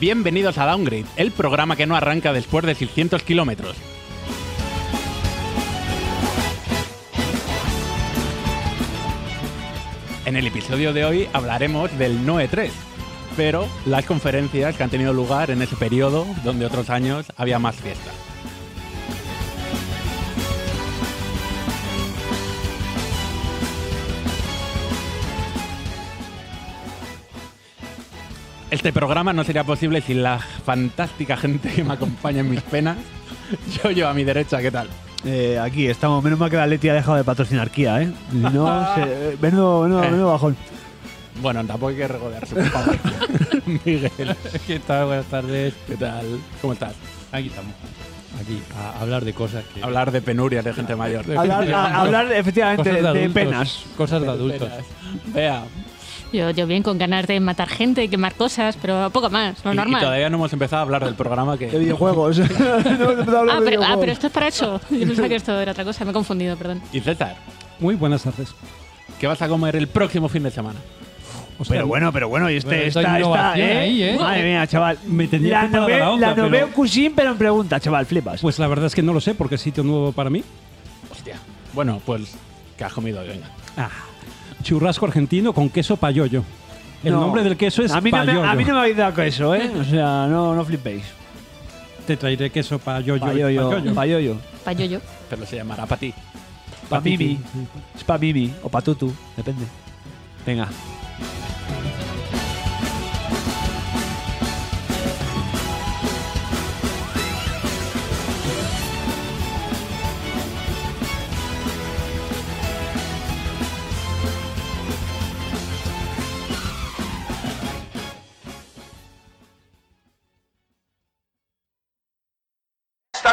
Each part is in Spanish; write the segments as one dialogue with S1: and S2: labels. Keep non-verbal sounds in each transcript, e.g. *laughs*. S1: Bienvenidos a Downgrade, el programa que no arranca después de 600 kilómetros. En el episodio de hoy hablaremos del NOE 3, pero las conferencias que han tenido lugar en ese periodo donde otros años había más fiesta. Este programa no sería posible sin la fantástica gente que me acompaña en mis penas. Yo, yo a mi derecha, ¿qué tal?
S2: Eh, aquí estamos. Menos mal que la Leti ha dejado de patrocinar Kia, ¿eh? No sé. Menudo, menudo,
S1: Eh.
S2: menudo bajón.
S1: Bueno, tampoco hay que regodearse, por favor. Miguel,
S3: ¿Qué tal? Buenas tardes.
S1: ¿qué tal? ¿Cómo estás?
S3: Aquí estamos. Aquí, a hablar de cosas que.
S1: Hablar de penurias de gente mayor.
S2: Hablar, a- hablar, efectivamente,
S3: cosas
S2: de, de
S3: adultos,
S2: penas.
S3: Cosas de adultos.
S1: *laughs* Vea,
S4: Yo, yo bien, con ganas de matar gente, de quemar cosas, pero poco más, lo
S1: y, y
S4: normal.
S1: todavía no hemos empezado a hablar del programa
S2: De
S1: que
S2: videojuegos. *laughs* no, no puedo hablar
S4: ah,
S2: de
S4: pero, ah,
S2: videojuegos.
S4: pero esto es para eso. *laughs* Yo pensaba que esto era otra cosa, me he confundido, perdón.
S1: y César,
S5: Muy buenas tardes.
S1: ¿qué vas a comer el próximo fin de semana?
S2: Pero bueno, pero bueno, y este,
S3: Bueno, esta
S2: esta, esta,
S3: innovación
S2: ¿eh?
S3: ahí, ¿eh?
S2: Madre mía, chaval.
S5: Me tenía
S2: la
S5: preparada
S2: nové,
S5: la otra,
S2: la
S5: pero-
S2: nové Cuisine, pero en pregunta, chaval, flipas.
S5: Pues la verdad es que no lo sé porque es sitio nuevo para mí.
S1: Hostia. Bueno, pues, ¿qué has comido hoy? Venga.
S2: Ah,
S5: Churrasco argentino con queso payoyo. El
S2: No.
S5: nombre del queso es
S2: a mí, no me,
S5: payoyo.
S2: a mí no me habéis dado eso, ¿eh? O sea, no, no flipéis.
S5: Te traeré queso payoyo.
S2: Payoyo,
S5: payoyo.
S2: payoyo.
S4: Pa' yo, yo.
S1: Pero se llamará para ti.
S2: Pa' Mimi. Es pa' Mimi o pa' Tutu, depende. Venga.
S6: Esta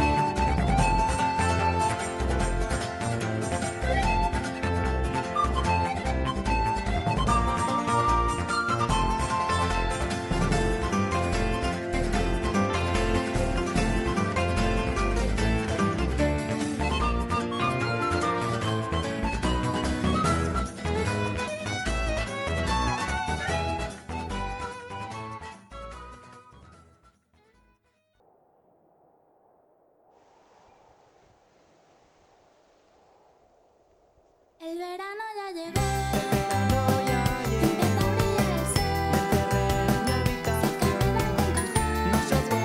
S7: El verano ya llegó. Empieza a brillar el sol. Sácame de algún cajón. Y llevo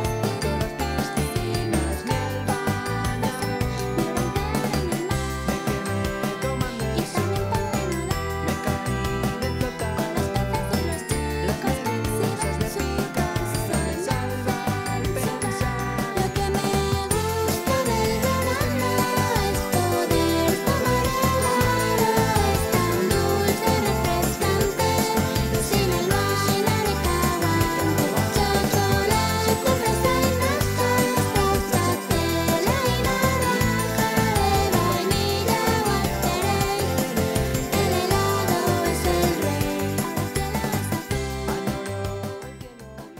S7: estos vecinos campanas. Me romperé en el mar. Y también podré nadar. Con los peces y los chicos. Si ven chicos, soy más Lo que me gusta del verano es poder tomar es tan dulce, refrescante, sin el vaina de cava. Chocolate, fresa y pastas, pasatela y naranja, de vainilla o alteré. El helado es el rey.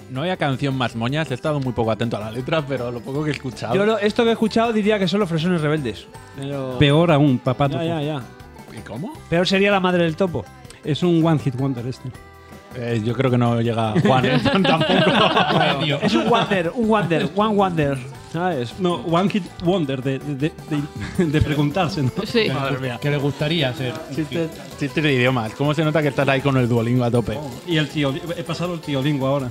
S1: No había canción más moñas, he estado muy poco atento a la letra, pero lo poco que he escuchado.
S2: Yo lo- esto que he escuchado diría que son los fresones rebeldes. Pero...
S5: Peor aún, papá.
S2: Ya,
S5: Tucu.
S2: ya, ya.
S1: ¿Y ¿Cómo?
S2: Peor sería la madre del topo.
S5: Es un one hit wonder este.
S1: Eh, yo creo que no llega Juan *laughs* ¿eh? tampoco.
S2: Es un wonder, un wonder, one wonder. ¿Sabes?
S5: No, one hit wonder de, de- de- de- de preguntarse. ¿no?
S4: Sí.
S1: Madre mía.
S3: Que le gustaría ser.
S1: Chiste, chiste de idiomas. ¿Cómo se nota que estás ahí con el Duolingo a tope?
S5: Y el tío, he pasado el tío
S2: *laughs*
S5: lingua ahora.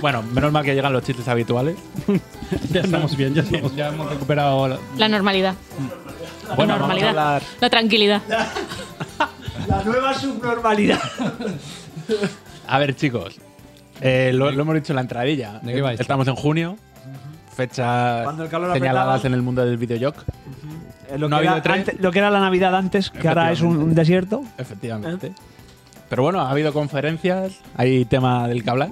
S1: Bueno, menos mal que llegan los chistes habituales.
S5: Ya estamos bien, ya estamos.
S3: Ya hemos recuperado. la-
S4: La normalidad,
S1: Bueno, vamos a
S4: normalidad.
S1: hablar. *laughs*
S4: la tranquilidad.
S2: La nueva subnormalidad.
S1: A ver, chicos. eh, lo, lo hemos dicho en la entradilla.
S3: ¿De qué vais?
S1: Estamos en junio. Fechas
S2: Cuando el calor
S1: señaladas
S2: apretaba.
S1: en el mundo del videojoc.
S2: Lo,
S1: No ha
S2: que era
S1: habido tren.
S2: antes- lo que era la Navidad antes, que ahora es un, un desierto.
S1: Efectivamente. Pero bueno, ha habido conferencias, hay tema del que hablar.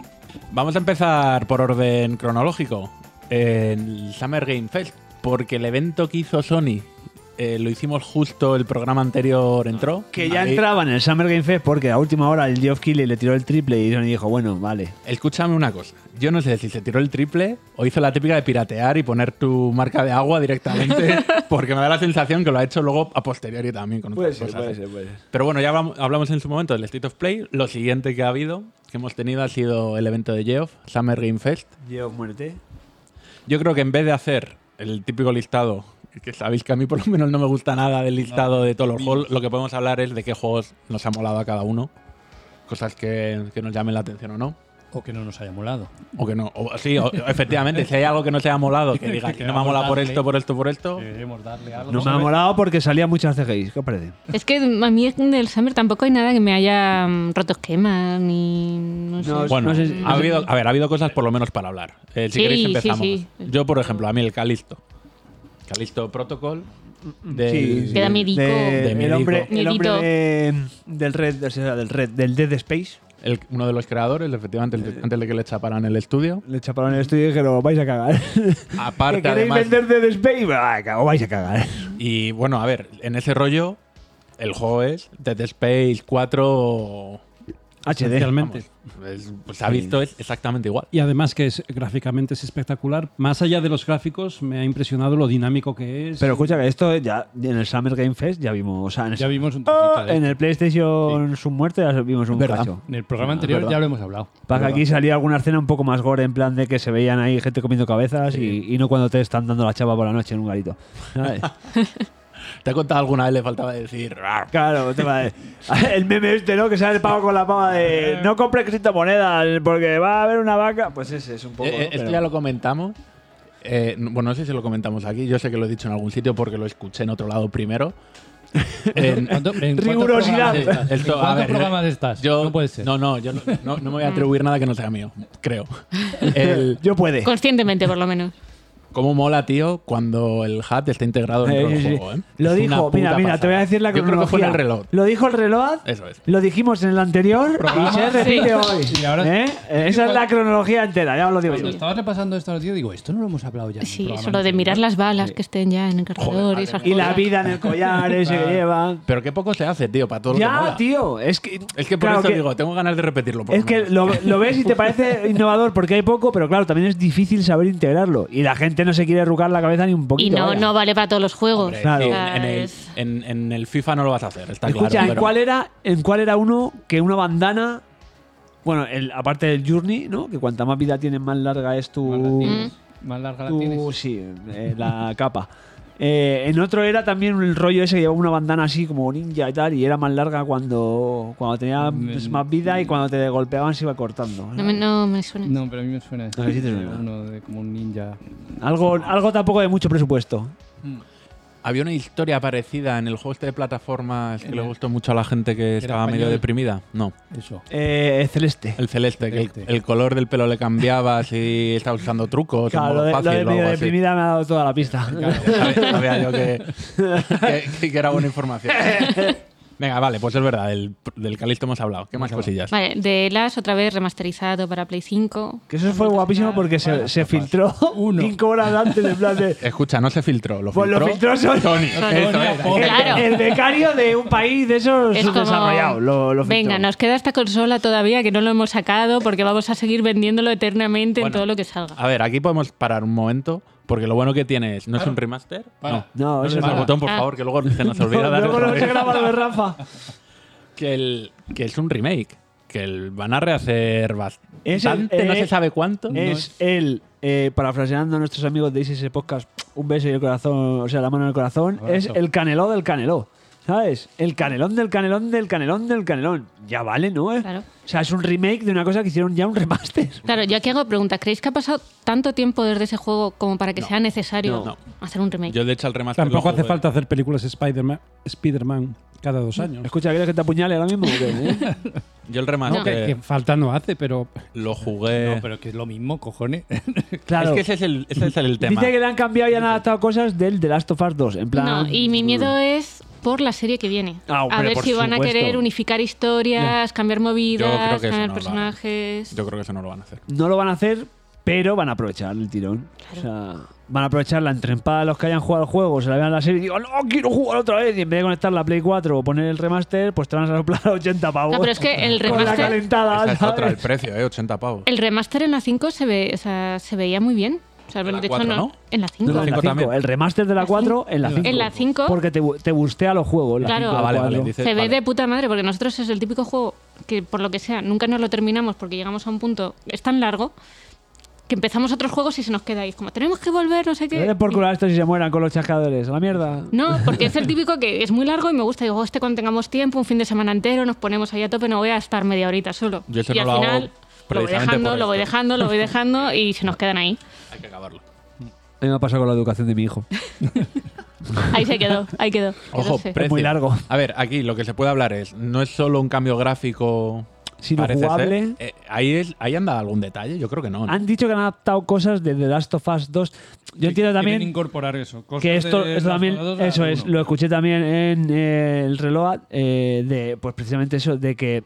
S1: Vamos a empezar por orden cronológico. El Summer Game Fest. porque el evento que hizo Sony eh, lo hicimos justo el programa anterior, entró.
S2: Que ya
S1: Ahí-
S2: entraba en el Summer Game Fest porque a última hora el Geoff Keighley le tiró el triple y Sony dijo, bueno, vale.
S1: Escúchame una cosa. Yo no sé si se tiró el triple o hizo la típica de piratear y poner tu marca de agua
S2: *laughs*
S1: directamente, porque me da la sensación que lo ha hecho luego a posteriori también con
S2: pues
S1: otras cosas. ¿eh?
S2: puede ser.
S1: Pero bueno, ya hablamos, hablamos en su momento del State of Play. Lo siguiente que ha habido, que hemos tenido, ha sido el evento de Geoff, Summer Game Fest.
S2: Geoff muerte.
S1: Yo creo que en vez de hacer el típico listado, que sabéis que a mí por lo menos no me gusta nada del listado de todos los juegos, lo que podemos hablar es de qué juegos nos ha molado a cada uno. Cosas que, que nos llamen la atención o no.
S5: O que no nos haya molado.
S1: O que no. O- sí, o- efectivamente, si hay algo que no se haya molado, que diga
S5: Que
S1: no me ha molado por
S5: darle.
S1: esto, por esto, por esto.
S5: Queremos darle algo.
S2: No me ha molado porque salía muchas CGI. ¿Qué os parece?
S4: Es que a mí en el Summer tampoco hay nada que me haya mm, roto esquemas ni. No sé.
S2: No,
S1: Bueno,
S2: sé si-
S1: ha habido, a ver, ha habido cosas por lo menos para hablar. Eh, si
S4: Sí,
S1: queréis
S4: sí,
S1: empezamos.
S4: sí.
S1: Yo, por ejemplo, a mí el Calisto. Calisto Protocol. del-
S2: Sí, sí.
S4: Queda midico.
S2: De-
S1: De
S2: el
S1: midico.
S2: hombre, el
S4: Midito.
S2: hombre de- del red, o sea, del red, del Dead Space.
S1: el- uno de los creadores, efectivamente, antes de- antes de que le chaparan el estudio.
S2: Le chaparon el estudio y dijeron, vais a cagar.
S1: *laughs* Aparte,
S2: ¿Que queréis
S1: además-
S2: vender Dead Space? Ah, cago, vais a cagar.
S1: Y bueno, a ver, en ese rollo, el juego es Dead Space 4.
S2: HD.
S8: Realmente.
S1: vamos, es- pues, se ha visto es exactamente igual.
S8: Y además que es, gráficamente es espectacular. Más allá de los gráficos, me ha impresionado lo dinámico que es.
S2: Pero escucha que esto ya en el Summer Game Fest ya vimos, o sea, en, el-
S5: Ya vimos un
S2: Ah,
S5: poquito
S2: en el PlayStation Su muerte ya vimos un
S1: Verdad.
S2: cacho.
S5: En el programa
S2: Ah,
S5: anterior
S2: verdad.
S5: ya lo hemos hablado.
S2: Para que aquí salía alguna escena un poco más gore, en plan de que se veían ahí gente comiendo cabezas y, y no cuando te están dando la chava por la noche en un garito.
S5: *laughs*
S2: ¿Sabes?
S1: ¿Te ha contado alguna vez? Le faltaba decir.
S2: "Ah,
S1: "Rar".
S2: Claro, te va a- *laughs* el meme este, ¿no? Que sale el pavo con la pava de no compres criptomonedas porque va a haber una vaca. Pues ese es un poco.
S1: Eh, eh,
S2: ¿no?
S1: esto
S2: Pero-
S1: ya lo comentamos. Eh, no- bueno, no sé si lo comentamos aquí. Yo sé que lo he dicho en algún sitio porque lo escuché en otro lado
S5: *laughs*
S1: primero. Eh, En-
S5: ¿Cuánto- en cuántos
S2: Rigurosidad.
S5: programas estás? ¿En
S1: Esto, a
S5: cuántos
S1: ver,
S5: programas estás?
S1: yo-
S5: no puede ser.
S1: No, no, yo no, no- no me voy a atribuir nada que no sea mío,
S5: *laughs*
S1: creo. El-
S2: Yo puede.
S4: Conscientemente, por
S1: *laughs*
S4: lo menos.
S1: ¿Cómo mola, tío, cuando el HAT está integrado en
S2: Eh,
S1: el
S2: sí, sí.
S1: juego? ¿eh?
S2: Lo
S1: Es una
S2: dijo, mira,
S1: puta
S2: mira,
S1: pasada.
S2: te voy a decir la
S1: Yo creo que fue en el
S2: cronología.
S1: reloj. Eh.
S2: Lo dijo el reloj.
S1: Eso es.
S2: Lo dijimos en el anterior y se
S1: *laughs*
S2: repite hoy.
S5: Y ahora-
S2: ¿Eh? Esa es la cronología entera, ya os lo digo
S5: Cuando
S2: yo.
S5: estaba repasando esto, tío, digo, esto no lo hemos hablado ya. en el
S4: Sí,
S5: programa
S4: eso lo de mirar
S5: anterior.
S4: las balas que estén ya en el
S1: Joder,
S4: cargador
S1: madre
S4: y esas
S2: Y la
S4: cosas.
S2: vida en el collar ese que lleva.
S1: Pero qué poco se hace, tío, para todo lo que
S2: Ya,
S1: mola.
S2: tío, es que.
S1: Es que por
S2: claro
S1: eso
S2: que-
S1: digo, tengo ganas de repetirlo. por
S2: Es
S1: lo
S2: que
S1: menos.
S2: lo, lo ves y te parece *laughs* innovador porque hay poco, pero claro, también es difícil saber integrarlo. Y la gente no se quiere arrugar la cabeza ni un
S4: Y
S2: poquito.
S4: no,
S2: vaya.
S4: no vale para todos los juegos.
S1: Hombre,
S2: Claro.
S1: sí,
S4: O sea,
S1: en, el,
S4: es-
S1: en- en el FIFA no lo vas a hacer, está
S2: Escucha,
S1: claro.
S2: ¿en,
S1: pero-
S2: cuál era, ¿en cuál era uno que una bandana. Bueno, el, aparte del Journey, ¿no? Que cuanta más vida tienes, más larga es
S4: Mm.
S2: tu.
S5: Tienes, Más larga la
S2: tu-
S5: tienes.
S2: sí, eh, la capa. Eh, en otro era también el rollo ese que llevaba una bandana así como ninja y tal, y era más larga cuando, cuando tenía pues, más vida y cuando te golpeaban se iba cortando.
S4: no, me, no me suena.
S5: No, pero a mí me suena esto.
S2: A ver si te suena.
S5: Uno de como un ninja.
S2: Algo, algo tampoco de mucho presupuesto.
S1: Había una historia parecida en el juego este de plataformas que
S5: En
S1: le
S5: el-
S1: gustó mucho a la gente que estaba medio
S5: español.
S1: deprimida. No,
S5: Eso.
S2: Eh, celeste.
S1: el celeste, que el-
S5: Celeste.
S1: el, color del pelo le cambiaba si estaba usando trucos.
S2: Claro, lo
S1: o
S2: de, lo
S1: fácil,
S2: de
S1: o
S2: medio
S1: algo así.
S2: deprimida me ha dado toda la pista.
S1: Sabía, sabía yo que, que- que era buena
S2: *laughs*
S1: información. Venga, vale, pues es verdad, del, del Calisto hemos hablado. ¿Qué más cosillas?
S4: Vale, de las otra vez remasterizado para Play 5.
S2: Que eso fue guapísimo porque se, se filtró
S5: Uno.
S2: cinco horas antes del plan de...
S1: Escucha, no pues *laughs* se filtró, lo
S2: Pues
S1: filtró,
S2: lo filtró Sony.
S1: Eso es.
S2: *laughs* El,
S4: Claro.
S2: el becario de un país de esos
S4: Es como,
S2: subdesarrollados. Lo, lo filtró.
S4: Venga, nos queda esta consola todavía que no lo hemos sacado porque vamos a seguir vendiéndolo eternamente en
S1: Bueno, Ah.
S4: todo lo que salga.
S1: A ver, aquí podemos parar un momento, porque lo bueno que tiene es, ¿no es un remaster?
S5: Para.
S2: No,
S1: No
S2: eso
S1: le des
S2: no.
S1: al botón, por
S4: Ah.
S1: favor, que luego se
S2: *laughs*
S1: nos olvida
S2: No,
S1: dar
S2: luego
S1: otra
S2: lo
S1: vez.
S2: se graba lo de Rafa.
S1: que, el, que es un remake, que el, van a rehacer bastante,
S2: Es el-
S1: no
S2: eh,
S1: se sabe cuánto. No
S2: Es el, eh, parafraseando a nuestros amigos de ISS Podcast, un beso y el corazón, o sea, la mano en el corazón, es el caneló del caneló. ¿Sabes? El canelón del canelón del canelón del canelón. Ya vale, ¿no? eh?
S4: Claro.
S2: O sea, es un remake de una cosa que hicieron ya un remaster.
S4: Claro, yo aquí hago preguntas. ¿Creéis que ha pasado tanto tiempo desde ese juego como para que sea necesario
S1: No.
S4: hacer un remake?
S1: Yo, de hecho, el remaster lo
S8: Tampoco hace
S1: jugué.
S8: falta hacer películas Spider-Man Spider-Man cada dos años.
S2: Mm. Escucha, ¿quieres que te apuñale ahora mismo? o qué, eh?
S1: Yo
S8: No,
S1: el
S8: que,
S1: remaster
S8: que falta no hace, pero
S1: lo jugué...
S5: No, pero que es lo mismo, cojones.
S2: Claro.
S1: Es que ese es el, ese es el tema.
S2: Dice que le han cambiado y han adaptado cosas del The Last of Us 2. En plan. mm.
S4: No, y mi miedo es por la serie que viene.
S2: Ah, hombre,
S4: a ver
S2: por
S4: si van a
S2: supuesto.
S4: querer unificar historias, cambiar
S1: Yo creo
S4: movidas,
S1: que eso
S4: cambiar
S1: no lo harán.
S4: personajes.
S1: Yo creo que eso no lo van a hacer.
S2: No lo van a hacer, Pero van a aprovechar el tirón. O sea, van a aprovechar la entrampada de los que hayan jugado el juego, se la vean la serie y digan, no, quiero jugar otra vez. Y en vez de conectar la Play 4 o poner el remaster, pues te van a soplar *laughs* 80 pavos.
S4: No, pero es que el
S2: Con la
S4: remaster-
S2: calentada.
S1: Esa es
S2: ¿sabes?
S1: otra, el precio, ¿eh? 80 pavos.
S4: El remaster en la 5 se, ve, o sea, se veía muy bien. O sea,
S1: En la
S4: de hecho,
S1: cuatro, ¿no?
S4: En
S2: *laughs*
S4: la
S2: No,
S4: 5.
S2: en la
S1: cinco
S2: cinco.
S1: también.
S2: El remaster de la 4 en la 5.
S4: En la cinco.
S2: Porque te, bu- te bustea los juegos. la
S4: Claro.
S2: cinco, la
S1: Ah, vale, vale,
S2: cuatro.
S1: dice-
S4: se ve
S1: vale.
S4: de puta madre, porque nosotros es el típico juego que, por lo que sea, nunca nos lo terminamos porque llegamos a un punto, es tan largo, que empezamos otros juegos y se nos queda ahí. Es como, tenemos que volver, no sé
S2: Le
S4: qué.
S2: den Eh, por culo a estos si se mueran con los chascadores. A la mierda.
S4: No, porque es el típico que es muy largo y me gusta. Digo, "Oh, este cuando tengamos tiempo, un fin de semana entero, nos ponemos ahí a tope, no voy a estar media horita solo.
S1: Yo eso
S4: y
S1: no
S4: al
S1: lo hago
S4: final lo voy
S1: precisamente
S4: dejando,
S1: por
S4: lo voy
S1: esto.
S4: dejando, lo voy dejando
S1: *laughs*
S4: y se nos quedan ahí.
S1: Hay que acabarlo.
S2: A mí me ha pasado con la educación de mi hijo.
S4: Ahí se quedó, ahí quedó.
S1: Ojo,
S4: Quedóse.
S1: precio.
S2: muy largo.
S1: A ver, aquí lo que se puede hablar es, no es solo un cambio gráfico.
S2: Sino
S1: parece ser.
S2: jugable.
S1: Eh, ahí, es, ahí anda algún detalle, yo creo que no. ¿no?
S2: Han dicho que han adaptado cosas de The Last of Us 2. Yo
S5: *laughs*
S2: entiendo
S5: Quieren
S2: también
S5: incorporar eso. cosas
S2: que esto,
S5: de
S2: esto también,
S5: trasladados a
S2: eso es,
S5: alguno.
S2: lo escuché también en eh, el reloj, eh, de, pues precisamente eso, de que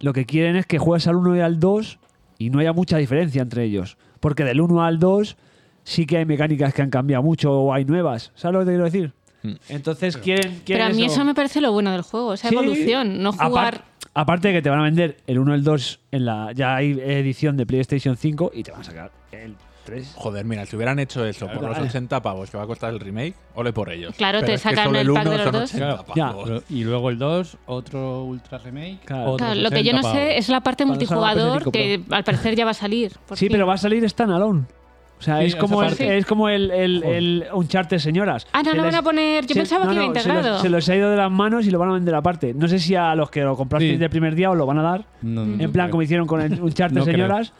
S2: lo que quieren es que juegues al 1 y al 2 y no haya mucha diferencia entre ellos. Porque del 1 al 2 sí que hay mecánicas que han cambiado mucho o hay nuevas. ¿Sabes lo que te quiero decir?
S5: Hmm.
S2: Entonces quieren,
S4: Pero
S2: quieren
S4: a mí eso me parece lo bueno del juego, esa
S2: Sí.
S4: evolución, no
S2: Apar-
S4: jugar...
S2: aparte de que te van a vender el 1 y el 2 en la. Ya hay edición de PlayStation 5 y te van a sacar el 3.
S1: Joder, mira, si hubieran hecho eso por los 80 pavos que va a costar el remake, ole por ellos.
S4: Claro,
S1: Pero
S4: te
S1: es que
S4: sacan
S1: solo
S4: el pack de
S1: uno
S4: los
S1: son
S4: dos.
S1: 80
S2: Ya.
S1: pavos.
S5: Lo- Y luego el 2, otro Ultra Remake.
S2: Claro.
S5: otros
S4: Claro, lo que yo
S5: 80
S4: no sé
S5: pavos.
S4: es la parte
S2: Cuando salga
S4: multijugador
S2: Play cinco
S4: que al parecer ya va a salir. por
S2: Sí,
S4: fin.
S2: pero va a salir standalone. O sea,
S5: Sí,
S2: es, como
S5: esa
S2: el,
S5: parte.
S2: es como el, el, el Uncharted, señoras.
S4: Ah, no
S2: Se
S4: lo
S2: les-
S4: van a poner- yo pensaba que iba
S2: se los-
S4: integrado.
S2: Se los, ha ido de las manos y lo van a vender aparte. No sé si a los que lo comprasteis
S5: Sí.
S2: del primer día os lo van a dar.
S5: No, no,
S2: en plan,
S5: no
S2: como
S5: creo.
S2: hicieron con
S5: *laughs*
S2: el Uncharted,
S5: No creo.
S2: señoras.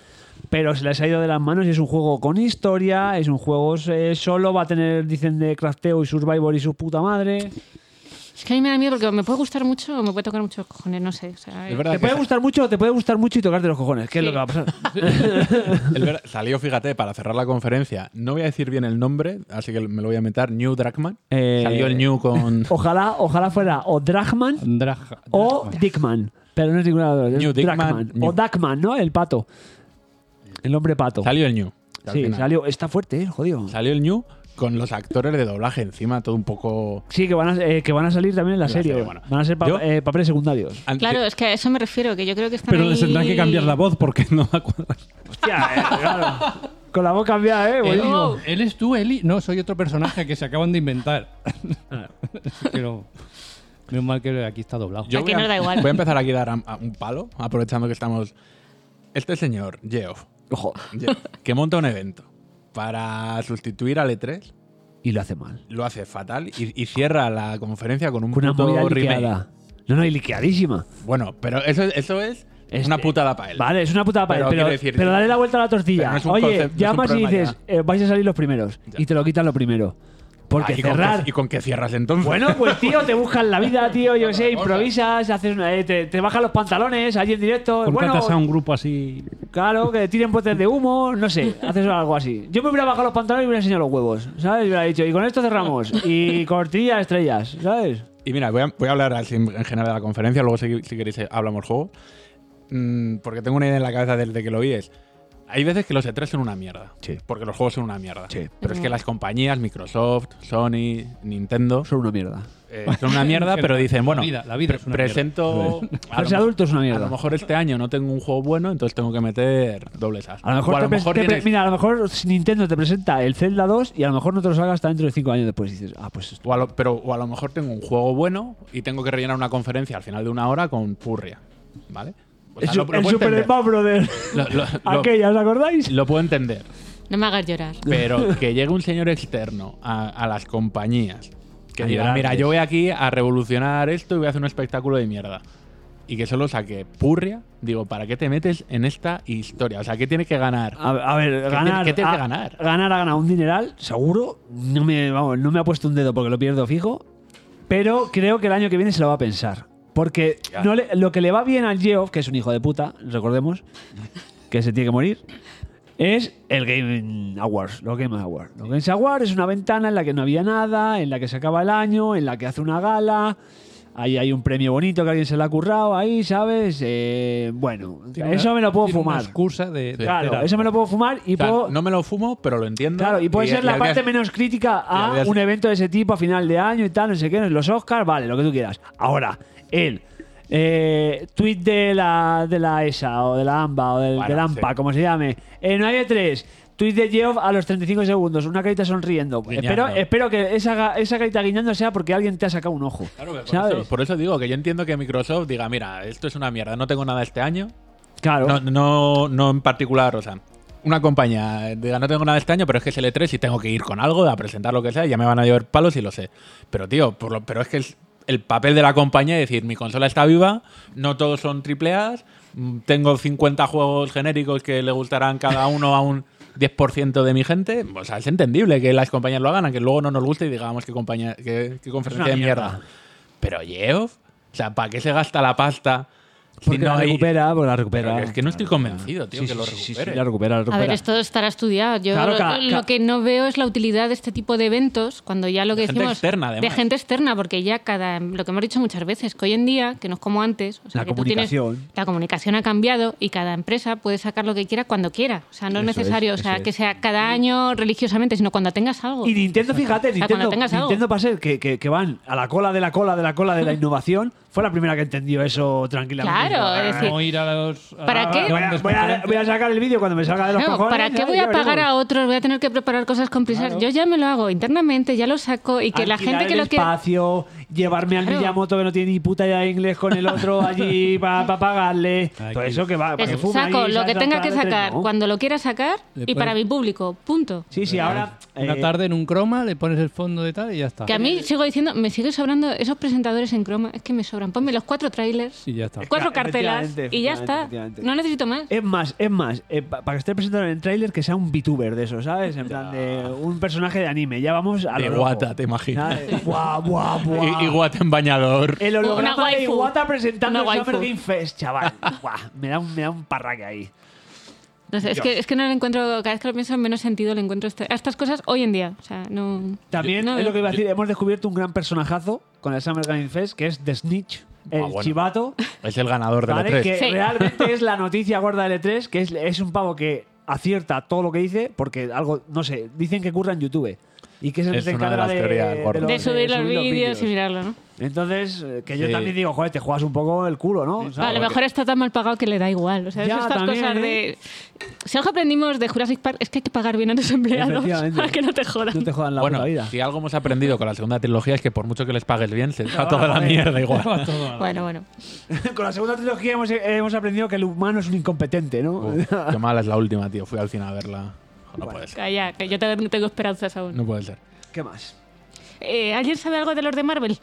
S2: Pero se les ha ido de las manos y es un juego con historia, es un juego eh, solo, va a tener, dicen, de crafteo y survival y su puta madre.
S4: Es que a mí me da miedo porque me puede gustar mucho o me puede tocar muchos cojones, no sé. o sea,
S1: Es
S4: eh,
S1: verdad
S2: Te
S1: que
S2: puede
S1: sa-
S2: gustar mucho, te puede gustar mucho y tocarte los cojones, que es
S4: Sí.
S2: lo que va a pasar.
S1: es verdad- salió, fíjate, para cerrar la conferencia. No voy a decir bien el nombre, así que me lo voy a meter. New Dragman.
S2: Eh,
S1: *laughs*
S2: Oh.
S1: salió el New
S2: *laughs*
S1: con.
S2: Ojalá, ojalá fuera o Dragman
S5: Draja-
S2: o
S5: Draja.
S2: Dickman. Pero no es ninguna de las dos, es
S1: New Dickman,
S2: Dragman.
S1: New-
S2: O Duckman, ¿no? El pato. El hombre pato.
S1: salió el New. al
S2: sí,
S1: final.
S2: salió. Está fuerte, eh, jodido.
S1: Salió el New con los actores de doblaje encima, todo un poco.
S2: Sí, que van, a, eh, que van a salir también en la,
S1: la
S2: serie.
S1: serie, bueno.
S2: Van a ser pa-
S1: Yo-
S2: eh, papeles secundarios.
S1: An-
S4: claro,
S1: sí,
S4: es que a eso me refiero, que yo creo que están
S9: Pero les
S4: ahí-
S9: tendrán que cambiar la voz porque no va a cuadrar.
S2: Hostia,
S1: *laughs*
S2: eh, claro. Con la voz cambiada, ¿eh?
S5: Él,
S2: buenísimo.
S1: oh.
S5: él es tú, Eli. No, soy otro personaje que se acaban
S2: *laughs*
S5: de inventar. Pero. Menos mal que aquí está doblado.
S1: yo
S4: Aquí
S1: voy a-
S4: nos da igual.
S1: Voy a empezar aquí a dar a- a un palo, aprovechando que estamos. Este señor, Geoff,
S2: Ojo.
S1: Geoff, que monta un evento para sustituir al E3,
S2: Y lo hace mal.
S1: lo hace fatal y, y cierra la conferencia con un
S2: Una movida
S1: puto remake.
S2: liqueada. No, no, y liqueadísima.
S1: Bueno, pero eso, eso es
S2: Este-
S1: una putada para él.
S2: Vale, es una puta pared,
S1: Pero
S2: pero,
S1: quiero decir-
S2: pero dale la vuelta a la tortilla.
S1: Pero no es un
S2: Oye,
S1: concept- no es un
S2: llamas y
S1: problema
S2: dices, eh, vais a salir los primeros. Y te lo quitan lo primero. Porque
S1: Ah, ¿y, con
S2: cerrar.
S1: qué, ¿Y con qué cierras entonces?
S2: Bueno, pues tío, te buscas la vida, tío, yo
S1: *laughs*
S2: qué sé, improvisas, haces una- eh, te, te bajas los pantalones allí en directo.
S9: Contratas a
S2: Bueno,
S9: un grupo así.
S2: claro, que tiren botes de humo,
S1: *laughs*
S2: no sé, haces algo así. Yo me hubiera bajado los pantalones y me hubiera enseñado los huevos, ¿sabes? Y hubiera dicho, y con esto cerramos, y cortilla de estrellas, ¿sabes?
S1: Y mira, voy a, voy a hablar así en en general de la conferencia, luego si, si queréis eh, hablamos juego. Mm, porque tengo una idea en la cabeza desde que lo vi es... Hay veces que los E3 son una mierda.
S2: Sí.
S1: Porque los juegos son una mierda.
S2: Sí.
S1: Pero es que las compañías, Microsoft, Sony, Nintendo,
S2: Son una mierda.
S1: eh, son una
S2: *laughs*
S1: mierda, pero dicen, bueno,
S5: La vida, la vida es una
S1: presento... a lo mejor-
S2: Ser adulto es una
S1: A
S2: mierda.
S1: lo mejor este año no tengo un juego bueno, entonces tengo que meter dobles as.
S2: A lo mejor,
S1: O a
S2: te
S1: lo
S2: pre-
S1: mejor
S2: te pre-
S1: tienes-
S2: mira, a lo mejor Nintendo te presenta el Zelda 2 y a lo mejor no te lo salga hasta dentro de 5 años después. Y dices, ah, pues esto.
S1: O a lo- pero, o a lo mejor tengo un juego bueno y tengo que rellenar una conferencia al final de una hora con purria. ¿Vale? O sea,
S2: el
S1: lo-
S2: su-
S1: lo
S2: el
S1: puedo
S2: Super
S1: entender.
S2: Smash Brother.
S1: Lo- *laughs* lo-
S2: *laughs*
S1: lo-
S2: Aquella, ¿os acordáis?
S1: lo puedo
S2: *laughs*
S1: entender.
S4: No me hagas llorar.
S1: Pero que llegue un señor externo a, a las compañías que
S2: A
S1: diga,
S2: ayudarles.
S1: mira, yo voy aquí a revolucionar esto y voy a hacer un espectáculo de mierda. Y que solo saque purria, digo, ¿para qué te metes en esta historia? O sea, ¿qué tiene que ganar?
S2: A, a ver,
S1: ¿Qué
S2: ganar.
S1: tiene- qué tiene
S2: a-
S1: que ganar?
S2: Ganar ha ganado un dineral, seguro. No me, vamos, no me ha puesto un dedo porque lo pierdo fijo. Pero creo que el año que viene se lo va a pensar. Porque
S1: Ya.
S2: no le- lo que le va bien al Geoff, que es un hijo de puta, recordemos, que se tiene que morir, es el Game Awards, los Game Awards. Los Games Awards es una ventana en la que no había nada, en la que se acaba el año, en la que hace una gala, Ahí hay un premio bonito que alguien se le ha currado ahí, ¿sabes? Eh, bueno,
S5: Tiene
S2: eso
S5: una-
S2: me lo puedo
S5: tiene
S2: fumar.
S5: Una excusa de. de
S2: Claro,
S5: hacer
S2: eso me lo
S5: algo.
S2: puedo fumar y
S1: O sea,
S2: puedo.
S1: no me lo fumo, pero lo entiendo.
S2: Claro, y puede ser
S1: y
S2: la
S1: al
S2: parte
S1: día-
S2: menos crítica
S1: al
S2: a
S1: día-
S2: un evento de ese tipo a final de año y tal, no sé qué, los Oscars, vale, lo que tú quieras. Ahora, el eh, tweet de la, de la ESA o de la AMBA o del,
S1: Bueno,
S2: del AMPA,
S1: sí.
S2: como se llame. Eh, no hay tres. Tweet de Geoff a los 35 segundos, una carita sonriendo.
S1: Guiñando.
S2: Espero, espero que esa, ga- esa carita guiñando sea porque alguien te ha sacado un ojo.
S1: Claro, pero por,
S2: ¿Sabes?
S1: Eso, por eso digo que yo entiendo que Microsoft diga, mira, esto es una mierda, no tengo nada este año.
S2: Claro.
S1: No, no, no en particular, o sea, una compañía diga, no tengo nada este año, pero es que es L3 y tengo que ir con algo a presentar lo que sea y ya me van a llover palos y lo sé. Pero tío, por lo- pero es que el, el papel de la compañía es decir, mi consola está viva, no todos son triple A, tengo 50 juegos genéricos que le gustarán cada uno a un 10% de mi gente, o sea, es entendible que las compañías lo hagan, aunque luego no nos guste y digamos que compañía, que, que conferencia de mierda. Pero Geoff, o sea, ¿para qué se gasta la pasta? si
S2: porque
S1: no
S2: la
S1: hay-
S2: recupera, porque la recupera.
S1: pero es que no estoy convencido, tío,
S2: Sí,
S1: que
S2: sí,
S1: lo
S2: sí, sí, sí,
S1: recupere.
S2: la recupera, la
S4: A
S2: recupera.
S4: ver, esto estará estudiado. Yo
S2: Pues Claro,
S4: lo,
S2: ca-
S4: lo
S2: ca-
S4: que no veo es la utilidad de este tipo de eventos cuando ya lo que
S1: De gente
S4: decimos
S1: externa, además.
S4: de gente externa, porque ya cada lo que hemos dicho muchas veces que hoy en día que no es como antes, o sea,
S2: La
S4: que tú tienes-
S2: comunicación.
S4: la comunicación ha cambiado y cada empresa puede sacar lo que quiera cuando quiera, o sea, no es
S2: Eso es,
S4: necesario,
S2: eso
S4: o sea,
S2: es.
S4: que sea cada año religiosamente, sino cuando tengas algo.
S2: Y Nintendo, fíjate,
S4: sea,
S2: Nintendo,
S4: cuando tengas algo.
S2: Nintendo para ser que, que, que van a la cola de la cola de la cola de
S4: *laughs*
S2: la innovación, fue la primera que entendió eso tranquilamente. "Ah,
S4: Claro, es decir,
S5: No ir a los. a
S4: ¿Para
S5: las
S4: qué?
S2: Voy a,
S5: grandes
S2: voy a- voy a sacar el vídeo cuando me salga de ah, los
S4: Claro,
S2: cojones. ¿eh?
S4: ¿Para qué voy a pagar a otros? Voy a tener que preparar cosas con prisa. Yo ya me lo hago internamente, ya lo saco y que la gente que lo
S2: quiere.
S4: quiera.
S2: espacio, llevarme al
S4: Claro.
S2: Miyamoto que no tiene ni puta idea de inglés con el
S4: *laughs*
S2: otro allí para pagarle. Todo eso que va. pa'
S4: Es-
S2: que fuma
S4: saco
S2: ahí,
S4: lo
S2: ¿sabes?
S4: que tenga
S2: Las
S4: que
S2: tardes,
S4: sacar
S2: ¿no?
S4: cuando lo quiera sacar y
S5: Después-
S4: para mi público. Punto.
S2: Sí, sí, ahora.
S5: Una
S2: eh,
S5: tarde en un croma, le pones el fondo de tal y ya está.
S4: Que a mí sigo diciendo, me sigue sobrando esos presentadores en croma. Es que me sobran. Ponme los cuatro trailers,
S5: Y ya está.
S4: cuatro
S2: Efectivamente,
S4: cartelas y ya
S2: efectivamente,
S4: está.
S2: efectivamente.
S4: No necesito más.
S2: Es más, es más, eh, pa- para que esté presentado en el tráiler que sea un VTuber de eso, ¿sabes? En plan de un personaje de anime. Ya vamos a
S1: De
S2: lo loco.
S1: Iwata, te imaginas. *laughs*
S2: ¿Sabes? Buah, buah, buah.
S1: Y, y guata en bañador.
S2: El
S4: Una
S2: holograma de
S4: waifu.
S2: Iwata presentando
S4: Una
S2: el Summer
S4: waifu.
S2: Game Fest, chaval. Buah, me da un, me da un parraque ahí.
S4: No sé, es,
S2: Dios.
S4: que, es que no le encuentro, cada vez que lo pienso, menos sentido le encuentro este- a estas cosas hoy en día. O sea, no.
S2: También
S4: no
S2: es
S4: veo.
S2: lo que iba a decir, hemos descubierto un gran personajazo con el Summer Game Fest, que es The Snitch, el
S1: Ah, bueno.
S2: chivato,
S1: Es el ganador de
S2: ¿vale?
S1: los
S2: que
S1: tres.
S4: Sí.
S2: realmente
S4: *laughs*
S2: es la noticia gorda de L3, que es, es un pavo que acierta todo lo que dice, porque algo, no sé, dicen que curra en YouTube. Y que es el que
S1: Es
S2: se
S1: una de
S2: encarga
S1: las
S2: de,
S1: teorías gordas.
S4: De subir los vídeos y
S2: vídeos.
S4: mirarlo, ¿no?
S2: Entonces, eh, que yo
S1: Sí.
S2: también digo, joder, te juegas un poco el culo, ¿no? O sea,
S4: a lo mejor está tan mal pagado que le da igual. O sea, es
S2: Ya,
S4: estas
S2: también, ¿eh?
S4: cosas de. Si algo aprendimos de Jurassic Park es que hay que pagar bien a tus empleados
S2: Efectivamente.
S4: *laughs* para que no te jodan.
S2: No te jodan la
S1: Bueno,
S2: puta vida. *laughs*
S1: si algo hemos aprendido con la segunda trilogía es que por mucho que les pagues bien, se va toda la mierda igual.
S4: Bueno, bueno.
S2: Con la segunda trilogía hemos, hemos aprendido que el humano es un incompetente, ¿no?
S1: Uf, qué mala es la última, tío. Fui al cine a verla. No puede ser.
S4: Calla, Ah, que yo tengo, tengo esperanzas aún.
S1: No puede ser.
S2: *laughs* ¿Qué más?
S4: Eh, ¿Alguien sabe algo de los de Marvel?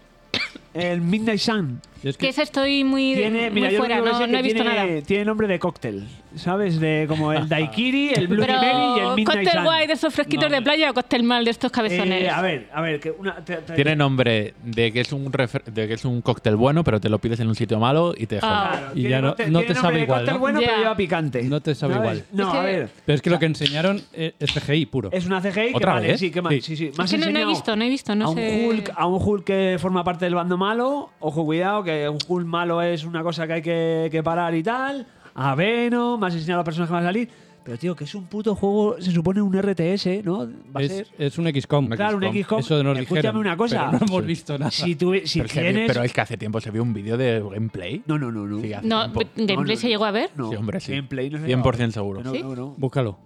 S2: El Midnight Sun.
S5: Yo es
S4: Que
S5: que
S4: esa estoy muy,
S2: Tiene,
S4: muy
S2: mira, yo lo
S4: fuera,
S2: único que
S4: no,
S2: sé es
S4: no
S2: que
S4: he visto
S2: tiene,
S4: nada.
S2: tiene nombre de cóctel, ¿sabes? De como
S1: *laughs*
S2: el Daikiri, el Bloody Mary y el
S4: Pero,
S2: Midnight
S4: ¿cóctel
S2: Sun.
S4: guay de esos fresquitos de playa o cóctel mal de estos cabezones?
S2: Eh, a ver, a ver, que una. te- te-
S1: Tiene nombre de que es un refer- de que es un cóctel bueno, pero te lo pides en un sitio malo y te joden.
S4: Ah,
S2: claro,
S5: y
S2: tiene
S5: ya
S2: cóctel-
S5: no- no
S2: tiene
S5: te
S2: nombre
S5: sabe
S2: de
S5: igual,
S2: cóctel
S5: ¿no?
S2: bueno, pero
S4: Ya.
S2: lleva picante.
S5: No te sabe
S2: ¿sabes?
S5: igual.
S2: No,
S4: Es que-
S2: a ver.
S5: Pero es que lo que enseñaron es es CGI puro.
S2: Es una CGI que
S1: ¿Otra
S2: vale,
S1: vez?
S2: sí, que mal. Sí,
S5: Sí.
S2: sí. me
S4: es
S2: has
S4: que no, no he
S2: enseñado
S4: visto, no he visto, no
S2: a un,
S4: sé.
S2: Hulk, a un Hulk que forma parte del bando malo, ojo cuidado, que un Hulk malo es una cosa que hay que, que parar y tal. A Venom, me has enseñado a los personajes que van a salir. Pero tío, que es un puto juego, se supone un RTS, ¿no? Va a
S5: Es, *laughs*
S2: ser.
S5: es un XCOM.
S2: Claro, un XCOM.
S5: Eso nos
S2: Escúchame
S5: dijeron,
S2: una cosa.
S5: pero no hemos visto nada.
S2: Si, tú, si
S1: pero, se vi-
S2: tienes.
S1: pero es que hace tiempo se vio un vídeo de gameplay.
S2: No, no, no, no.
S1: Sí, hace
S4: No,
S1: tiempo.
S4: ¿Gameplay
S2: no,
S4: se
S2: no.
S4: llegó a ver?
S2: No,
S1: Sí, hombre, sí.
S2: gameplay no se
S1: 100%
S2: graba.
S1: seguro.
S2: No,
S4: ¿Sí?
S2: no, no.
S5: Búscalo.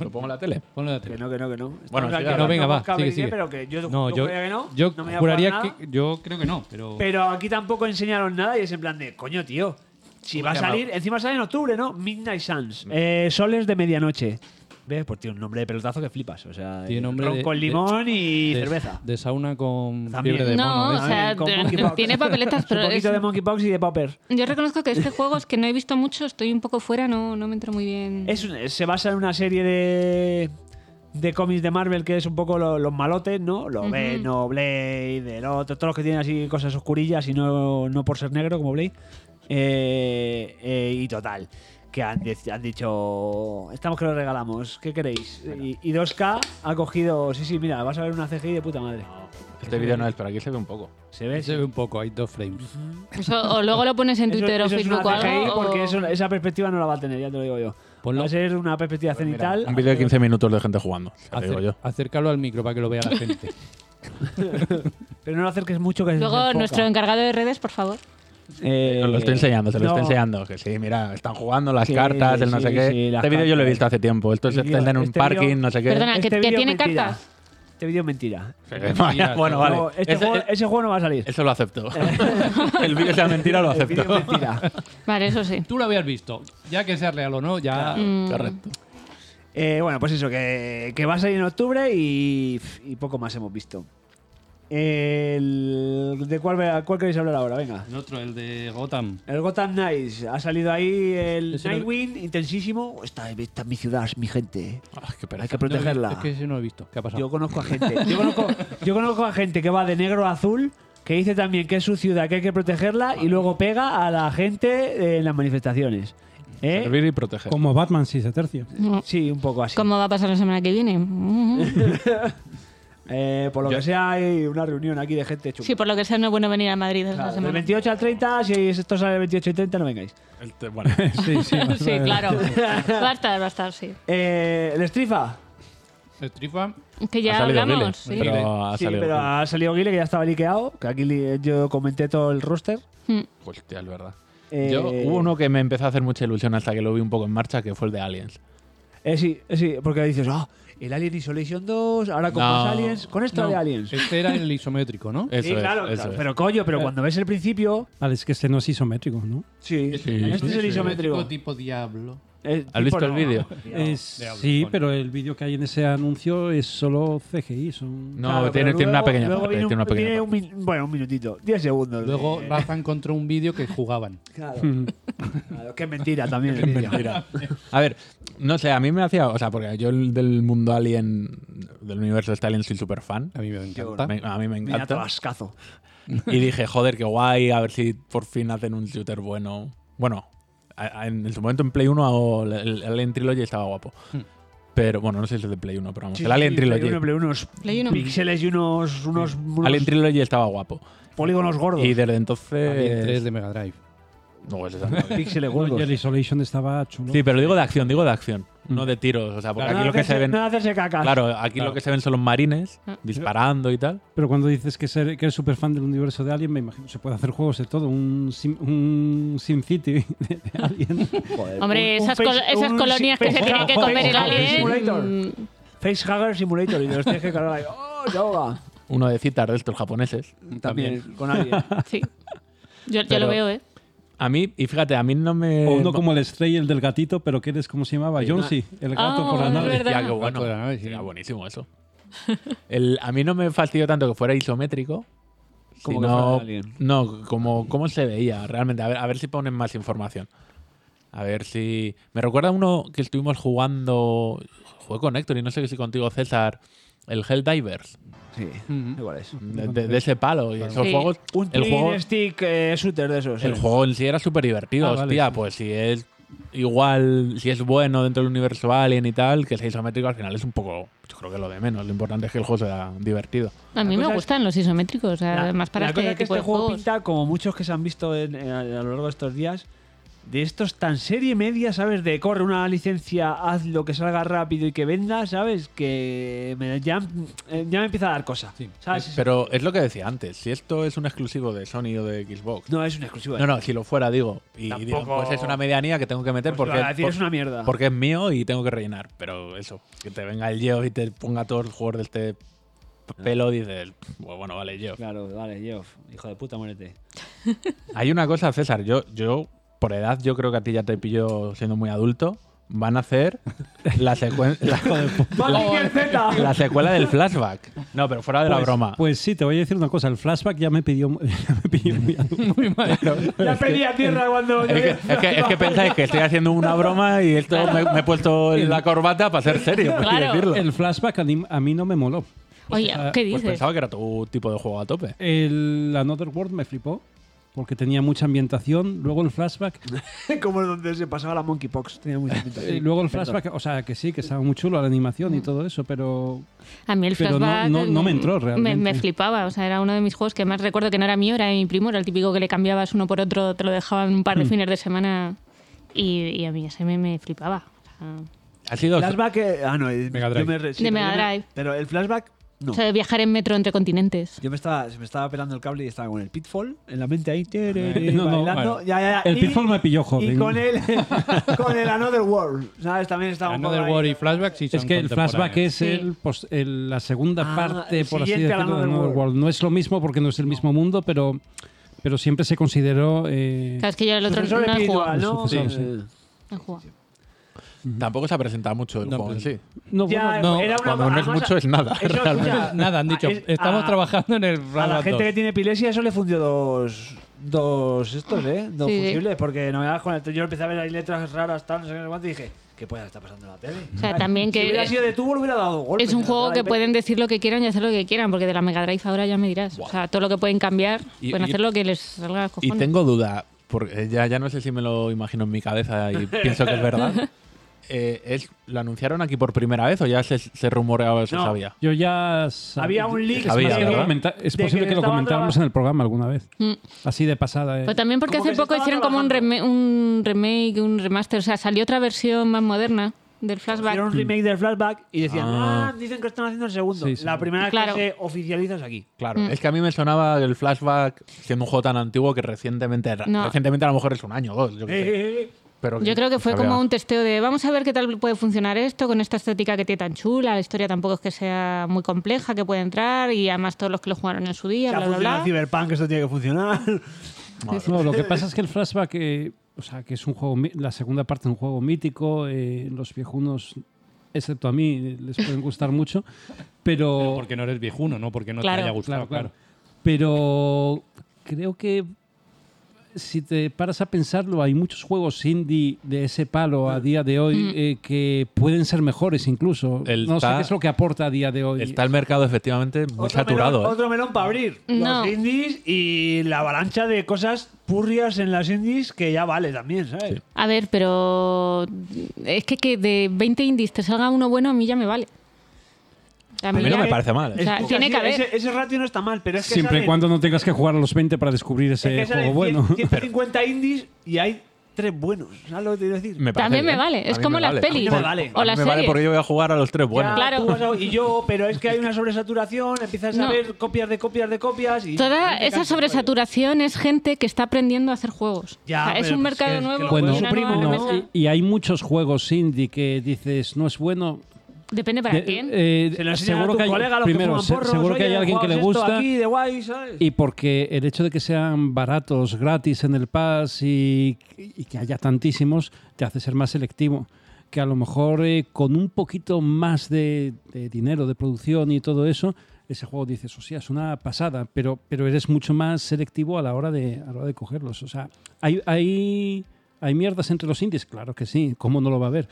S1: ¿Lo pongo en la tele?
S5: Ponlo en la tele.
S2: Que no, que no, que no.
S1: Bueno,
S2: Estamos
S1: sí,
S2: aquí
S1: no,
S5: venga,
S2: hablando
S5: va,
S2: con
S5: sigue,
S2: Cabernet,
S5: sigue.
S2: Pero que yo,
S5: No,
S2: yo
S5: yo,
S2: juraría que no.
S5: yo
S2: no me voy a jugar
S5: juraría
S2: nada.
S5: que. Yo creo que no, pero.
S2: Pero aquí tampoco enseñaron nada y es en plan de, coño, tío. Si va a
S1: se llama?
S2: salir, encima sale en octubre, ¿no? Midnight
S5: Mm.
S2: Suns. Eh, soles de medianoche. ¿Ves? Pues tiene un nombre de pelotazo que flipas. O sea,
S5: Tiene
S2: eh,
S5: nombre
S2: ron
S5: de-
S2: con
S5: de-
S2: limón y
S5: de,
S2: cerveza.
S5: De sauna con
S2: También.
S5: fiebre de
S4: no,
S5: mono. ¿eh? de
S4: o
S5: esa.
S4: sea,
S2: Con Monkey Pox.
S4: tiene
S2: *laughs*
S4: papeletas,
S2: un
S4: pero
S2: poquito
S4: es-
S2: de Monkey Pox y de Popper.
S4: Yo reconozco que este juego es que no he visto mucho, estoy un poco fuera, no, no me entro muy bien.
S2: Es un- se basa en una serie de, de cómics de Marvel que es un poco lo- los malotes, ¿no? Lo
S4: Ujú.
S2: Veno, Blade, el otro, todos los que tienen así cosas oscurillas y no, no por ser negro como Blade. Eh, eh, y total, que han, dec- han dicho, estamos que lo regalamos, ¿qué queréis? Y, y 2K ha cogido, sí, sí, mira, vas a ver una CGI de puta madre.
S1: Este vídeo no es, pero aquí se ve un poco.
S2: Se ve.
S5: Se ve un poco, hay dos frames.
S4: Eso, o luego lo pones en
S2: Eso-
S4: Twitter
S2: eso
S4: o
S2: es una
S4: Facebook o
S2: CGI
S4: algo.
S2: porque
S4: o-
S2: eso- esa perspectiva no la va a tener, ya te lo digo yo.
S5: Ponlo.
S2: Va a ser una perspectiva cenital.
S1: Pues Un vídeo de 15 minutos de gente jugando. ya te
S5: Acer-
S1: digo yo.
S5: Acércalo al micro para que lo vea
S2: *laughs*
S5: la gente.
S2: Pero no lo acerques mucho que se
S4: Luego
S2: desenfoca.
S4: nuestro encargado de redes, por favor.
S2: Eh,
S1: Os lo estoy enseñando, se lo estoy
S2: no.
S1: enseñando. Que sí, mira, están jugando las
S2: Sí,
S1: cartas, el no
S2: sí,
S1: sé qué.
S2: sí, las
S1: este vídeo yo lo he
S2: cartas.
S1: visto hace tiempo. Esto es
S2: Dios,
S1: están en un
S2: este
S1: parking,
S2: vídeo-
S1: no sé qué.
S4: Perdona, que, que
S2: vídeo
S4: tiene
S2: es este mentira.
S4: cartas.
S2: Este vídeo es mentira.
S1: Vaya, bueno, *laughs* vale.
S2: No, este
S1: Ese-
S2: juego- ese juego no va a salir.
S1: Eso lo
S2: *laughs*
S1: acepto. *laughs* el vídeo sea mentira, lo
S2: El vídeo
S1: acepto. *laughs*
S2: es mentira.
S4: Vale, eso sí. Mm,
S5: Tú lo habías visto. Ya que sea real o no, ya.
S1: Correcto.
S2: Eh, bueno, pues eso, que, que va a salir en octubre y, y poco más hemos visto. El- ¿De cuál, cuál queréis hablar ahora? Venga.
S5: El otro, el de Gotham.
S2: El Gotham Knights. Ha salido ahí el
S5: Ese no-
S2: Nightwing, intensísimo. Está, está mi ciudad, es mi gente.
S1: Ah, qué pereza.
S2: Hay que
S5: No,
S2: protegerla.
S5: Es que ese no lo he visto. ¿Qué ha pasado?
S2: Yo conozco a gente. Yo conozco, yo conozco a gente que va de negro a azul, que dice también que es su ciudad, que hay que protegerla y luego pega a la gente eh, en las manifestaciones. ¿Eh?
S1: Servir y proteger.
S6: Como Batman si se tercia.
S2: Sí, un poco así.
S4: mm, ¿Cómo va a pasar la semana que viene? Mm.
S2: Eh, por lo
S1: Yo-
S2: que sea, hay una reunión aquí de gente chula.
S4: Sí, por lo que sea, no es bueno venir a Madrid esa
S2: Claro, del
S4: semana.
S2: 28 al 30, si esto sale el 28 y 30, no vengáis.
S1: El te- bueno, *laughs*
S6: Sí, sí. más
S4: *laughs*
S6: o
S4: Sí,
S2: *laughs*
S6: menos.
S4: claro. Va a estar, va a estar, sí.
S2: Eh, el Strifa.
S5: Strifa.
S4: Que
S1: ha
S4: ya
S1: salido Guile,
S4: hablamos. sí.
S1: Pero ha
S2: Sí,
S1: salido.
S2: pero ha salido Guile, que ya estaba liqueado. Que aquí li- yo comenté todo el roster.
S4: Mm.
S1: Pues, Hostia, es verdad.
S2: Eh,
S1: Yo, hubo uno que me empezó a hacer mucha ilusión hasta que lo vi un poco en marcha, que fue el de Aliens.
S2: Eh, sí, eh, sí, porque dices, ah, el Alien Isolation 2, ahora con
S1: No.
S2: más aliens, con esto
S5: No,
S2: de aliens.
S5: Este era el isométrico, ¿no?
S1: Eso
S2: sí,
S1: es,
S2: claro,
S1: eso
S2: claro,
S1: es.
S2: pero coño, pero cuando ves el principio.
S6: Vale, es que este no es isométrico, ¿no?
S2: Sí,
S1: Sí,
S2: este
S1: sí,
S2: es el
S1: sí.
S2: isométrico.
S5: Tipo, tipo diablo.
S2: El
S1: ¿Has visto
S2: tipo
S1: el
S2: no.
S1: vídeo?
S6: Es-
S5: diablo,
S6: sí,
S5: coño.
S6: pero el vídeo que hay en ese anuncio es solo CGI. Son...
S1: No,
S2: Claro,
S1: tiene,
S2: pero
S1: tiene una
S2: luego-
S1: pequeña
S2: luego
S1: parte.
S2: viene un-
S1: tiene una pequeña
S2: viene
S1: parte.
S2: un min- bueno, un minutito, 10 segundos.
S5: Luego
S2: Eh,
S5: Rafa encontró un vídeo que jugaban.
S2: Claro.
S1: mm.
S2: Claro, que es mentira también. el vídeo.
S1: *laughs* A ver, no sé, a mí me hacía. O sea, porque yo el del mundo Alien, del universo de Alien, soy súper fan.
S5: A mí me
S2: Ah.
S5: encanta.
S1: a mí me
S2: Mira,
S1: encanta.
S2: trascazo.
S1: Y dije, joder, qué guay, a ver si por fin hacen un shooter bueno. Bueno, a- a- en, en su momento en Play 1 hago- el, el Alien Trilogy estaba guapo. Pero bueno, no sé si es de Play 1, pero vamos.
S2: Hmm. Sí,
S1: el Alien
S2: sí, Play
S1: Trilogy.
S2: uno, Play unos
S4: Play uno.
S2: píxeles y unos, unos, unos
S1: Alien Trilogy estaba guapo.
S2: polígonos gordos.
S1: Y desde
S5: Alien 3
S1: entonces.
S5: de Mega Drive.
S1: No,
S2: *laughs*
S1: es esa.
S2: píxeles
S6: Y
S2: gordos.
S6: el Isolation estaba chulo.
S1: Sí, pero digo de acción, digo de acción,
S2: Hmm.
S1: no de tiros. O sea, porque
S2: Nada
S1: aquí lo que
S2: hacerse-
S1: se ven.
S2: *laughs* nada hacerse caca.
S1: Claro, aquí lo que se ven son los marines
S2: Hmm.
S4: Ah.
S1: disparando y tal.
S6: Pero cuando dices que, ser- que eres súper fan del universo de Alien, me imagino se puede hacer juegos de todo. Un Sim, un Sim City de, de Alien.
S2: Joder,
S4: Hombre,
S2: un- un
S4: esas,
S2: face-
S4: col- esas
S2: un
S4: colonias que se
S2: face-
S4: tiene que
S2: face-
S4: comer el
S2: facehugger Simulator.
S4: alien. mm,
S2: Facehugger Simulator. Y los tienes que cargar ahí. ¡Oh, yoga!
S1: Uno de citas de estos japoneses.
S2: También, con alguien.
S1: *laughs*
S4: Sí. Yo, yo
S1: Pero-
S4: lo veo, ¿eh?
S1: A mí, y fíjate, a mí no me.
S6: o uno como el Stray, el del gatito, pero que eres, ¿cómo se llamaba? Jonesy, el gato
S4: Ah,
S6: por la
S4: es
S6: nave.
S4: verdad.
S1: Hostia, qué
S5: Gato
S1: bueno.
S5: de la nave, sí.
S1: Sería buenísimo eso. *laughs* El- a mí no me fastidió tanto que fuera isométrico.
S2: Como que
S1: sino-
S2: fuera de Alien.
S1: No, como cómo se veía realmente. A ver, a ver si ponen más información. A ver si. Me recuerda uno que estuvimos jugando. Jugué con Héctor y no sé si contigo, César. El Helldivers.
S2: Sí, igual es.
S1: De, de- de ese palo. Y esos
S4: Sí.
S1: juegos.
S2: Un
S1: el
S2: twin
S1: juego,
S2: stick eh, shooter de esos.
S1: el
S2: sí.
S1: juego en sí era súper divertido,
S6: Ah, vale,
S1: hostia.
S6: sí.
S1: Pues si es igual, si es bueno dentro del universo Alien y tal, que sea isométrico al final es un poco. Yo creo que lo de menos. Lo importante es que el juego sea divertido.
S4: A mí
S2: La
S4: me
S2: cosa es-
S4: gustan los isométricos,
S2: La-
S4: además para
S2: la
S4: este
S2: cosa es que
S4: tipo
S2: este
S4: de
S2: juego
S4: juegos.
S2: pinta, como muchos que se han visto en- en- a lo largo de estos días, de estos tan serie media, ¿sabes? De corre una licencia, haz lo que salga rápido y que venda, ¿sabes? Que me- ya, eh, ya me empieza a dar cosa.
S5: Sí.
S2: ¿sabes?
S1: Pero es lo que decía antes. Si esto es un exclusivo de Sony o de Xbox.
S2: no, es una exclusiva.
S1: No, no, si lo fuera, digo. Y digo, pues es una medianía que tengo que meter
S2: Pues
S1: porque,
S2: iba a decir,
S1: por-
S2: es una mierda.
S1: porque es mío y tengo que rellenar. Pero eso, que te venga el Geo y te ponga todos los juegos de este
S2: Ah.
S1: pelo, dices, "Bueno, bueno, vale, Geo.
S2: Claro, vale, Geoff, hijo de puta,
S4: *laughs*
S2: muérete.
S1: Hay una cosa, César, yo, yo, por edad, yo creo que a ti ya te pillo siendo muy adulto. Van a hacer la, secuen- la,
S2: ¡Vale,
S1: *laughs*
S2: Z!
S1: la secuela del flashback. No, pero fuera de la
S6: Pues-
S1: broma.
S6: Pues sí, te voy a decir una cosa. El flashback ya me pidió, ya me pidió muy adulto.
S2: Ya pedí a tierra
S1: *laughs*
S2: cuando. *laughs*
S1: Es que, es, que, es que pensáis que estoy haciendo una broma y esto me, me he puesto en la corbata para ser serio, por así
S4: Claro.
S1: decirlo.
S6: El flashback a mí, a mí no me moló.
S4: Oye, ¿qué
S1: Pues
S4: dices?
S1: pensaba que era tu tipo de juego a tope.
S6: El Another World me flipó.
S5: porque tenía mucha ambientación. Luego el flashback. eh,
S2: Como donde se pasaba la monkeypox. Tenía mucha pinta.
S5: y luego el
S2: Perdón.
S5: flashback, o sea, que sí, que estaba muy chulo la animación y todo eso, pero
S4: A mí el
S5: Pero no-
S4: flashback.
S5: no- no me entró
S4: me-
S5: realmente.
S4: Me, flipaba. O sea, era uno de mis juegos que más recuerdo que no era mío, era de mi primo. Era el típico que le cambiabas uno por otro, te lo dejaban un par
S5: Hmm.
S4: de fines de semana. Y, y a mí ese me, me flipaba. O sea,
S1: Ha sido
S2: Flashback. eh, Ah, no. eh,
S1: Mega
S2: yo
S1: Drive.
S2: me re- sí,
S4: De
S2: pero
S4: Mega
S2: yo me-
S4: Drive.
S2: Pero el flashback. No.
S4: o sea, de viajar en metro entre continentes.
S2: Yo me estaba, se me estaba pelando el cable y estaba con el pitfall en la mente ahí,
S5: Eh, no, no,
S2: bailando.
S5: bueno.
S2: Ya, ya, ya.
S5: El
S2: Y-
S5: Pitfall me pilló joven.
S2: Y con el, *laughs* con el Another World, ¿sabes? También estaba un poco
S10: Another
S2: ahí.
S10: War y flashback sí son
S5: Es que el flashback
S10: contemporáneos.
S5: es el, pos- el- la segunda
S2: Ah,
S5: parte,
S2: el
S5: por así
S2: siguiente a
S5: decirlo, de
S2: Another World.
S5: Another World. No es lo mismo porque no es el mismo mundo, pero, pero siempre se consideró. eh,
S4: Claro, es que yo el otro no
S2: Sucesor
S4: he jugado.
S2: espiritual, ¿no?
S5: Sí, sí.
S2: Eh,
S4: no he jugado.
S1: Tampoco se ha presentado mucho el
S10: No,
S1: juego en
S10: pero-
S1: sí.
S5: no,
S2: Ya,
S5: bueno,
S10: no,
S2: era una,
S1: cuando no es
S2: además,
S5: *laughs*
S1: mucho es nada,
S2: eso, escucha,
S1: *laughs* realmente.
S10: Nada, han dicho,
S2: a- es- ah,
S10: estamos
S2: a-
S10: trabajando en el
S2: A la
S10: Roundabout
S2: gente que
S10: 2.
S2: tiene epilepsia eso le fundió dos, dos estos, ¿eh? Dos
S4: Sí, sí.
S2: fusibles, porque no me con el... Yo empecé a ver ahí letras raras, tal, no sé qué, no sé cuánto, y dije, ¿qué puede estar pasando en la tele?
S4: O sea, también
S2: Si
S4: que.
S2: hubiera sido de tubo, le hubiera dado golpes. ¿eh?
S4: Es un
S2: en la
S4: juego
S2: cara
S4: que
S2: y-
S4: pueden decir lo que quieran y hacer lo que quieran, porque de la Mega Drive ahora ya me dirás. O sea, todo lo que pueden cambiar,
S1: Y-
S4: pueden
S1: y-
S4: hacer lo que les salga a los
S1: Y
S4: cojones.
S1: tengo duda, porque eh, ya, ya no sé si me lo imagino en mi cabeza
S4: *laughs*
S1: y pienso que es verdad. Eh, es, ¿Lo anunciaron aquí por primera vez o ya se, se rumoreaba o se
S2: No.
S1: sabía?
S5: Yo ya. sab-
S2: Había un leak
S5: Es, más,
S1: Había,
S5: que lo
S1: ¿verdad?
S5: comenta- es
S2: de
S5: posible
S2: que
S5: que, lo
S2: estaban
S5: comentáramos
S2: traba-
S5: en el programa alguna vez.
S4: Mm. Pues
S5: Así de pasada. eh.
S4: Pero también porque
S2: Como que
S4: hace
S2: se
S4: poco
S2: estaba
S4: hicieron como un,
S2: trabajando.
S4: reme- un remake, un remaster. O sea, salió otra versión más moderna del flashback.
S2: Hicieron un remake del flashback y decían,
S1: Ah.
S2: ah, dicen que están haciendo el segundo.
S5: Sí, sí.
S2: La primera
S4: Claro.
S2: que se oficializa es aquí.
S1: Claro,
S4: Mm.
S1: es que a mí me sonaba el flashback siendo un juego tan antiguo que recientemente era.
S4: No.
S1: Recientemente a lo mejor es un año o
S2: *laughs*
S1: dos. Yo, qué sé.
S2: Eh, eh, eh.
S1: Pero
S4: Yo creo que fue
S1: sabía.
S4: como un testeo de vamos a ver qué tal puede funcionar esto con esta estética que tiene tan chula. La historia tampoco es que sea muy compleja, que puede entrar y además todos los que lo jugaron en su día,
S2: Ya
S4: bla, bla,
S2: funciona
S4: bla.
S2: Cyberpunk, esto tiene que funcionar.
S5: No, lo que
S2: *laughs*
S5: pasa es que el flashback, eh, o sea, que es un juego, mi- la segunda parte de un juego mítico, eh, los viejunos, excepto a mí, les pueden gustar mucho,
S10: *laughs*
S5: pero...
S10: Porque no eres viejuno, no porque no
S4: Claro.
S10: te haya gustado.
S5: claro,
S10: Claro,
S5: claro. Pero creo que si te paras a pensarlo, hay muchos juegos indie de ese palo a día de hoy
S2: Mm.
S5: eh, que pueden ser mejores incluso.
S1: El
S5: no sé
S1: ta-
S5: qué es lo que aporta a día de hoy.
S1: Está el mercado efectivamente muy
S2: Otro
S1: saturado.
S2: melón-
S1: ¿eh?
S2: Otro melón para abrir.
S4: No.
S2: Los indies y la avalancha de cosas purrias en las indies que ya vale también, ¿sabes?
S4: A ver, pero es que, que de 20 indies te salga uno bueno, a mí ya me vale.
S1: A mí no
S4: ya-
S1: me parece mal. ¿eh?
S4: O sea,
S2: Es-
S4: tiene
S2: así,
S4: que haber.
S2: Ese, ese ratio no está mal, pero es que.
S5: Siempre y
S2: salen-
S5: cuando no tengas que jugar a los 20 para descubrir
S2: es que
S5: ese
S2: salen
S5: juego *laughs* bueno.
S2: 100, 150 indies y hay tres buenos. ¿Sabes lo que te quiero decir?
S1: Me parece
S4: También me
S1: bien.
S4: vale, es
S1: A mí
S4: como
S1: me
S4: las
S1: vale.
S4: pelis.
S2: A mí me vale.
S1: A
S4: O
S1: mí
S4: las
S1: me vale
S4: series.
S1: porque yo voy a jugar a los tres buenos.
S2: Ya,
S4: Claro.
S2: tú vas a- y yo, pero es que hay una sobresaturación, empiezas a
S4: No.
S2: ver copias de copias de copias y.
S4: Toda
S2: y te
S4: esa
S2: cansas, rollo.
S4: sobresaturación es gente que está aprendiendo a hacer juegos.
S2: Ya,
S4: O sea, es
S2: pero
S4: un
S2: pues
S4: mercado
S2: que- que
S4: nuevo,
S2: lo
S5: Bueno,
S2: puede
S4: es una
S2: suprimir,
S4: nueva
S5: no,
S4: remesa.
S5: y, y hay muchos juegos indie que dices no es bueno.
S4: Depende para
S5: De-
S4: quién.
S5: eh,
S2: Se lo enseñan
S5: seguro
S2: a tu
S5: que hay,
S2: colega, a los
S5: primero,
S2: que
S5: se-
S2: fuman porros,
S5: seguro que
S2: "Oye,
S5: hay alguien que le
S2: jugamos esto
S5: gusta
S2: aquí de guay, ¿sabes?
S5: y porque el hecho de que sean baratos, gratis en el pass y, y que haya tantísimos te hace ser más selectivo. Que a lo mejor eh, con un poquito más de, de dinero, de producción y todo eso, ese juego dices, o sea, es una pasada, pero, pero eres mucho más selectivo a la hora de, a la hora de cogerlos. O sea, hay, hay, hay mierdas entre los indies, claro que sí, ¿cómo no lo va a haber?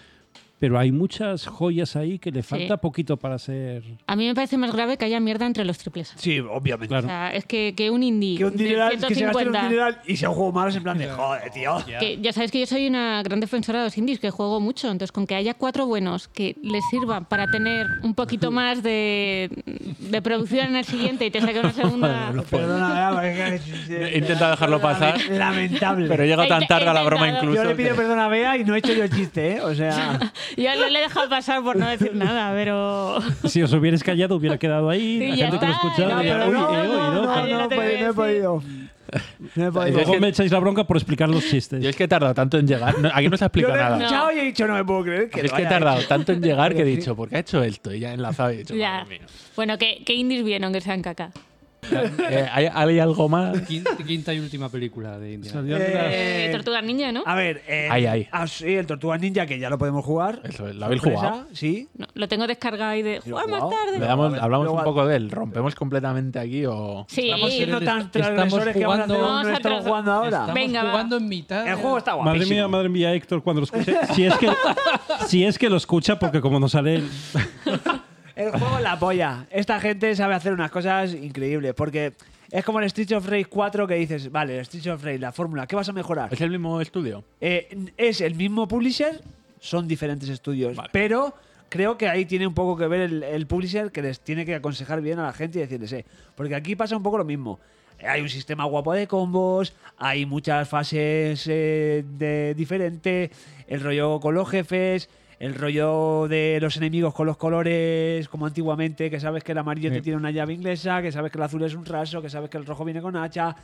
S5: Pero hay muchas joyas ahí que le falta poquito para ser...
S4: A mí me parece más grave que haya mierda entre los triples.
S2: Sí, obviamente.
S4: O
S5: Claro.
S4: sea, es que, que un indie
S2: Que un
S4: de
S2: dineral, que se gasten un
S4: 150,
S2: dineral y sea un juego malo es en plan de joder, tío.
S4: que ya sabes que yo soy una gran defensora de los indies, que juego mucho. Entonces, con que haya cuatro buenos que les sirvan para tener un
S2: *laughs*
S4: poquito más de, de producción en el siguiente y
S2: *laughs*
S4: te saque una segunda.
S2: Perdona,
S1: *laughs*
S2: Bea, es que-
S1: He intentado dejarlo pasar,
S2: Lamentable.
S1: pero llega tan
S4: He
S1: tarde a la broma
S4: intentado.
S1: incluso.
S2: yo le pido
S1: que-
S2: perdón a Bea y no he hecho yo el chiste, ¿eh? O sea,
S4: Yo no le he dejado pasar por no decir nada, pero.
S2: *laughs*
S5: Si os hubierais callado, hubiera quedado ahí.
S4: Sí,
S5: la
S4: ya
S5: gente que lo
S4: está,
S5: escuchaba.
S4: ya
S5: diría,
S4: está.
S5: "Uy,
S4: *laughs* No,
S5: he oído que-".
S4: no, no,
S2: he
S4: no,
S2: podido, no he podido. No he
S1: Yo
S2: podido.
S1: es que-
S5: Luego me echáis la bronca por explicar los chistes.
S1: Yo es que he tardado tanto en llegar. no, aquí no se explica
S2: Yo le he
S1: nada.
S2: escuchado y he dicho, no me puedo creer que
S1: es
S2: lo
S1: que he
S2: haya
S1: tardado
S2: hecho.
S1: tanto en llegar que he dicho, ¿por qué ha hecho esto? Y ya he enlazado y he dicho,
S4: Ya.
S1: madre mía.
S4: Bueno, que, que indies bien, aunque sean caca.
S1: Eh, ¿hay, hay algo más?
S5: *laughs*
S10: Quinta, quinta y última película de Indiana.
S5: Salió de la-
S2: Eh,
S4: Eh, Tortuga Ninja, ¿no?
S2: A ver, eh,
S1: Ay, ay.
S2: ah, sí, el Tortuga Ninja, que ya lo podemos jugar.
S1: Eso es, ¿lo habéis
S2: Sorpresa,
S1: jugado?
S2: Sí.
S4: No, lo tengo descargado ahí de.
S2: Yo
S4: ¡Juega más
S2: guau.
S4: tarde!
S1: Le damos-
S2: Luego,
S1: hablamos
S2: luego,
S1: un poco de él. ¿Rompemos completamente aquí o...?
S4: Sí,
S10: Vamos a ir-
S2: Siendo tan
S10: Estamos
S2: transgresores que vamos a
S10: jugando-
S2: hacer uno,
S4: Vamos a
S2: estamos
S4: tras-
S2: jugando ahora.
S10: Estamos
S4: Venga, va.
S10: jugando en mitad.
S2: El juego está guapísimo.
S5: Madre mía, madre mía, Héctor, cuando lo escuché. Si es que, si es que lo escucha, porque como no sale.
S2: El juego la polla. Esta gente sabe hacer unas cosas increíbles porque Es como el Street of Rage 4 que dices, vale, el Street of Rage, la fórmula, ¿qué vas a mejorar?
S1: ¿Es el mismo estudio?
S2: Eh, es el mismo publisher, son diferentes estudios,
S1: Vale.
S2: pero creo que ahí tiene un poco que ver el, el publisher que les tiene que aconsejar bien a la gente y decirles, eh, porque aquí pasa un poco lo mismo. Hay un sistema guapo de combos, hay muchas fases eh, de diferente, el rollo con los jefes, el rollo de los enemigos con los colores, como antiguamente, que sabes que el amarillo
S5: Sí.
S2: te tiene una llave inglesa, que sabes que el azul es un raso, que sabes que el rojo viene con hacha,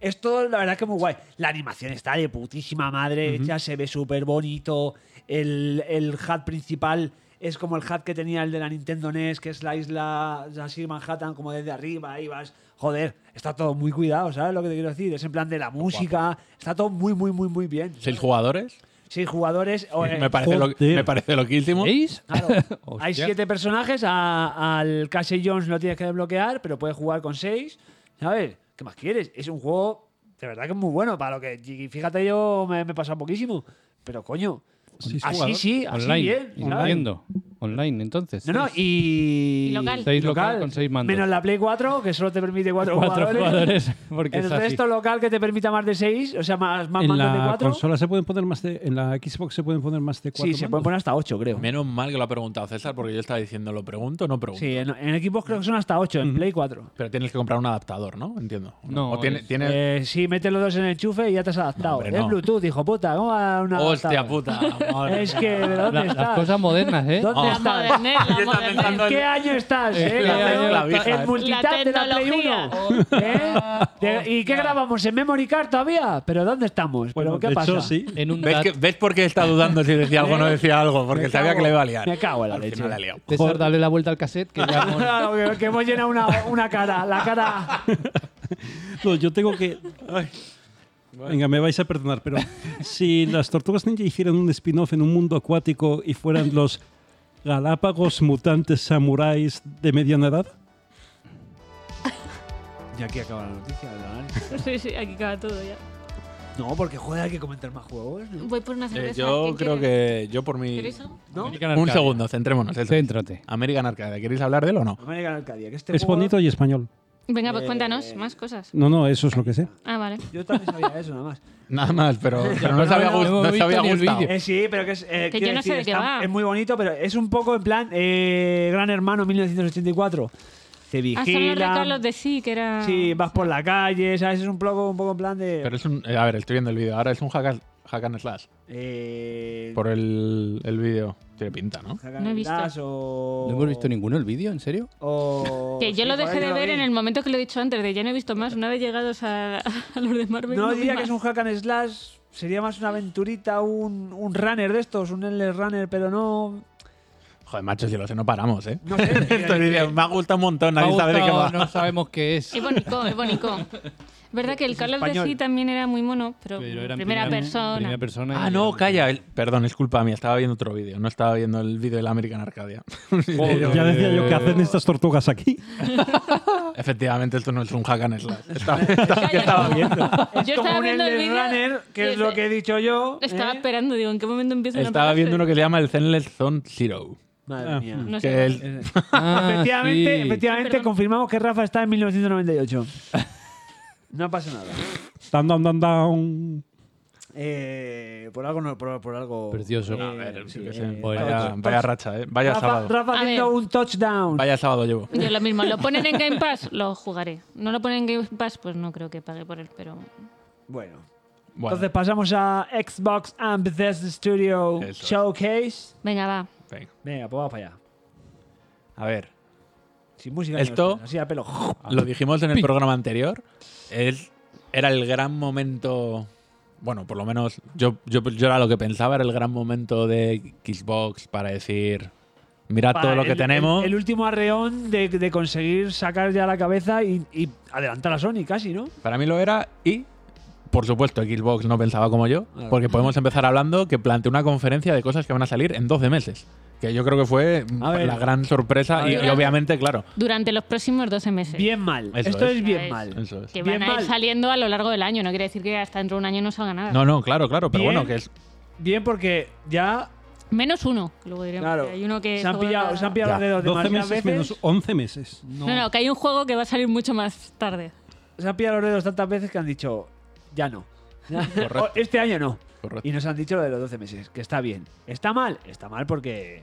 S2: es todo, la verdad, que muy guay. La animación está de putísima madre hecha, se ve súper bonito. El, el hat principal es como el hat que tenía el de la Nintendo NES, que es la isla así Manhattan, como desde arriba, y vas. Joder, está todo muy cuidado, ¿sabes lo que te quiero decir? Es en plan de la música, está todo muy, muy, muy, muy bien.
S1: ¿Seis jugadores?
S2: Seis jugadores. o,
S4: Pues,
S2: eh,
S1: me, parece lo,
S5: joder.
S1: me parece loquísimo.
S5: ¿Veis?
S6: *laughs*
S2: Claro, hay
S5: Hostia.
S2: siete personajes. a- al Casey Jones lo tienes que desbloquear, pero puedes jugar con seis. ¿Sabes? ¿Qué más quieres? Es un juego de verdad que es muy bueno para lo que. y Fíjate, yo me, me he pasado poquísimo. Pero coño,
S6: Sí, sí,
S2: así
S6: jugador.
S2: sí, así
S5: Online.
S2: bien. ¿sabes?
S5: Entiendo. Online, entonces.
S2: No, no, y.
S4: Y local.
S5: Seis local con seis mandos.
S2: Menos la Play 4, que solo te permite
S6: *laughs*
S2: cuatro,
S5: Cuatro jugadores. *laughs* Porque
S2: El
S5: es así.
S2: resto local que te permita más de seis, o sea, más, más
S6: en
S2: mandos de
S6: la
S2: cuatro.
S6: consola se pueden poner más de, en la Xbox se pueden poner más de cuatro.
S2: Sí, se pueden
S6: mandos.
S2: poner hasta ocho, creo.
S1: Menos mal que lo ha preguntado César, porque yo estaba diciendo, ¿lo pregunto o no pregunto?
S2: Sí, en, en equipos creo que son hasta ocho, en Play 4.
S1: Pero tienes que comprar un adaptador, ¿no? Entiendo.
S5: No,
S1: o tiene-
S5: es-
S1: tiene-
S2: Eh, sí, mete los dos en el enchufe y ya te has adaptado.
S1: hombre,
S2: es
S1: no.
S2: Bluetooth, hijo puta. ¿Cómo va a una
S1: Hostia
S2: adaptador?
S1: puta. madre
S2: Es
S1: mía.
S2: que, ¿de dónde
S5: La-
S2: estás?
S5: las cosas modernas, ¿eh?
S2: ¿Dónde
S1: Ah.
S4: La
S10: *laughs*
S2: estás?
S4: modernez,
S1: Yo
S4: la
S1: también
S4: modernez.
S1: pensando
S2: ¿En qué año estás? eh,
S1: la
S2: cabrón?
S1: año la vieja,
S2: el
S1: eh.
S2: multitap de la
S4: La
S2: Play 1. ¿eh? De- ¿Y qué grabamos? ¿En Memory Card todavía? ¿Pero dónde estamos? ¿Pero
S6: Bueno,
S2: qué
S6: de
S2: pasa?
S6: hecho, sí.
S5: En un
S1: ¿Ves,
S5: DAT.
S1: que- ¿Ves por qué está dudando si decía algo o no decía algo? Porque
S2: Me
S1: sabía
S2: cago-
S1: que le iba a liar.
S2: me cago en la
S1: Al
S2: leche.
S1: final la ha liado.
S5: César, dale la vuelta al cassette que
S2: *laughs*
S5: ya hemos-
S2: Claro, que, que hemos llenado una, una cara. La cara.
S6: No, yo tengo que. ay. Venga, me vais a perdonar, pero si las tortugas ninja hicieran un spin-off en un mundo acuático y fueran los Galápagos mutantes samuráis de mediana edad,
S2: Y aquí acaba la noticia. ¿verdad?
S4: Sí, sí, aquí acaba todo ya.
S2: No, porque joder, hay que comentar más juegos. ¿no?
S4: Voy por una
S1: Eh,
S4: cerveza.
S1: yo
S4: ¿Quién
S1: creo que
S4: quiere?
S1: yo por mi...
S4: ¿Queréis algo?
S2: ¿No?
S5: American
S1: Un
S5: Arcade.
S1: segundo, centrémonos. eso.
S5: Céntrate.
S1: American Arcade, ¿queréis hablar de él o
S2: *laughs*
S1: no?
S2: American Arcadia. Que este
S6: es
S2: juego-
S6: bonito y español.
S4: Venga, pues
S2: Eh,
S4: cuéntanos más cosas.
S6: No, no, eso es lo que sé.
S4: Ah, vale.
S2: Yo también sabía eso, nada más.
S1: Nada más, pero, pero no
S5: no,
S1: se había,
S5: no,
S1: gust-
S5: no
S1: no se
S5: hemos
S1: había
S5: visto ni el
S1: gustado.
S5: vídeo.
S2: Eh, sí, pero que es. eh,
S4: Que
S2: quiero
S4: yo no sé de qué
S2: está-
S4: va.
S2: Es muy bonito, pero es un poco en plan eh, Gran Hermano 1984. Te
S4: Ah, son los de
S2: vigila.
S4: Carlos de sí, que era.
S2: Sí, vas por la calle, ¿sabes? Es un poco, un poco en plan de.
S1: Pero es un... eh, a ver, estoy viendo el vídeo. Ahora es un hack, and- hack and slash.
S2: eh,
S1: Por el, el vídeo. Tiene pinta, ¿no?
S2: Hack and
S4: No he visto.
S2: Slash o-
S5: No hemos visto ninguno el vídeo, ¿en serio?
S2: o-
S4: Que yo
S2: sí,
S4: lo
S2: por
S4: dejé
S2: ahí
S4: de
S2: lo
S4: ver
S2: vi.
S4: en el momento que lo he dicho antes, de ya no he visto más. Una vez llegados a, *laughs* a los de Marvel.
S2: No
S4: vi
S2: diría que
S4: más.
S2: es un hack and slash, sería más una aventurita, un, un runner de estos, un endless runner, pero no.
S1: Joder, macho, si lo sé, no paramos, ¿eh?
S2: No sé.
S1: *laughs* Estos vídeos me ha gustado un montón. Nadie
S5: Me ha
S1: sabe de qué va.
S5: gustado, No sabemos qué es.
S4: Es bonito, es bonito. Es verdad que el Carlos de
S2: español.
S4: sí también era muy mono, pero,
S5: Pero era en
S4: primera, persona.
S5: primera persona
S1: Ah,
S5: y-
S1: no, calla. el- Perdón, es culpa mía. Estaba viendo otro vídeo. No estaba viendo el vídeo de la American Arcadia. *laughs*
S6: Ya decía yo, ¿qué hacen estas tortugas aquí?
S1: Efectivamente, esto no es un hack and
S2: *laughs*
S1: slash. Estaba,
S4: Calla,
S1: estaba
S4: como-
S1: viendo.
S2: Es
S4: Yo
S2: como
S4: estaba
S2: un
S4: viendo el
S2: endless
S4: vídeo.
S2: runner,
S4: y
S2: que es
S4: el-
S2: lo que he dicho yo.
S4: Estaba
S2: ¿eh?
S4: esperando, digo, ¿en qué momento empieza
S1: Estaba viendo uno que se llama el Zenless Zone Zero.
S2: Madre mía.
S4: No
S1: que
S4: sé.
S2: Eh,
S1: el-
S5: Ah,
S2: *laughs* efectivamente,
S5: sí.
S2: efectivamente
S4: Perdón.
S2: confirmamos que Rafa está en 1998. No pasa nada.
S6: Down, down, down, down.
S2: Eh, por algo no, por, por algo.
S5: Precioso.
S2: eh,
S5: A
S1: ver,
S2: sí,
S1: yo qué
S2: eh,
S1: sé.
S2: touch-
S1: *laughs* vaya,
S2: touch-
S1: vaya racha, ¿eh? Vaya
S2: Rafa,
S1: sábado.
S2: Rafa
S4: A
S2: haciendo
S4: ver.
S2: un touchdown.
S1: Vaya sábado llevo.
S4: Yo lo mismo, lo ponen en Game Pass, lo jugaré. No lo ponen en Game Pass, pues no creo que pague por él, pero.
S2: Bueno.
S1: Bueno,
S2: Entonces pasamos a Xbox and Bethesda Studio
S1: Eso es.
S2: Showcase.
S4: Venga, va.
S1: venga.
S2: Venga, pues vamos para allá.
S1: A ver,
S2: Sin música.
S1: Esto-
S2: ni hostia, Así a pelo.
S1: lo dijimos en el programa anterior. Es, era el gran momento. Bueno, por lo menos yo, yo, yo era lo que pensaba, era el gran momento de Xbox para decir: Mirad
S2: Para
S1: todo lo
S2: el-
S1: que tenemos.
S2: El, el último arreón de, de conseguir sacar ya la cabeza y, y adelantar a Sony casi, ¿no?
S1: Para mí lo era y, por supuesto, Xbox no pensaba como yo, porque podemos empezar hablando que planteó una conferencia de cosas que van a salir en 12 meses, que yo creo que fue
S2: A ver.
S1: la gran sorpresa
S2: A
S1: y,
S2: ver.
S1: y obviamente, claro,
S4: Durante los próximos 12 meses.
S2: Bien mal.
S1: Eso
S2: Esto
S1: es.
S2: es, bien
S4: Eso es.
S2: mal.
S1: eso es.
S4: Que
S2: Bien
S4: van a ir
S2: mal.
S4: saliendo a lo largo del año, no quiere decir que hasta dentro de un año no salga nada.
S1: No, no, claro, claro, pero
S2: Bien.
S1: bueno, que es
S2: Bien, porque ya
S4: Menos uno, luego diremos.
S2: Claro.
S4: que Hay uno que
S2: se han
S4: juega-
S2: pillado, se han pillado
S6: Ya,
S2: los dedos
S6: 12
S2: demasiadas
S6: meses
S2: veces.
S6: menos 11 meses.
S5: No,
S4: No, no, que hay un juego que va a salir mucho más tarde.
S2: Se han pillado los dedos tantas veces que han dicho, ya no. *laughs*
S1: Correcto.
S2: O, Este año no.
S1: Correcto.
S2: Y nos han dicho lo de los 12 meses, que está bien. ¿Está mal? Está mal porque.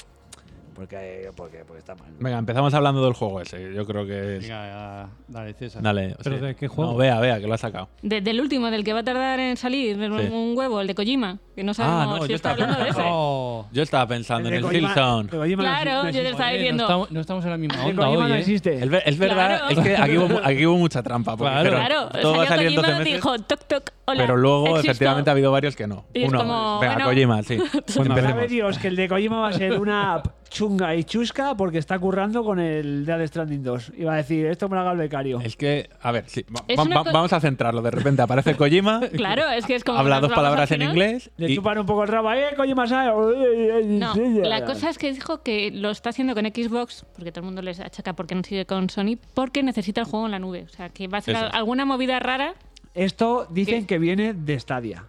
S2: Porque, porque, porque está mal.
S1: Venga, empezamos hablando del juego ese. Yo creo que es.
S5: Venga, dale, César.
S1: Dale.
S6: ¿Pero de qué juego?
S1: No, vea, vea, que lo ha sacado.
S4: Desde el último, del que va a tardar en salir
S1: Sí. Ah,
S4: un huevo, el de Kojima, que no sabemos
S1: no,
S4: si
S1: yo
S4: está
S1: estaba
S4: hablando de ese.
S5: Oh,
S1: Yo estaba pensando en
S2: De
S1: el
S2: Kojima-
S1: Killzone.
S2: de Kojima no
S4: Claro,
S2: existe.
S4: yo te estaba
S5: oye,
S4: diciendo.
S5: No estamos, no estamos en la misma
S2: De
S5: onda
S2: Kojima
S5: hoy,
S2: no
S5: ¿eh?
S2: existe.
S1: Es, ver- es verdad,
S4: Claro.
S1: es que aquí hubo, mu- aquí hubo mucha trampa. Porque
S6: Claro.
S1: dijeron,
S4: Claro,
S1: todo va a
S4: salió
S1: salir en 12
S4: Kojima,
S1: meses.
S4: dijo toc toc, hola.
S1: pero luego,
S4: existo.
S1: efectivamente, ha habido varios que no.
S4: Y es
S1: Uno.
S4: como,
S1: venga,
S4: bueno.
S1: Kojima,
S4: *laughs*
S1: sí.
S6: Bueno,
S2: Sabe
S1: Empecemos.
S2: Dios que el de Kojima va a ser
S1: *laughs*
S2: una app chunga y chusca porque está currando con el Dead Stranding 2. Y va a decir, esto me lo haga el becario.
S1: Es que, a ver, sí, va-
S4: Es
S1: va-
S4: una
S1: va-
S4: co-
S1: vamos a centrarlo. De repente aparece Kojima,
S4: *laughs* Claro, es que es como.
S1: habla
S4: nos
S1: dos
S4: vamos al
S1: palabras en
S4: final.
S1: inglés.
S2: Le
S1: y-
S2: chupan un poco el rabo. ¡Eh, Kojima sabe! *laughs*
S4: No, la cosa es que dijo que lo está haciendo con Xbox, porque todo el mundo les achaca porque no sigue con Sony, porque necesita el juego en la nube. O sea, que va a hacer
S1: Eso
S4: al-
S1: es.
S4: alguna movida rara.
S2: Esto dicen
S4: ¿Qué?
S2: que viene de Stadia.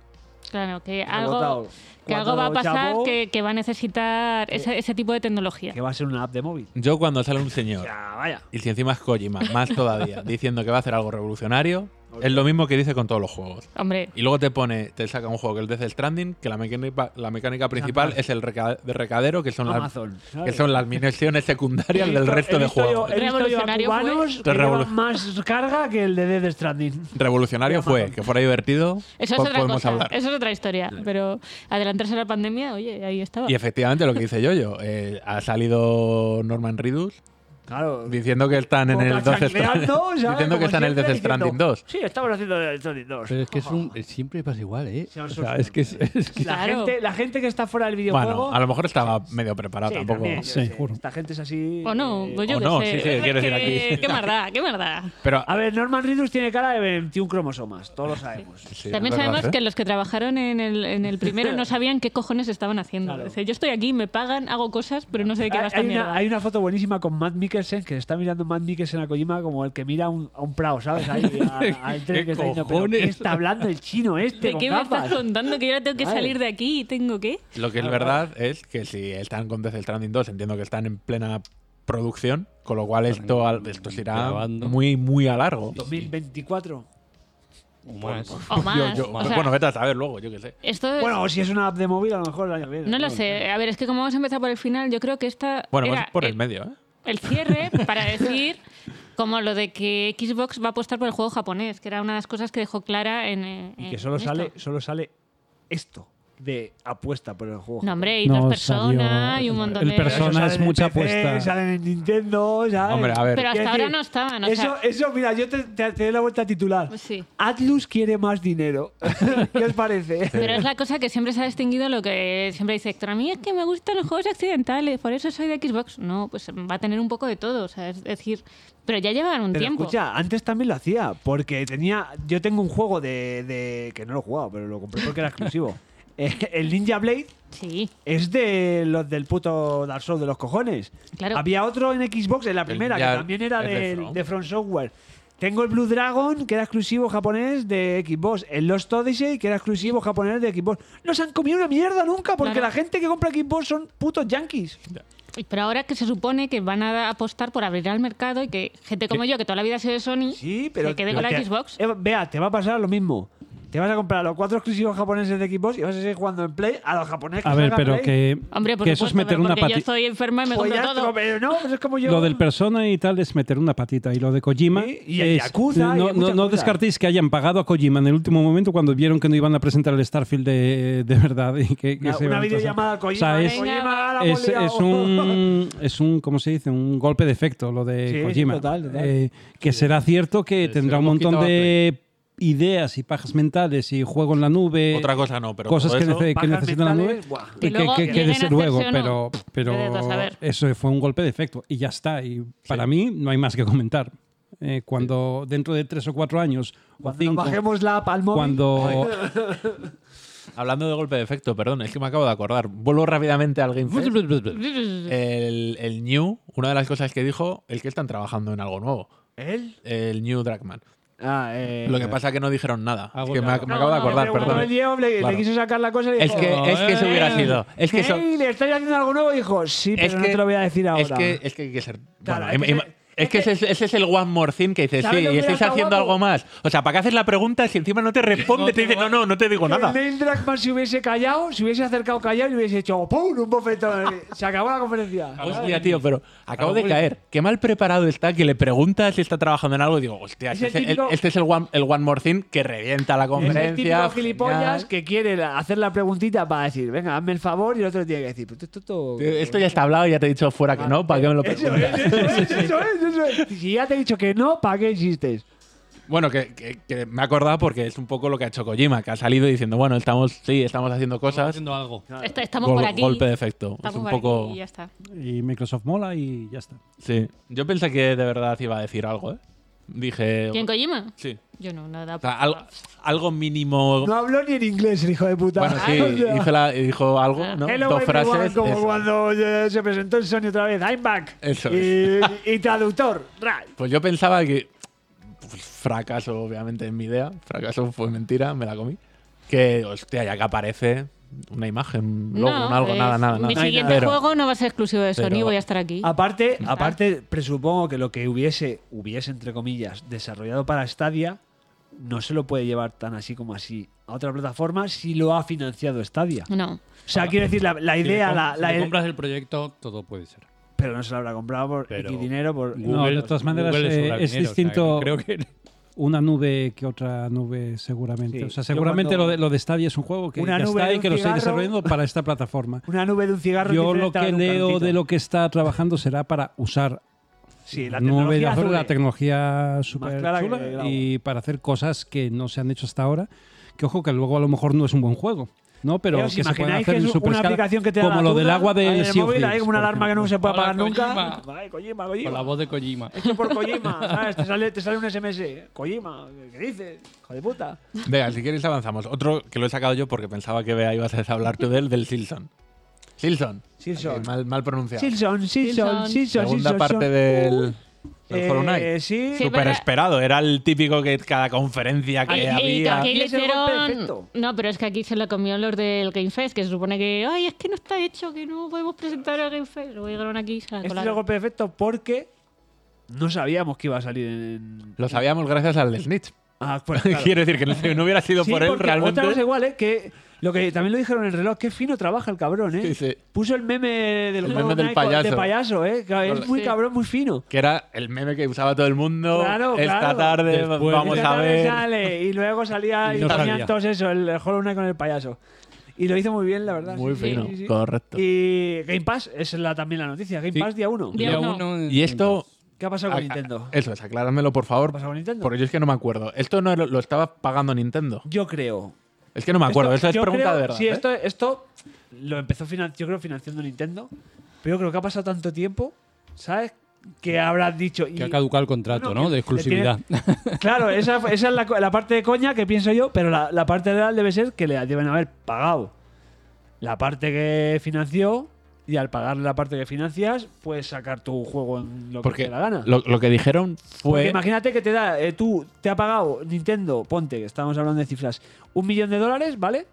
S4: Claro, que
S2: Rebotado.
S4: algo, que algo va a
S2: Cuatro
S4: pasar,
S2: chavos.
S4: que, que va a necesitar ese, ese tipo de tecnología.
S2: Que va a ser una app de móvil.
S1: Yo cuando sale un señor,
S2: Ya, vaya.
S1: y si encima es Kojima, más
S6: *laughs*
S1: todavía, diciendo que va a hacer algo revolucionario, es lo mismo que dice con todos los juegos.
S4: Hombre,
S1: Y luego te pone, te saca un juego que es Death Stranding, que la mecánica, la mecánica principal es el reca- de recadero, que son las,
S2: Amazon.
S1: que
S2: ¿sabes?
S1: son las misiones secundarias del resto
S2: He
S1: de este
S2: visto yo-
S1: juegos.
S2: eh, He visto yo a
S4: Revolucionario fue.
S2: cubanos que
S1: Esto es revolu-
S2: llevan más carga que el de Dead Stranding.
S1: Revolucionario fue,
S2: Amazon.
S1: que fuera divertido,
S4: eso es
S1: po-
S4: otra
S1: Pues podemos
S4: cosa.
S1: hablar.
S4: Eso es otra historia. Pero adelantarse a la pandemia, oye, ahí estaba.
S1: Y efectivamente lo que dice Yoyo, eh, ha salido Norman Reedus
S2: Claro.
S1: diciendo que están en el Death Stranding,
S2: Cachanqueando,
S1: *laughs*
S2: ¿sabes?
S1: diciendo que
S2: Como
S1: están en el
S2: siempre,
S1: Death Stranding
S2: diciendo,
S1: 2.
S2: Sí, estamos haciendo Death Stranding 2.
S5: Pero es que es un,
S2: *laughs*
S5: siempre pasa igual, ¿eh?
S2: Se han
S5: O sea, es que es, es que-
S2: La,
S4: Claro.
S2: gente, la gente que está fuera del videojuego.
S1: Bueno, a lo mejor estaba medio preparado
S2: sí,
S1: tampoco.
S2: también, yo
S6: Sí,
S2: sé.
S6: juro.
S2: Esta gente es así.
S4: O no,
S2: eh,
S4: o yo
S1: o
S4: qué
S1: no,
S4: sé.
S1: sí, sí, quiero decir aquí.
S4: *laughs* Qué maldad, qué maldad.
S1: Pero
S2: A ver, Norman Reedus tiene cara de 21 cromosomas, todos lo sabemos.
S1: sí,
S4: También
S1: es verdad,
S4: sabemos
S1: ¿eh?
S4: que los que trabajaron en el, en el primero no sabían qué cojones estaban haciendo.
S2: Claro.
S4: Dice, yo estoy aquí, me pagan, hago cosas, pero no sé de qué va esta
S2: hay, una,
S4: mierda.
S2: hay una foto buenísima con Matt Mikkelsen que está mirando Matt Mikkelsen a Kojima como el que mira a un, a un prao, ¿sabes? Ahí, a- al tren
S5: ¿Qué
S2: que está diciendo, "¿Pero
S5: cojones?
S2: ¿qué está hablando el chino este?
S4: ¿De
S2: con
S4: qué me estás
S2: gafas?".
S4: contando? Que yo ahora tengo que
S2: Vale.
S4: salir de aquí y tengo que.
S1: Lo que es verdad es que si están con Death Stranding 2, entiendo que están en plena producción, con lo cual esto, al- esto se irá
S5: grabando.
S1: muy, muy a largo.
S2: 2024.
S5: o más.
S4: O más.
S1: Yo- yo-
S4: o sea,
S1: bueno, eh. vete a saber luego, yo qué sé.
S4: esto es-
S2: Bueno, o si es una app de móvil, a lo mejor el año que viene.
S4: no lo sé. A ver, es que como vamos a empezar por el final, yo creo que esta.
S1: Bueno,
S4: era
S1: vamos por el
S4: el-
S1: medio, ¿eh?
S4: el cierre para decir como lo de que Xbox va a apostar por el juego japonés, que era una de las cosas que dejó clara en. eh,
S2: Y
S4: en
S2: que solo
S4: esto.
S2: sale, solo sale esto de apuesta por el juego.
S4: No, hombre, y
S6: No
S4: dos
S6: salió-
S4: personas y un montón
S6: el
S4: de.
S6: perso-
S2: Eso
S6: Persona
S2: sale
S6: es
S2: en
S6: mucha
S2: PC,
S6: apuesta.
S2: Salen en Nintendo, ¿sabes?
S1: Hombre, a ver.
S4: Pero hasta
S2: Quiero
S4: ahora
S2: decir,
S4: no estaban. O
S2: eso,
S4: sea, Pues-
S2: eso, mira, yo te, te- te doy la vuelta a titular.
S4: Sí.
S2: Atlus quiere más dinero. *laughs* ¿Qué os parece?
S4: Pero es la cosa que siempre se ha distinguido lo que siempre dice Héctor. A mí es que me gustan los juegos accidentales, por eso soy de Xbox. No, pues va a tener un poco de todo. O sea, es decir, pero ya llevan un
S2: Pero
S4: tiempo.
S2: escucha, antes también lo hacía, porque tenía. Yo tengo un juego de, de- que no lo he jugado, pero lo compré
S4: *laughs*
S2: porque era exclusivo. Eh, el Ninja Blade
S4: Sí,
S2: es de los del puto Dark Souls de los cojones.
S4: Claro.
S2: Había otro en Xbox, en la primera,
S1: Ninja
S2: que también era
S1: es de
S2: del- de,
S1: From.
S2: From. Software. Tengo el Blue Dragon, que era exclusivo japonés de Xbox. El Lost Odyssey, que era exclusivo japonés de Xbox. No se han comido una mierda nunca, porque
S4: Claro.
S2: la gente que compra Xbox son putos yankees.
S4: pero ahora que se supone que van a apostar por abrir al mercado y que gente como yo, que toda la vida ha sido de Sony,
S2: Sí, pero.
S4: se quede con la
S2: te-
S4: Xbox.
S2: eh, vea, te va a pasar lo mismo. Te vas a comprar los cuatro exclusivos japoneses de Xbox y vas a seguir jugando en Play a los japoneses.
S6: A ver,
S2: salgan
S6: pero
S2: Play.
S6: que,
S4: Hombre, por
S6: que
S4: supuesto,
S6: eso es meter
S4: pero
S6: una
S4: porque yo
S6: patita.
S4: estoy enferma y me
S2: Pues
S4: compro
S2: ya,
S4: todo.
S2: pero no, pues es como yo.
S6: Lo del persona y tal es meter una patita. Y lo de Kojima.
S2: Sí, y el
S6: es- eh,
S2: Yakuza, y
S6: no,
S2: hay
S6: no-
S2: muchas
S6: no
S2: cosas.
S6: descartéis que hayan pagado a Kojima en el último momento cuando vieron que no iban a presentar el Starfield de, de verdad. Y que, que
S2: Una,
S6: se
S2: una
S6: iban a atrasar.
S2: videollamada al
S6: O
S2: Kojima.
S6: sea, eh,
S2: de,
S6: es-
S2: "Kojima, la hemos
S6: es, es
S2: liado". *laughs*
S6: un es un cómo se dice un golpe de efecto Mm, lo de
S2: Sí, sí,
S6: Kojima
S2: total, total.
S6: Eh, que será cierto que
S5: se lo
S6: tendrá un
S5: hemos
S6: montón
S5: quitado a
S6: de ideas y pajas mentales y juego en la nube
S1: eh, Otra cosa no, pero
S6: cosas
S1: todo
S6: que,
S1: eso-
S6: nece- que
S2: Bajas
S6: necesitan la nube
S2: mentales, buah.
S6: y que,
S4: luego
S6: que- que
S4: lleguen a
S6: desde luego
S4: hacerse o
S6: pero
S4: no. Vete tú a
S6: pero
S4: saber.
S6: eso fue un golpe de efecto y ya está y para mí no hay más que comentar Eh, cuando dentro de tres o cuatro años o
S2: Cuando nos
S6: cinco
S2: bajemos la app al móvil.
S6: cuando
S1: Hablando de golpe de efecto, perdón, es que me acabo de acordar. Vuelvo rápidamente al Game Fest. El, el New, una de las cosas que dijo, el que están trabajando en algo nuevo.
S2: ¿Él?
S1: El New Dragman.
S2: Ah, eh,
S1: Lo que pasa es que no dijeron nada.
S5: Ah,
S1: Es que me,
S5: bueno.
S1: me acabo de
S4: No, no,
S1: acordar,
S4: no,
S2: Pero cuando
S1: perdón.
S2: el Diego le, le
S1: Claro.
S2: quiso sacar la cosa y le
S1: Es
S2: dijo,
S1: que, es que eso hubiera sido. Es que eso.
S2: "Hey, le estáis haciendo algo nuevo. Y dijo, sí, pero
S1: es
S2: no
S1: que-
S2: te lo voy a decir ahora.
S1: Es que, es que hay que ser. bueno,
S2: Claro, hay que
S1: im-
S2: ser-
S1: es que ese, es- ese es el one more thing que dices,
S2: ¿Sabes
S1: sí,
S2: lo que
S1: y estáis
S2: hubiera
S1: haciendo
S2: estado
S1: algo
S2: guapo?
S1: más. O sea, ¿para qué haces la pregunta si encima no te responde? Te dice, no, no, no te
S2: *laughs*
S1: digo
S2: Que
S1: Pues nada.
S2: El Neil Druckmann se hubiese callado, se hubiese acercado callado y le hubiese hecho ¡pum! un bofetón.
S1: *laughs*
S2: se acabó la conferencia.
S1: Hostia, tío, pero acabo
S5: Algo
S1: de
S5: curioso.
S1: caer. Qué mal preparado está que le preguntas si está trabajando en algo y digo, hostia,
S2: Es
S1: este,
S2: el
S1: es el-
S2: típico-
S1: este es el one, el one more thing que revienta la
S2: Es el
S1: conferencia.
S2: típico gilipollas
S1: genial.
S2: que quiere la- hacer la preguntita para decir, venga, hazme el favor y el otro tiene que decir, pero tú, tú, tú-
S1: Tío, Esto ya está hablado, ya te he dicho fuera que no, ¿para qué me lo
S2: *laughs* Eso
S1: preguntas?
S2: es, eso es, eso es, eso es. Si ya te he dicho que no, ¿para qué insistes?
S1: Bueno, que, que- que me he acordado porque es un poco lo que ha hecho Kojima, que ha salido diciendo, bueno, estamos, sí, estamos haciendo cosas.
S5: haciendo algo.
S4: Está- estamos
S1: Gol-
S4: por aquí.
S1: Golpe de efecto. Es
S4: Estamos
S1: un
S4: por
S1: poco.
S4: aquí y ya está.
S7: Y Microsoft mola y ya está.
S1: Sí. Yo pensé que de verdad iba a decir algo, ¿eh? Dije.
S4: ¿Quién, Kojima?
S1: Sí.
S4: Yo no, nada.
S1: O sea, al- algo mínimo.
S2: No habló ni en inglés el hijo de puta.
S1: bueno, sí,
S2: *laughs* O sea,
S1: hizo la- dijo algo,
S4: Ah.
S1: ¿no?
S2: hello
S1: Dos
S2: everyone,
S1: frases.
S2: como
S1: eso.
S2: cuando eh, se presentó en Sony otra vez, I'm back.
S1: Eso
S2: y, y
S1: *laughs*
S2: traductor, ra.
S1: Pues yo pensaba que. pues, fracaso, obviamente, en mi idea. Fracaso fue mentira, me la comí. Que, hostia, ya que aparece una imagen, un logo, un algo,
S4: es-
S1: nada, nada, nada.
S4: Mi siguiente
S1: Pero-
S4: juego no va a ser exclusivo de Sony,
S1: pero-
S4: voy a estar aquí.
S2: Aparte,
S4: está.
S2: aparte, presupongo que lo que hubiese, hubiese entre comillas, desarrollado para Stadia, no se lo puede llevar tan así como así a otra plataforma si lo ha financiado Stadia. O
S4: No.
S2: sea, quiero decir, la, la
S5: Si le
S2: idea,
S5: com-
S2: la,
S5: si
S2: la- e-
S5: le compras el proyecto, todo puede ser.
S2: pero no se lo habrá comprado por
S5: Pero
S2: X dinero, por
S7: No, de todas maneras,
S5: Google
S7: eh,
S5: sobra
S7: es
S5: dinero, o sea,
S7: distinto-
S5: creo que
S7: Una nube que otra nube, seguramente.
S2: Sí,
S7: o sea,
S2: yo
S7: seguramente
S2: cuando-
S7: lo, de, lo de Stadia es un juego que
S2: Una
S7: ya
S2: nube
S7: está
S2: de
S7: y
S2: un
S7: que lo estáis
S2: cigarro.
S7: desarrollando para
S2: *laughs*
S7: esta plataforma.
S2: una nube de un cigarro.
S7: Yo
S2: diferente
S7: lo
S2: a
S7: que
S2: un
S7: leo
S2: cantito.
S7: de lo que está trabajando será para usar
S2: sí, la
S7: nube de
S2: tecnología
S7: Azure,
S2: azul,
S7: la tecnología super
S2: clara que el agua.
S7: chula y para hacer cosas que no se han hecho hasta ahora. Que ojo, que luego a lo mejor no es un buen juego. No, pero
S2: Eh, ¿os
S7: que se puede
S2: imagináis
S7: hacer
S2: que
S7: en
S2: es
S7: super
S2: una
S7: escala,
S2: aplicación que te da la
S7: como lo del
S2: duda
S7: agua
S2: en
S7: del
S2: el
S7: Sea of
S2: móvil, hay
S7: Thieves,
S2: como una
S7: por
S2: alarma que no
S7: ejemplo.
S2: se puede
S5: Hola,
S2: apagar nunca.
S5: Kojima.
S2: Ay, Kojima, Kojima.
S5: con la voz de Kojima.
S2: Esto por Kojima, ¿sabes? Te sale, te sale un SMS. Kojima, ¿qué dices? Hijo de puta.
S1: Venga, si queréis avanzamos. Otro que lo he sacado yo porque pensaba que Bea ibas a hablar tú del, del Silson. Silson.
S2: Silson.
S1: Aquí, Mal, mal pronunciado.
S2: Silson, Silson,
S4: Silson.
S2: Silson,
S1: Segunda
S2: Silson.
S1: parte del, del
S2: Eh,
S1: Hollow Knight.
S2: sí.
S4: Sí.
S1: Súper
S4: verdad.
S1: esperado. Era el típico que cada conferencia que
S4: Y- y
S1: Eh, había.
S4: aquí le
S2: Es el golpe
S4: hicieron...
S2: perfecto.
S4: No, pero es que aquí se lo comió los del Game Fest, que se supone que, ay, es que no está hecho, que no podemos presentar el Game Fest. Lo llegaron aquí y se la
S2: Este es el
S4: colaron.
S2: golpe perfecto porque no sabíamos que iba a salir en.
S1: Lo sabíamos gracias al de Snitch.
S2: Ah, pues, *laughs* claro.
S1: Quiero decir que no, si no hubiera sido
S2: Sí,
S1: por él
S2: porque
S1: realmente.
S2: Otra cosa igual, ¿eh? Que lo que también lo dijeron en el reloj, qué fino trabaja el cabrón, ¿eh?
S1: Sí, sí.
S2: Puso el meme
S1: El
S2: del, Hollow
S1: meme del
S2: Knight con-
S1: payaso.
S2: de payaso, ¿eh? Que es muy
S4: Sí.
S2: cabrón, muy fino.
S1: Que era el meme que usaba todo el mundo.
S2: Claro,
S1: Esta
S2: claro.
S1: tarde
S5: Después-
S1: vamos
S2: Esta
S1: a
S2: tarde
S1: ver.
S2: sale, y luego salía
S5: Y
S2: y,
S5: no
S2: ponían
S5: salía.
S2: todos eso, el Hollow Knight con el payaso. Y lo hizo muy bien, la verdad.
S1: Muy
S2: sí, sí,
S1: fino,
S2: sí, sí.
S1: correcto.
S2: Y Game Pass es la, también la noticia. Game
S5: Sí.
S2: Pass día 1.
S4: Día
S5: Día
S4: uno.
S5: uno en
S1: Y esto.
S2: ¿Qué ha pasado
S1: a-
S2: con
S1: a-
S2: Nintendo? ¿Qué
S1: Eso es, acláramelo por favor.
S2: ha pasado con Nintendo?
S1: Porque yo es que no me acuerdo. Esto no lo, lo estaba pagando Nintendo.
S2: Yo creo.
S1: Es que no me acuerdo.
S2: Esto-
S1: eso es
S2: yo
S1: pregunta
S2: creo-
S1: de verdad.
S2: Sí,
S1: ¿eh?
S2: esto, esto lo empezó finan- yo creo financiando Nintendo. Pero yo creo que ha pasado tanto tiempo, ¿sabes? Que habrás dicho. y-
S5: Que ha caducado el contrato,
S2: No, no,
S5: ¿no? De
S2: que- que tiene- *laughs*
S5: exclusividad.
S2: Claro, esa, esa es la, co- la parte de coña que pienso yo, pero la, la parte real debe ser que le deben haber pagado la parte que financió y al pagarle la parte que financias, puedes sacar tu juego en lo que
S1: Porque
S2: te dé la gana.
S1: lo, lo que dijeron
S2: Porque
S1: fue.
S2: imagínate que te da, eh, tú te ha pagado Nintendo, ponte, que estamos hablando de cifras, un millón de dólares, ¿vale?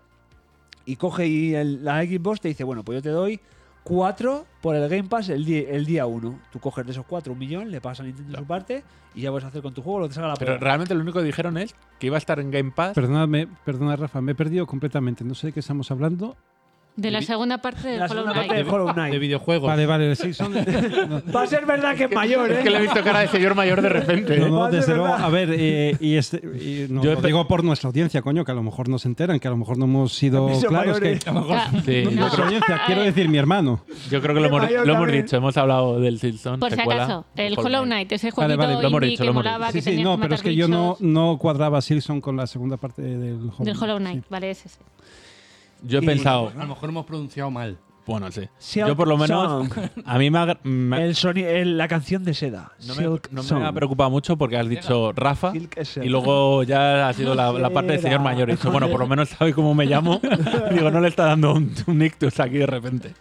S2: Y coge y el- la Xbox te dice, bueno, pues yo te doy cuatro por el Game Pass el, di- el día uno. Tú coges de esos cuatro un millón, le pagas a Nintendo su parte y ya puedes hacer con tu juego lo que te salga la
S1: Pero
S2: polla.
S1: realmente lo único que dijeron es que iba a estar en Game Pass.
S7: Perdonadme, perdona Rafa, me he perdido completamente. No sé de qué estamos hablando.
S4: De la segunda parte de
S2: La
S4: Hollow
S2: segunda
S4: Knight.
S2: parte de Hollow Knight.
S5: De videojuegos.
S7: Vale, vale, sí, son- no.
S2: Va a ser verdad que es mayor, ¿eh?
S1: Es que le he visto cara de señor mayor de repente.
S7: No,
S1: ¿eh?
S7: no,
S2: Vale,
S7: desde luego,
S2: *laughs* ¿verdad?
S7: a ver, eh, y, este, y no,
S1: Yo
S7: lo
S1: espe-
S7: digo por nuestra audiencia, coño, que a lo mejor no se enteran, que a lo mejor no hemos sido
S2: Piso
S7: claros. Que,
S2: mayores.
S4: Ah,
S1: Sí,
S7: No,
S1: yo
S7: nuestra
S1: creo-
S4: eh,
S7: audiencia, quiero decir mi hermano.
S1: Yo creo que lo hemos,
S2: Mayor
S1: lo hemos
S2: también.
S1: dicho, hemos hablado del Silson.
S4: Por si acaso, el Hollow Knight, ese
S7: Vale,
S4: jueguito
S7: vale, lo
S1: hemos
S4: indie
S1: dicho,
S4: que
S1: lo hemos
S4: molaba,
S1: dicho.
S4: que
S7: Sí, sí,
S4: tenías
S7: no,
S4: que
S7: pero es
S4: matar
S7: que yo no,
S4: bichos.
S7: no cuadraba a Silson con la segunda parte del Hollow,
S4: Del Hollow
S7: Knight,
S4: Knight,
S7: sí.
S4: vale, ese sí.
S1: Yo he
S2: Y-
S1: pensado,
S5: A lo mejor hemos pronunciado mal.
S1: bueno, sí.
S2: Silk
S1: Yo por lo menos,
S2: Song.
S1: *laughs* a mí me ha, me-
S2: El soni- el- la canción de seda.
S1: no me,
S2: Silk
S1: no me
S2: Song.
S1: ha preocupado mucho porque has dicho Rafa
S2: Silk Song.
S1: y luego ya ha sido la, la parte del señor mayor. He dicho, bueno, por lo menos sabe cómo me llamo. Digo, no le está dando un, un ictus aquí de repente.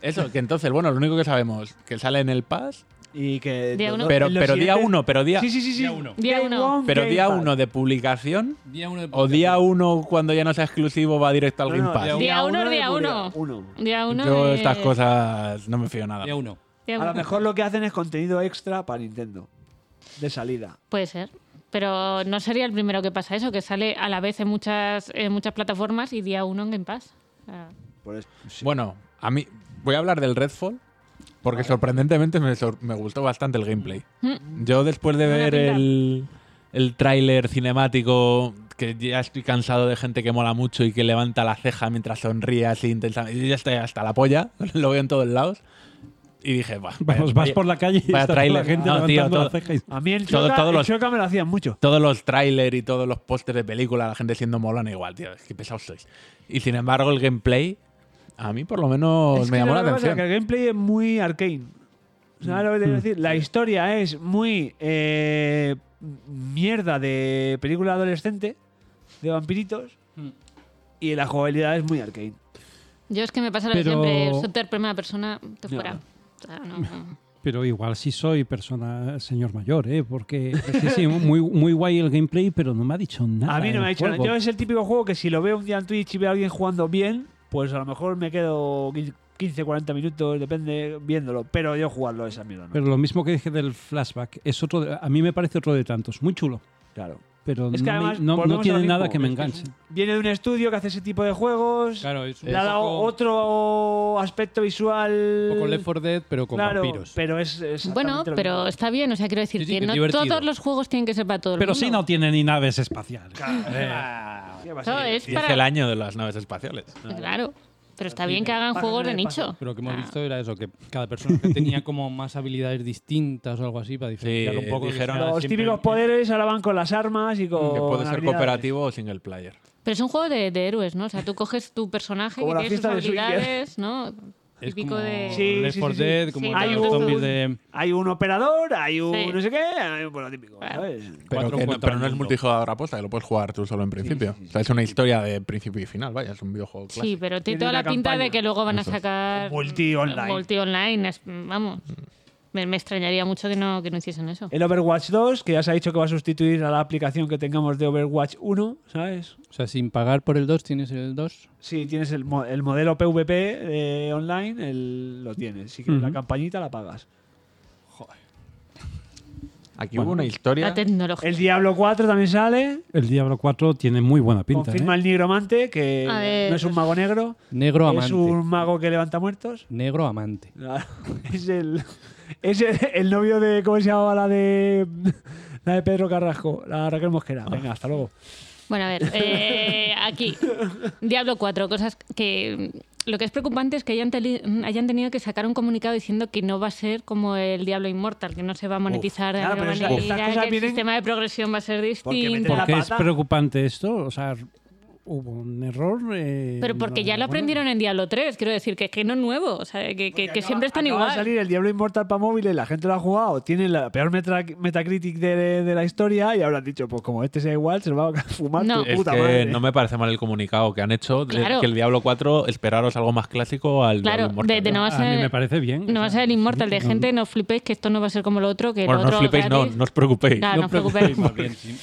S1: Eso, que entonces, bueno, lo único que sabemos, que sale en el Pass
S2: Y que
S4: Día
S2: los
S4: uno.
S2: dos-
S1: Pero,
S2: en los
S1: pero día
S2: siguientes-
S1: uno, pero día.
S2: Sí, sí, sí, sí.
S5: Día uno.
S4: Día
S2: Day
S4: uno.
S2: one,
S1: Pero
S2: Game
S1: día
S2: Pass.
S1: uno de publicación.
S5: Día uno de
S1: O día uno cuando ya no sea exclusivo va directo al
S2: No,
S1: Game
S2: no,
S1: Pass.
S5: día
S4: Día uno es
S2: de
S4: día uno.
S2: uno.
S4: Día uno
S1: Yo
S4: es-
S1: estas cosas no me fío nada.
S5: Día uno.
S4: día
S2: A
S4: uno.
S2: lo mejor lo que hacen es contenido extra para Nintendo. De salida.
S4: Puede ser. Pero no sería el primero que pasa eso, que sale a la vez en muchas, en muchas plataformas y día uno en Game Pass. Ah.
S2: Por eso. Sí.
S1: Bueno, a mí voy a hablar del Redfall porque sorprendentemente me, sor- me gustó bastante el gameplay.
S2: Mm.
S1: Yo después de
S4: Buena
S1: ver
S4: pinta.
S1: el, el tráiler cinemático que ya estoy cansado de gente que mola mucho y que levanta la ceja mientras sonríe así intensamente. Yo ya estoy hasta la polla, *laughs* lo veo en todos lados. Y dije, "Buah, vaya-
S7: Vamos, vas
S1: vaya-
S7: por la calle y
S1: vaya
S7: está toda
S1: tráiler.
S7: la gente
S1: No, tío,
S7: levantando
S1: todo-
S7: la ceja y-
S2: A mí el
S1: Todo-
S2: Choca,
S1: todos
S2: el
S1: los-
S2: Choca me lo hacían mucho.
S1: todos los trailers y todos los pósters de película, la gente siendo molona igual, tío, es que pesados sois. Y sin embargo, el gameplay, a mí por lo menos
S2: Es
S1: me
S2: que
S1: llamó la
S2: lo que pasa es
S1: atención. Mm.
S2: Que el gameplay es muy arcane. ¿Sabes lo que te quiero decir? La historia es muy eh, mierda de película adolescente, de vampiritos,
S1: Mm.
S2: y la jugabilidad es muy arcane.
S4: Yo es que me pasa lo
S7: Pero-
S4: de siempre, shooter primera persona, te fuera. O sea, no, no.
S7: Pero igual sí soy persona señor mayor, ¿eh? Porque sí, sí, muy, muy guay el gameplay, pero no me ha dicho nada.
S2: a mí no
S7: el
S2: me ha dicho nada.
S7: juego.
S2: Yo es el típico juego que si lo veo un día en Twitch y veo a alguien jugando bien, pues a lo mejor me quedo 15, 40 minutos, depende, viéndolo. Pero yo jugarlo esa mierda, ¿no?
S7: Pero lo mismo que dije del flashback, es otro de- a mí me parece otro de tantos, muy chulo,
S2: claro.
S7: pero
S2: Es que
S7: no, me-
S2: además,
S7: no- no
S2: volvemos a lo
S7: tiene
S2: mismo.
S7: nada que me
S2: Es que
S7: enganche.
S2: Viene de un estudio que hace ese tipo de juegos.
S5: Claro, es un
S2: Le ha dado
S5: poco,
S2: otro aspecto visual.
S5: un poco Left 4 Dead, pero con
S2: claro,
S5: vampiros.
S2: pero es. exactamente
S4: Bueno,
S2: lo mismo.
S4: pero está bien, o sea, quiero decir
S5: Sí, sí, que
S4: que
S5: es
S4: no
S5: divertido.
S4: todos los juegos tienen que ser para todo el
S7: Pero
S4: mundo.
S7: sí no tiene ni naves espaciales.
S2: ¿Qué Ah,
S5: pues,
S2: va a
S4: Eso
S2: ser?
S4: es
S1: Y es
S4: para-
S1: el año de las naves espaciales.
S4: Claro. Pero está bien que hagan
S2: Página
S4: juegos de
S2: de
S4: nicho.
S5: Pero lo que hemos
S4: Ah.
S5: visto era eso, que cada persona tenía como más habilidades distintas o algo así para diferenciar un poco. que
S1: dijeron-
S5: sea
S2: Ah, Los
S5: siempre
S2: típicos
S5: el-
S2: poderes ahora van con las armas y con.
S1: Ah, Que puede ser
S2: habilidades.
S1: cooperativo o single player.
S4: Pero es un juego de, de héroes, ¿no? O sea, tú coges tu personaje
S2: Como
S4: que
S2: la
S4: tiene sus
S2: fiesta de Swinger.
S4: habilidades, ¿no?
S5: Es
S4: Típico
S5: como
S4: de...
S2: Sí.
S5: Left 4
S2: sí, sí.
S5: Dead, como
S4: Sí,
S5: los
S2: hay un-
S5: zombies de...
S2: Hay un operador, hay un
S4: Sí.
S2: no sé qué, hay un- bueno, típico,
S4: Claro.
S2: ¿sabes?
S1: Pero,
S5: Cuatro
S1: que no-
S5: contra
S1: pero
S5: el
S1: no es
S5: mundo.
S1: multijugador aposta, que lo puedes jugar tú solo en principio. O sea, es una historia de principio y final, vaya, es un videojuego clásico.
S4: Sí, pero tiene
S2: Tiene
S4: toda la
S2: una
S4: pinta de
S2: campaña.
S4: que luego van a
S1: Eso.
S4: sacar...
S2: Multi online.
S4: Eh, Multi online, es- vamos. Me, me extrañaría mucho que no, que no hiciesen eso.
S2: El Overwatch 2, que ya se ha dicho que va a sustituir a la aplicación que tengamos de Overwatch 1, ¿sabes?
S5: O sea, sin pagar por el 2 tienes el 2.
S2: Sí, tienes el, mo- el modelo PvP eh, online, el- lo tienes. Si quieres la campañita, la pagas.
S1: Aquí hubo una historia.
S4: La tecnología.
S2: El Diablo 4 también sale.
S7: El Diablo 4 tiene muy buena pinta.
S2: confirma
S7: ¿eh?
S2: el nigromante, que
S4: A ver.
S2: no es un mago negro.
S5: Negro amante.
S2: Es un mago que levanta muertos. *laughs*
S5: Negro amante.
S2: es el, es el, el novio de. ¿Cómo se llamaba la de. La de Pedro Carrasco? La Raquel Mosquera.
S7: Ah.
S2: Venga, hasta luego.
S4: Bueno, a ver, eh, aquí. Diablo 4, cosas que. Lo que es preocupante es que hayan, teli- hayan tenido que sacar un comunicado diciendo que no va a ser como el Diablo Inmortal, que no se va a monetizar de
S2: Claro, pero
S4: la
S2: esa-
S4: manera,
S2: estas cosas
S4: que el
S2: vienen-
S4: sistema de progresión va a ser
S2: Porque meten
S4: distinto.
S2: la
S7: Porque es
S2: pata.
S7: preocupante esto, o sea, hubo un error. eh,
S4: Pero porque ya lo
S7: bueno,
S4: aprendieron en Diablo 3, quiero decir, que es que no es nuevo, o sea, que- que, que siempre están
S2: Acaba de
S4: igual.
S2: salir el Diablo Inmortal para móviles, la gente lo ha jugado, tiene la peor metra- Metacritic de, de la historia y habrán dicho, pues como este sea igual, se lo va a *laughs* fumar
S4: No.
S2: tu
S1: Es
S2: puta
S1: que
S2: madre.
S1: no me parece mal el comunicado que han hecho de
S4: Claro.
S1: que el Diablo 4 esperaros algo más clásico al
S4: Claro,
S1: Diablo Inmortal.
S4: de- de no va a
S7: A mí
S4: ser-
S7: me parece bien.
S4: Eh, No va a ser el Inmortal de
S7: no-
S4: gente, no os flipéis que esto no va a ser como lo otro, que
S1: Bueno,
S4: lo
S1: no os
S4: otro
S1: flipéis, no,
S4: gratis.
S1: no os preocupéis.
S4: Nada, no os preocupéis.
S5: Más bien, sí.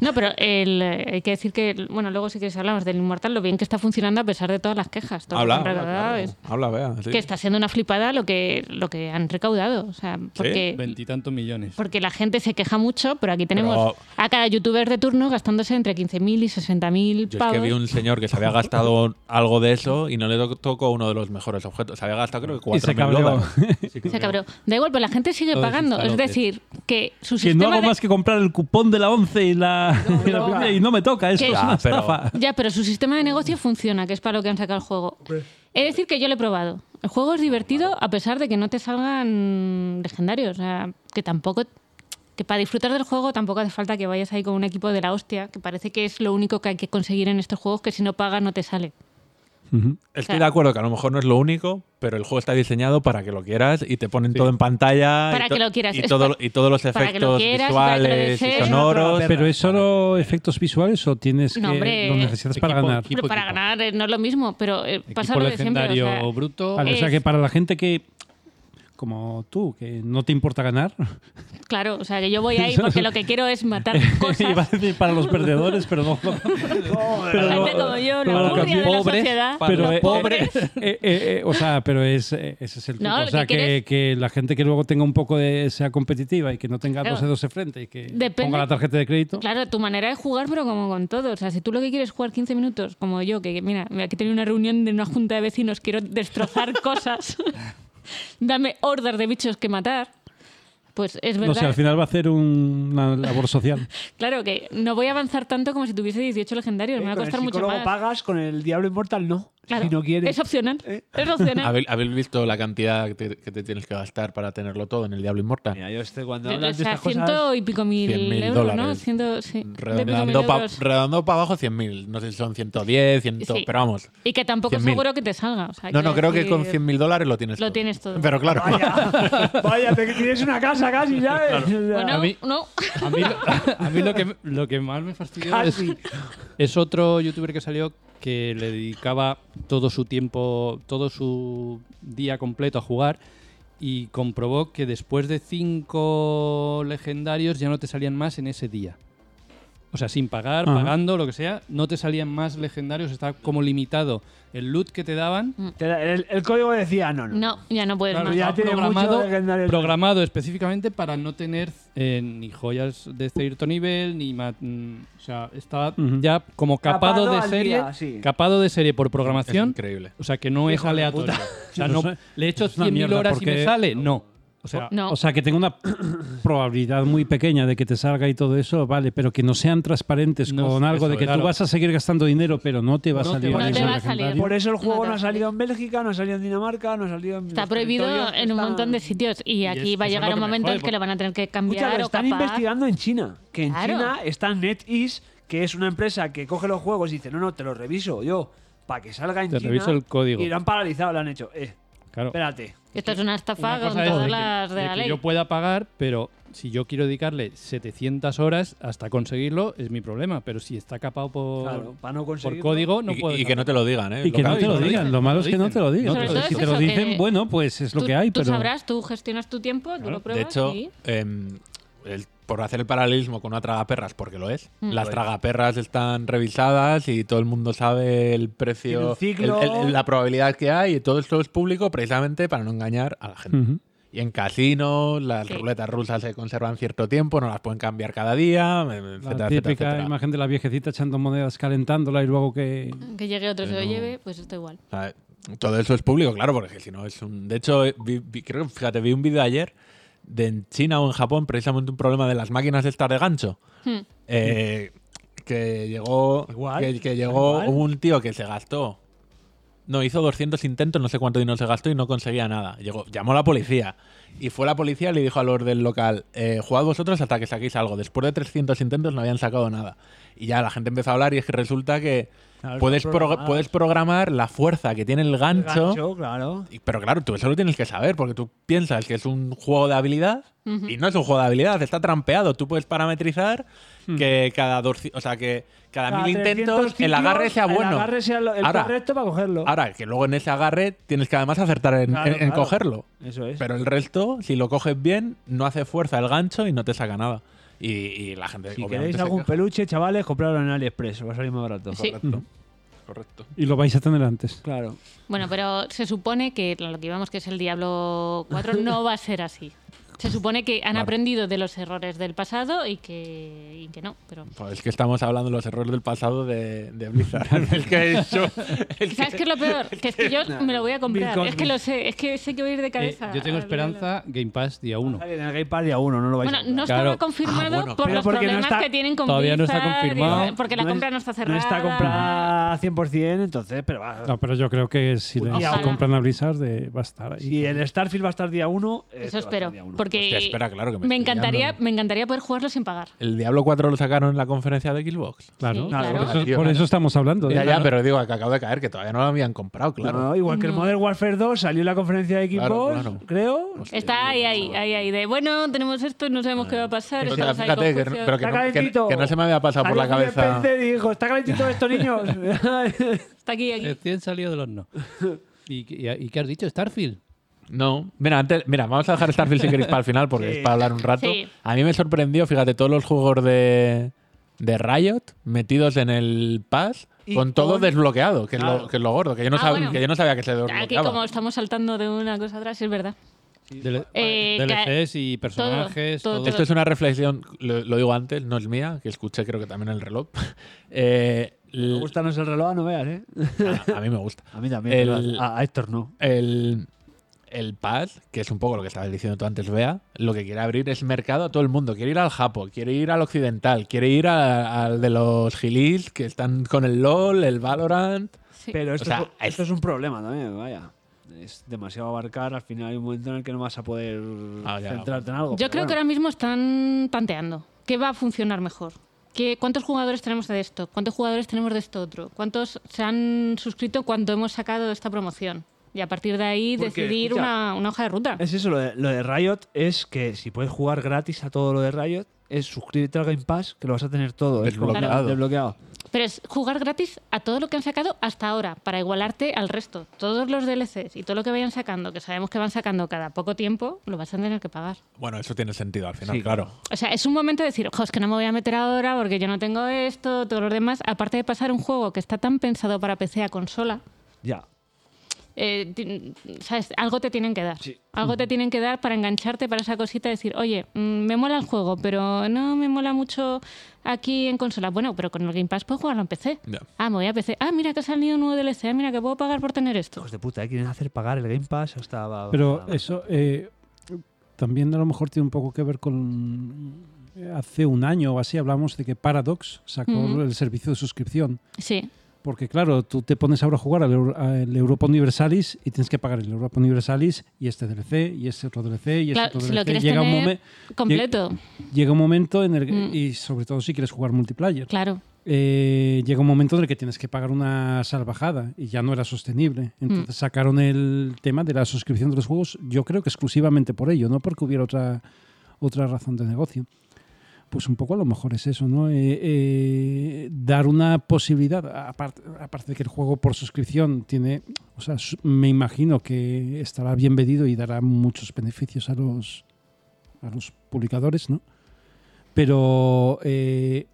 S4: No, pero el, eh, hay que decir que, bueno, luego sí que hablamos del Inmortal, lo bien que está funcionando a pesar de todas las quejas. todo lo
S1: Habla,
S4: que han
S1: habla,
S4: recaudado,
S1: claro.
S4: es-
S1: Habla, vea. sí.
S4: Que está siendo una flipada lo que, lo que han recaudado. O sea, porque,
S5: Veintitantos millones.
S4: porque la gente se queja mucho, pero aquí tenemos
S1: Pero-
S4: a cada youtuber de turno gastándose entre 15.000 y 60.000
S1: Yo es
S4: pavos.
S1: que vi un señor que se había gastado algo de eso y no le to- tocó uno de los mejores objetos. Se había gastado creo que
S7: Y
S1: 4.000
S7: se cabreó.
S1: dólares.
S7: *laughs*
S4: Se cabreó. Da igual, pero la gente sigue
S5: Todo
S4: pagando. Es
S5: desinstaló,
S4: decir, que su
S7: Que no
S4: sistema
S7: hago
S4: de-
S7: más que comprar el cupón de la 11 y la, y, la primera y no me toca, esto
S4: Que-
S7: es una
S1: Ya, pero-
S7: estafa.
S4: Ya, pero su sistema de negocio funciona, que es para lo que han sacado el juego. He de decir que yo lo he probado. El juego es divertido a pesar de que no te salgan legendarios. O sea, que tampoco. Que para disfrutar del juego tampoco hace falta que vayas ahí con un equipo de la hostia, que parece que es lo único que hay que conseguir en estos juegos, que si no pagas no te sale.
S1: Estoy
S4: Claro.
S1: de acuerdo que a lo mejor no es lo único, pero el juego está diseñado para que lo quieras y te ponen todo en pantalla. y
S4: Para
S1: to-
S4: que lo quieras.
S1: Y,
S4: Es
S1: todo-
S4: pa-
S1: y todos los
S4: *laughs* para que lo
S1: efectos
S4: quieras y para que lo
S1: visuales y
S4: desees.
S1: sonoros.
S7: Pero es solo efectos visuales o tienes
S4: No,
S7: que
S4: hombre.
S7: lo necesitas para
S5: Equipo-
S7: ganar.
S5: equipo-
S4: Pero para ganar eh, no es lo mismo, pero eh, pasa
S5: Equipo
S4: lo de siempre. o
S5: legendario
S4: sea,
S5: bruto.
S7: Vale, o sea
S4: es-
S7: que para la gente que
S2: como tú, que no te importa ganar.
S4: Claro, o sea,
S5: *laughs*
S4: que yo voy ahí porque lo que quiero es matar
S2: Iba a
S4: cosas.
S2: decir para los perdedores, pero no. pero no-
S4: Gente como yo,
S2: pero
S4: *laughs* la furia de la
S2: pobres,
S4: sociedad.
S2: pero,
S4: los
S2: eh,
S4: pobres.
S2: eh, eh, eh, o sea, pero es, eh, ese es el truco.
S4: No, lo
S2: o sea,
S4: que
S2: que,
S4: quieres-
S2: que la gente que luego tenga un poco de. sea competitiva y que no tenga
S4: Claro.
S2: dos dedos de frente y que
S4: Depende-
S2: ponga la tarjeta de crédito.
S4: Claro, tu manera de jugar, pero como con todo. O sea, si tú lo que quieres es jugar 15 minutos, como yo, que mira, aquí tengo una reunión de una junta de vecinos, quiero destrozar
S6: *laughs*
S4: cosas, *laughs* dame hordas de bichos que matar, pues es verdad.
S2: No sé, al final va a hacer un- una labor social.
S4: Claro que no voy a avanzar tanto como si tuviese 18 legendarios, me va a
S6: Eh, con el
S4: costar mucho
S6: psicólogo
S4: más.
S6: pagas, con el diablo inmortal no.
S4: Claro,
S6: si no quieres. Eh.
S4: Es opcional.
S1: *laughs*
S4: Es opcional.
S1: ¿Habéis, habéis visto la cantidad que te, que te tienes que gastar para tenerlo todo en el Diablo Inmortal?
S6: Mira, yo este cuando
S4: O
S6: hablan de
S4: sea,
S6: estas
S4: ciento
S6: cosas.
S4: y pico mil,
S1: 100.000
S4: euros, ¿no?
S1: dólares.
S4: Ciento, sí, ciento y pico mil
S1: Redondeando para
S4: euros.
S1: abajo 100.000. No sé si son 110, 100,
S4: Sí.
S1: pero vamos.
S4: Y que tampoco
S1: 100.000.
S4: seguro que te salga. o sea,
S1: No, no,
S4: quiero
S1: creo que con
S4: decir,
S1: 100.000 dólares lo tienes
S4: Lo
S1: todo.
S4: tienes todo.
S1: Pero claro,
S6: Vaya,
S4: *laughs*
S6: vaya, te tienes una casa casi, ¿sabes?
S4: Bueno,
S5: A mí-
S4: no.
S5: A mí, lo, *laughs* a mí lo que, lo que más me fastidió es,
S6: Casi.
S5: es otro youtuber que salió que le dedicaba todo su tiempo, todo su día completo a jugar y comprobó que después de cinco legendarios ya no te salían más en ese día. O sea, sin pagar,
S2: Ajá.
S5: pagando, lo que sea, no te salían más legendarios, estaba como limitado el loot que te daban.
S6: Te da- El, el código decía "Ah, no, no.
S4: No, ya no puedes
S5: Claro,
S4: más.
S6: ya
S5: estaba
S6: tiene mucho
S5: programado,
S6: legendario.
S5: programado específicamente para no tener eh, ni joyas de este cierto nivel, ni ma- mm, o sea, estaba
S2: Ujú.
S5: ya como capado,
S6: Capado
S5: de
S6: al
S5: serie,
S6: día, sí.
S5: capado de serie por
S1: es
S5: programación,
S1: increíble.
S5: o sea que no es
S6: Hijo de
S5: aleatorio.
S6: puta.
S5: O *laughs* sea, no,
S2: Eso es-
S5: le he hecho
S2: es una
S5: 100.000
S2: mierda,
S5: horas y me
S2: porque-
S5: sale, no. O sea,
S4: No.
S2: O sea, que tenga una *clears throat* probabilidad muy pequeña de que te salga y todo eso, vale, pero que no sean transparentes
S5: No,
S2: con algo
S5: eso,
S2: de que
S5: claro.
S2: tú vas a seguir gastando dinero, pero no te va a
S5: No te
S2: salir.
S5: va a
S2: ningún
S4: salir. No te va a salir.
S2: legendario.
S6: Por eso el juego
S4: Nada.
S6: no ha salido en Bélgica, no ha salido en Dinamarca, no ha salido en.
S4: Está
S6: los
S4: prohibido
S6: territorios que
S4: en un
S6: están-
S4: montón de sitios y aquí
S5: es-
S4: va a
S5: eso es lo
S4: llegar un
S5: que me
S4: momento
S5: jode,
S4: en que
S5: porque-
S4: lo van a tener que
S6: Escucha,
S4: cambiar o
S6: lo están
S4: capar.
S6: investigando en China. Que en
S4: Claro.
S6: China está NetEase, que es una empresa que coge los juegos y dice, no, no, te los reviso yo, para que salga en
S5: Te
S6: China.
S5: reviso el código.
S6: Y lo han paralizado, lo han hecho. Eh,
S5: claro.
S6: espérate.
S4: Esto es una estafa
S5: Una cosa
S4: con
S5: es de
S4: todas
S5: que-
S4: las de
S5: de
S4: la
S5: que
S4: ley.
S5: yo pueda pagar, pero si yo quiero dedicarle 700 horas hasta conseguirlo, es mi problema. Pero si está capado por,
S6: Claro, para no
S5: por
S6: conseguirlo.
S5: código, no
S1: y,
S5: puedo.
S1: y que no te lo digan, ¿eh?
S2: Y que no te lo
S1: dicen.
S2: digan, lo malo es que no te lo digan.
S4: Sobre
S2: Entonces,
S4: todo
S2: si
S4: es
S2: te lo
S4: eso,
S2: dicen,
S4: que-
S2: bueno, pues es lo
S4: Tú-
S2: que hay,
S4: tú
S2: pero
S4: sabrás, tú gestionas tu tiempo, tú lo
S1: De
S4: pruebas
S1: hecho,
S4: y-
S1: em, el- por hacer el paralelismo con una tragaperras, porque lo es,
S4: Mm.
S1: las
S4: Lo es.
S1: tragaperras están revisadas y todo el mundo sabe el precio,
S6: Tiene un ciclo.
S1: el- el- la probabilidad que hay, y todo esto es público precisamente para no engañar a la gente.
S2: Ujú.
S1: Y en casinos, las
S4: Sí.
S1: ruletas rusas se conservan cierto tiempo, no las pueden cambiar cada día, em,
S2: La
S1: etcétera,
S2: típica
S1: etcétera, etcétera.
S2: imagen de la viejecita echando monedas, calentándola y luego que...
S4: que llegue otro se lo
S1: Pero-
S4: lleve, pues está igual.
S1: O sea, Todo eso es público, claro, porque si no es un. De hecho, eh, vi- vi- creo que, fíjate, vi un vídeo ayer de en China o en Japón, precisamente un problema de las máquinas estas de gancho.
S4: Hmm.
S1: Eh, que llegó.
S6: Igual,
S1: que, que llegó
S6: igual.
S1: hubo un tío que se gastó. No, hizo 200 intentos, no sé cuánto dinero se gastó y no conseguía nada. Llegó, llamó a la policía. Y fue la policía y le dijo a los del local: eh, Jugad vosotros hasta que saquéis algo. Después de 300 intentos no habían sacado nada. Y ya la gente empezó a hablar y es que resulta que
S6: Claro,
S1: puedes,
S6: son
S1: pro-
S6: programadas.
S1: puedes programar la fuerza que tiene el
S6: El
S1: gancho.
S6: gancho, claro.
S1: Y- Pero claro, tú eso lo tienes que saber, porque tú piensas que es un juego de habilidad y no es un juego de habilidad, está trampeado. Tú puedes parametrizar
S6: Hmm.
S1: que cada dosci- o sea, que cada, mil
S6: 300
S1: intentos el agarre
S6: ciclos,
S1: sea bueno.
S6: El agarre sea lo- el
S1: ahora,
S6: correcto para cogerlo.
S1: ahora, que luego en ese agarre tienes que además acertar en,
S6: Claro,
S1: en- en
S6: claro.
S1: cogerlo.
S6: Eso es.
S1: Pero el resto, si lo coges bien, no hace fuerza el gancho y no te saca nada. Y, y la gente
S6: si
S1: obviamente,
S6: queréis
S1: se
S6: algún
S1: queja.
S6: peluche, chavales, comprarlo en AliExpress, os va a salir más barato.
S4: Sí.
S1: Correcto. Correcto.
S2: Y lo vais a tener antes.
S6: Claro.
S4: Bueno, pero se supone que lo que íbamos que es el Diablo 4 no va a ser así. Se supone que han aprendido de los errores del pasado y que, y que no, pero...
S1: Pues es que estamos hablando de los errores del pasado de, de Blizzard.
S6: *laughs*
S1: *laughs* el que he hecho. el
S4: ¿Sabes
S1: que-
S4: qué es lo peor? Que es que yo me lo voy a comprar.
S6: Bill
S4: Es que lo sé, es que sé que voy a ir de
S5: Eh,
S4: cabeza.
S5: yo tengo
S4: al
S5: esperanza Game Pass día 1.
S6: Sale En el Gamepad día uno, no lo vais
S4: Bueno,
S6: a comprar.
S4: no
S5: Claro.
S4: estaba confirmado
S1: Ah, bueno,
S4: por
S6: pero
S4: los
S6: porque no
S4: problemas
S6: está-
S4: que tienen con
S5: todavía no está
S4: Blizzard y-
S5: confirmado.
S4: porque la
S6: No
S4: compra
S6: es-
S4: no está cerrada.
S6: No está comprada 100%, entonces, pero va.
S2: No, pero yo creo que si le
S6: Ojalá.
S2: si compran a Blizzard eh, va a estar ahí.
S6: Si el Starfield va a estar día 1,
S4: Eso espero, porque
S1: Hostia, espera, claro que me
S4: me
S1: estoy
S4: encantaría,
S1: liando.
S4: me encantaría poder jugarlo sin pagar.
S1: El Diablo 4 lo sacaron en la conferencia de Xbox.
S2: Claro,
S4: Sí,
S2: claro,
S4: claro.
S2: Por, eso, por eso estamos hablando. ¿eh? de-
S1: Ya, ya, pero digo que acabo de caer, que todavía no lo habían comprado, claro.
S6: igual que el
S4: No.
S6: Modern Warfare 2 salió en la conferencia de Xbox,
S1: Claro, claro.
S6: creo.
S4: Está ahí, ahí, ahí, ahí, de bueno, tenemos esto, no sabemos qué va a pasar.
S1: O sea,
S4: estamos ahí
S1: fíjate, que,
S4: con
S1: pero que
S6: Está
S1: no, que-
S6: calentito.
S1: que no se me había pasado por la
S6: Salió Phil
S1: cabeza.
S6: Spencer y dijo, está calentito esto, niños.
S1: *laughs*
S4: Está aquí, aquí.
S5: Eh,
S1: Eh,
S5: Recién salido del horno. ¿Y, qué- y, y qué has dicho? ¿Starfield?
S1: No, mira, antes, mira, vamos a dejar Starfield si queréis para el final porque es para hablar un rato.
S4: Sí.
S1: A mí me sorprendió, fíjate, todos los juegos de, de Riot metidos en el Pass
S6: Y
S1: con todo
S6: con-
S1: desbloqueado, que, es
S6: Claro.
S1: lo, que es lo gordo, que yo no,
S4: Ah,
S1: sab-
S4: bueno.
S1: que yo no sabía que se
S4: Aquí
S1: desbloqueaba.
S4: Ah, como estamos saltando de una cosa a otra, sí es verdad.
S5: Dele-
S4: Eh,
S5: DLCs y personajes.
S4: todo,
S5: Todo,
S4: todo.
S1: Esto es una reflexión, lo, lo digo antes, no es mía, que escuché creo que también en el reloj. *laughs* Eh, l-
S6: Me gusta no es el reloj, no veas, ¿eh?
S1: *laughs* a- a mí me gusta.
S6: A mí también.
S1: El-
S6: pero A, a Héctor no.
S1: El, el Pass, que es un poco lo que estabas diciendo tú antes, Bea, lo que quiere abrir es mercado a todo el mundo. Quiere ir al Japo, quiere ir al Occidental, quiere ir a- al de los Gilis, que están con el LOL, el Valorant.
S4: Sí.
S6: Pero esto,
S1: O sea,
S6: es,
S1: es-
S6: esto es un problema también, vaya. Es demasiado abarcar, al final hay un momento en el que no vas a poder
S1: Ah, ya.
S6: centrarte en algo.
S4: Yo creo que ahora mismo están tanteando. ¿Qué va a funcionar mejor? ¿Qué, ¿Cuántos jugadores tenemos de esto? ¿Cuántos jugadores tenemos de esto otro? ¿Cuántos se han suscrito cuando hemos sacado esta promoción? Y a partir de ahí
S6: Porque,
S4: decidir
S6: escucha,
S4: una, una hoja de ruta.
S6: Es eso, lo de, lo de Riot es que si puedes jugar gratis a todo lo de Riot, es suscribirte al Game Pass, que lo vas a tener todo. es como-
S1: Desbloqueado.
S6: desbloqueado.
S4: Pero es jugar gratis a todo lo que han sacado hasta ahora, para igualarte al resto. Todos los DLCs y todo lo que vayan sacando, que sabemos que van sacando cada poco tiempo, lo vas a tener que pagar.
S1: Bueno, eso tiene sentido al final,
S6: Sí,
S1: claro.
S4: O sea, es un momento de decir, ojo, es que no me voy a meter ahora porque yo no tengo esto, todos los demás. Aparte de pasar un juego que está tan pensado para PC a consola,
S6: Ya.
S4: eh, ti- ¿sabes? algo te tienen que dar.
S6: Sí.
S4: Algo te tienen que dar para engancharte para esa cosita de decir, oye, mm, me mola el juego, pero no me mola mucho aquí en consola. Bueno, pero con el Game Pass puedo jugarlo en PC.
S6: Mm.
S1: Ya.
S4: Ah, me voy a PC. Ah, mira que ha salido un nuevo DLC. Ah, mira que puedo pagar por tener esto.
S6: Hijos de puta, ¿eh? quieren hacer pagar el Game Pass hasta.
S2: Pero eso eh, también a lo mejor tiene un poco que ver con... eh, Hace un año o así hablamos de que Paradox sacó
S4: Ujú.
S2: el servicio de suscripción.
S4: Sí,
S2: Porque claro, tú te pones ahora a jugar al, Euro- al Europa Universalis y tienes que pagar el Europa Universalis y este DLC y este otro DLC y este
S4: Claro,
S2: otro
S4: si
S2: DLC.
S4: lo quieres
S2: llega, un
S4: tener
S2: momen-
S4: completo,
S2: llega un momento en el que,
S4: Mm.
S2: y sobre todo si quieres jugar multiplayer,
S4: claro.
S2: eh, llega un momento en el que tienes que pagar una salvajada y ya no era sostenible. Entonces sacaron el tema de la suscripción de los juegos, yo creo que exclusivamente por ello, no porque hubiera otra, otra razón de negocio. Pues un poco a lo mejor es eso, ¿no? Eh, eh, dar una posibilidad, aparte, aparte de que el juego por suscripción tiene, o sea, su- me imagino que estará bien vendido y dará muchos beneficios a los, a los publicadores, ¿no? Pero eh,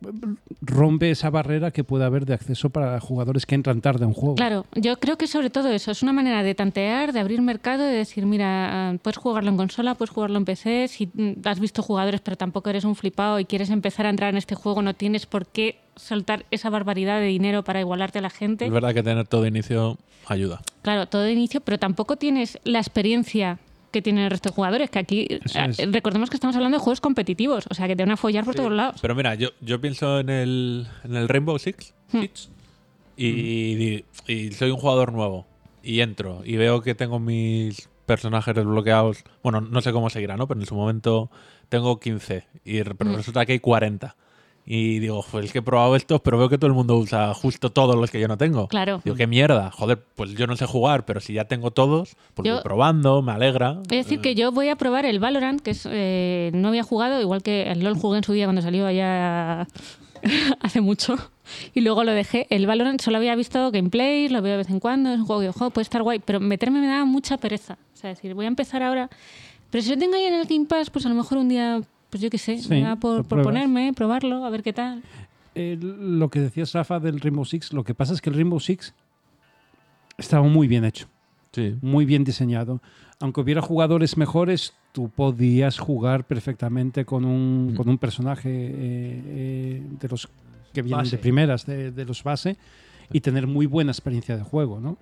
S2: rompe esa barrera que puede haber de acceso para jugadores que entran tarde a un juego.
S4: Claro, yo creo que sobre todo eso es una manera de tantear, de abrir mercado, de decir, mira, ah, puedes jugarlo en consola, puedes jugarlo en PC, si mm, has visto jugadores pero tampoco eres un flipado y quieres empezar a entrar en este juego, no tienes por qué soltar esa barbaridad de dinero para igualarte a la gente.
S1: Es verdad que tener todo inicio ayuda.
S4: Claro, todo de inicio, pero tampoco tienes la experiencia que tienen el resto de jugadores, que aquí
S2: Eso
S4: ah,
S2: es.
S4: recordemos que estamos hablando de juegos competitivos, o sea, que te van a follar por todos lados.
S1: Pero mira, yo, yo pienso en el, en el Rainbow Six
S4: Hmm.
S1: Siege, y, y- y soy un jugador nuevo y entro y veo que tengo mis personajes desbloqueados. Bueno, no sé cómo seguirá, ¿no? Pero en su momento tengo 15 y re-
S4: Hmm.
S1: pero resulta que hay 40. Y digo, pues es que he probado estos, pero veo que todo el mundo usa justo todos los que yo no tengo.
S4: Claro.
S1: Digo, qué mierda. Joder, pues yo no sé jugar, pero si ya tengo todos, pues
S4: Yo-
S1: voy probando, me alegra.
S4: Es decir,
S2: Mm.
S4: que yo voy a probar el Valorant, que es, eh, no había jugado, igual que el LOL jugué en su día cuando salió allá *laughs* hace mucho. Y luego lo dejé. El Valorant solo había visto gameplay, lo veo de vez en cuando, es un juego que ojo, puede estar guay, pero meterme me daba mucha pereza. O sea, decir, voy a empezar ahora. Pero si lo tengo ahí en el Game Pass, pues a lo mejor un día, pues yo qué sé,
S2: Sí,
S4: me da por,
S2: lo
S4: por
S2: pruebas.
S4: ponerme, probarlo, a ver qué tal.
S2: Eh, lo que decías, Rafa, del Rainbow Six, lo que pasa es que el Rainbow Six estaba muy bien hecho,
S1: Sí.
S2: muy bien diseñado. Aunque hubiera jugadores mejores, tú podías jugar perfectamente con un, con un personaje eh, eh, de los que vienen
S6: Base.
S2: de primeras, de, de los base, y tener muy buena experiencia de juego, ¿no?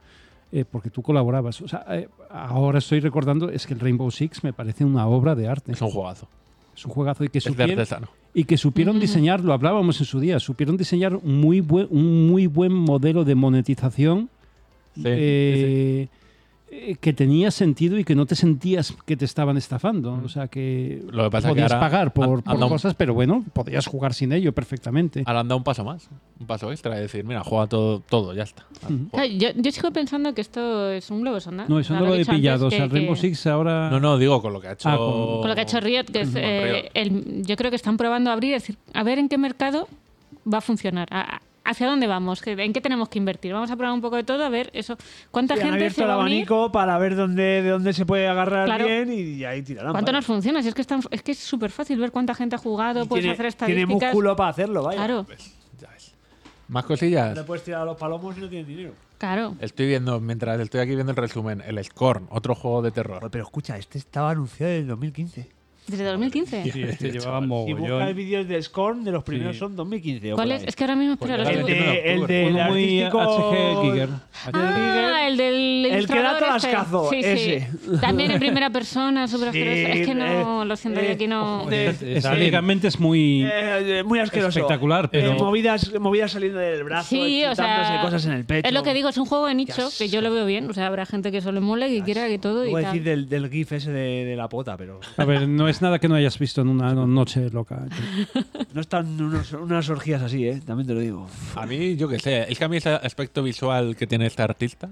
S2: Eh, porque tú colaborabas. O sea, eh, ahora estoy recordando, es que el Rainbow Six me parece una obra de arte.
S1: Es un juegazo.
S2: Es un juegazo y que
S1: Es de
S2: supiera-
S1: artesano.
S2: y que supieron diseñar, lo hablábamos en su día, supieron diseñar un muy buen, un muy buen modelo de monetización
S1: Sí,
S2: eh, eh, que tenía sentido y que no te sentías que te estaban estafando. O sea que,
S1: Lo que pasa es que
S2: podías
S1: ahora
S2: pagar por,
S1: han-
S2: por
S1: han dado-
S2: cosas, pero bueno, podías jugar sin ello perfectamente.
S1: Ahora han dado un paso más, un paso extra, es decir, mira, juega todo, todo ya está.
S4: Claro, yo, yo sigo pensando que esto es un globo sonda.
S2: No,
S4: O
S2: eso
S4: sea,
S2: no lo
S4: he
S2: he
S4: dicho antes,
S2: pillado. O
S4: que-
S2: sea, el Rainbow
S4: que-
S2: Six ahora...
S1: No, no, digo con lo que ha hecho.
S2: Ah, con-
S4: con lo que ha hecho Riot, que es,
S1: Con
S4: eh,
S1: Riot.
S4: el- yo creo que están probando a abrir, es decir, a ver en qué mercado va a funcionar. A, a- hacia dónde vamos, ¿Qué- en qué tenemos que invertir. Vamos a probar un poco de todo, a ver eso. ¿Cuánta
S6: Y han
S4: gente se
S6: abierto el
S4: va a unir?
S6: abanico para ver dónde, de dónde se puede agarrar
S4: Claro.
S6: bien y ahí tirarán.
S4: ¿Cuánto
S6: vale.
S4: nos funciona? Si es que es tan- es que es súper fácil ver cuánta gente ha jugado,
S6: Y
S4: puedes
S6: tiene,
S4: hacer
S6: tiene
S4: estadísticas.
S6: músculo para hacerlo, vaya.
S4: Claro,
S1: Más
S6: No le
S1: cosillas.
S6: puedes tirar a los palomos y no tienes dinero.
S4: claro.
S1: Estoy viendo, mientras estoy aquí viendo el resumen, el Scorn, otro juego de terror.
S6: Pero escucha, este estaba anunciado en el 2015.
S4: Desde 2015.
S5: Sí, este llevaba
S6: Si buscas
S5: mogollón.
S6: vídeos de Scorn, de los primeros
S5: Sí.
S6: son 2015. o
S4: ¿Cuál
S6: por
S4: es?
S6: ahí.
S4: Es que ahora mismo espera,
S1: Pues
S4: lo
S1: ya
S4: estoy
S6: El,
S1: la
S4: buscando.
S1: entiendo.
S6: de, el
S1: Uno
S6: del
S2: Uno muy HG Giger.
S6: artístico...
S4: Ah, el del
S6: El que da
S4: ilustrador
S6: todas las
S4: este.
S6: cazó,
S4: Sí, sí.
S6: ese.
S4: También en primera persona, súper
S6: Sí,
S4: asqueroso. Es que no,
S6: eh,
S4: lo siento, yo aquí no.
S6: eh,
S2: Estéticamente es muy.
S6: Eh, eh, muy asqueroso.
S2: Espectacular,
S6: Eh,
S2: pero-
S6: movidas, movidas saliendo del brazo,
S4: Sí, o sea,
S6: chutándose cosas en el pecho.
S4: Es lo que digo, es un juego de nicho,
S6: Ya
S4: que yo lo veo bien. O sea, habrá gente que eso le mole, que quiera que todo y
S6: Voy a decir
S4: tal.
S6: del, del GIF ese de, de la pota, pero
S2: A ver, no es nada que no hayas visto en una noche
S1: *laughs*
S2: loca.
S6: no están unos- unas orgías así, ¿eh? También te lo digo.
S1: A mí, yo qué sé, es que a mí ese aspecto visual que tiene esta artista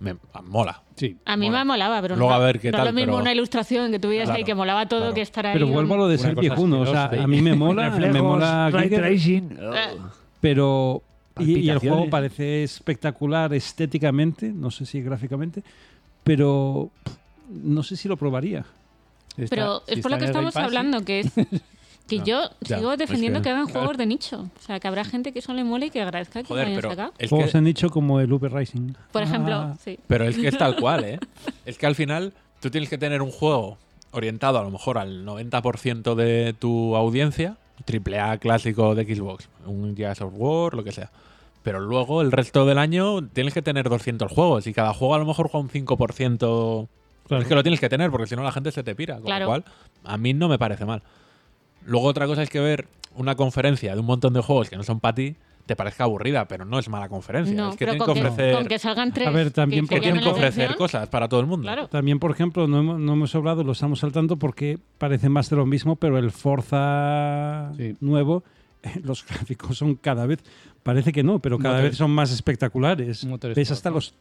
S1: me ah, mola.
S5: Sí.
S4: A mí me molaba, pero
S1: Luego
S4: no,
S1: a ver qué
S4: no
S1: tal,
S4: es lo mismo
S1: pero-
S4: una ilustración que tuvieras ahí
S1: Claro,
S4: que molaba todo
S1: claro.
S4: que estar ahí.
S2: Pero
S4: un-
S2: vuelvo a lo de
S5: Una
S2: ser
S5: cosa
S2: viejuno. O sea,
S5: asquerosa,
S2: a mí me mola, me
S6: Reflejos,
S2: mola
S6: ray
S2: Giger,
S6: tracing.
S4: Eh,
S2: pero y, y el
S6: Palpitaciones.
S2: juego parece espectacular estéticamente, no sé si gráficamente, pero pff, no sé si lo probaría.
S5: Está-
S4: pero
S5: si
S4: es por lo
S5: está
S4: que
S5: en el Game
S4: estamos
S5: Pass,
S4: hablando, que es. Que yo
S1: ya,
S4: sigo
S1: es
S4: defendiendo
S1: que-
S4: que, hagan juegos de nicho. O sea, que habrá gente que eso le mole y que agradezca que lo
S1: Joder,
S4: hayan
S1: pero
S4: sacado.
S1: es,
S2: Juegos
S1: que,
S2: han dicho como el Uber Rising.
S4: Por ejemplo,
S2: Ah.
S4: sí.
S1: pero es que es tal cual, ¿eh? Es que al final tú tienes que tener un juego orientado a lo mejor al 90% de tu audiencia, triple A clásico de Xbox, un Gears of War, lo que sea. Pero luego el resto del año tienes que tener 200 juegos y cada juego a lo mejor juega un 5%.
S2: Claro.
S1: Es que lo tienes que tener porque si no la gente se te pira. Con
S4: Claro.
S1: lo cual, a mí no me parece mal. Luego otra cosa es que ver una conferencia de un montón de juegos que no son para ti te parezca aburrida, pero no es mala conferencia.
S4: No,
S1: es que
S4: pero
S1: tienen que
S4: con que,
S1: ofrecer,
S4: con que salgan tres.
S2: ver, también
S1: que
S2: porque
S1: tienen
S4: llamen
S1: que
S4: la
S1: ofrecer
S4: atención,
S1: cosas para todo el mundo.
S4: Claro.
S2: También, por ejemplo, no hemos, no hemos hablado, lo estamos saltando porque parece más de lo mismo, pero el Forza
S5: Sí.
S2: nuevo, *laughs* los gráficos son cada vez, parece que no, pero cada
S5: Motor-
S2: vez son más espectaculares.
S5: Motor
S2: Ves
S5: Sport,
S2: hasta
S5: ¿no?
S2: los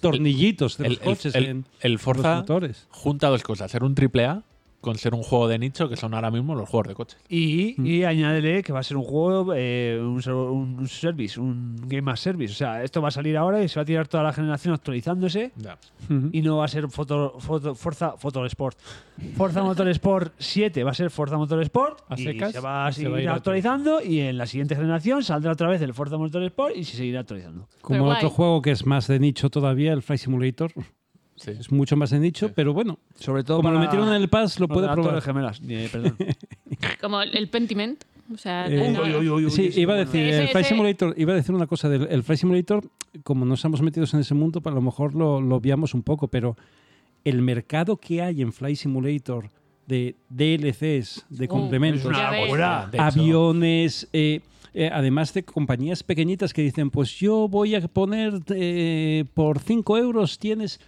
S2: tornillitos de
S1: El,
S2: los
S1: el-
S2: coches
S1: el-
S2: en
S1: el
S2: los
S1: Forza
S2: motores.
S1: junta dos cosas, ser un triple A con ser un juego de nicho que son ahora mismo los juegos de coches.
S6: Y, y añádele que va a ser un juego, eh, un, ser- un service, un game as service. O sea, esto va a salir ahora y se va a tirar toda la generación actualizándose.
S2: Ujú.
S6: Y no va a ser foto, foto- Forza Motorsport. Forza Motorsport 7 va a ser Forza Motorsport.
S5: A
S6: y
S5: secas,
S6: se va a
S5: y se
S6: seguir
S5: va a ir
S6: actualizando. Y en la siguiente generación saldrá otra vez el Forza Motorsport y se seguirá actualizando.
S2: Como
S4: Pero guay.
S2: otro juego que es más de nicho todavía, el Flight Simulator,
S1: Sí.
S2: es mucho más de nicho, pero bueno,
S6: Sobre todo
S2: como lo
S6: para-
S2: metieron en el Pass, lo
S6: para
S2: puede
S6: las
S2: probar.
S6: Torres gemelas. Eh, perdón.
S4: Como el, el Pentiment. O sea,
S2: Eh,
S4: no-
S6: Uy, uy, uy, uy,
S2: Sí,
S6: ese
S2: iba a
S6: bueno.
S2: decir,
S4: Ese-
S2: el Flight
S4: ese-
S2: Simulator, iba a decir una cosa del el Flight Simulator, como no estamos metidos en ese mundo, pues, a lo mejor lo, lo obviamos un poco, pero el mercado que hay en Flight Simulator de DLCs, de
S4: Uh,
S2: complementos,
S6: Es una
S4: Ya ves.
S6: locura.
S1: De hecho,
S2: aviones, eh, eh, además de compañías pequeñitas que dicen, pues yo voy a poner eh, por 5 euros tienes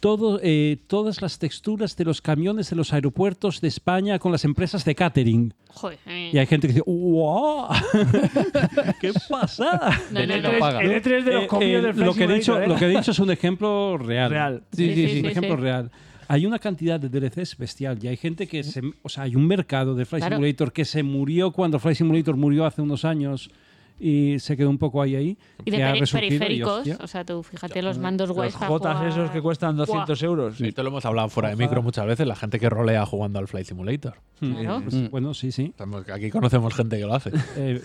S2: todo, eh, todas las texturas de los camiones de los aeropuertos de España con las empresas de catering.
S4: Joder. eh.
S2: Y hay gente que dice, ¡wow! *laughs* ¡Qué pasada!
S4: No, no,
S5: Belén
S4: no.
S5: lo paga.
S6: El E3 de los
S2: Eh,
S6: comidos
S2: eh,
S6: del
S2: lo, que he
S6: Flight
S2: dicho,
S6: Simulator,
S2: lo
S6: ¿eh?
S2: que he dicho es un ejemplo real.
S6: Real.
S4: Sí, sí, sí,
S2: un
S4: sí,
S2: ejemplo
S4: sí.
S2: real. Hay una cantidad de DLCs bestial y hay gente que se. O sea, hay un mercado de Flight
S4: Claro.
S2: Simulator que se murió cuando Flight Simulator murió hace unos años y se quedó un poco ahí ahí.
S4: Y de
S2: que ha
S4: peri-
S2: resurgido y,
S4: periféricos,
S2: hostia,
S4: o sea, tú fíjate los mandos guays
S6: Los
S4: para
S6: Jotas
S4: jugar.
S6: esos que cuestan 200 euros.
S1: Esto lo hemos hablado fuera de micro muchas veces, la gente que rolea jugando al Flight Simulator.
S4: Claro.
S2: pues, bueno, sí, sí.
S1: Estamos- Aquí conocemos gente que lo hace.
S2: Eh,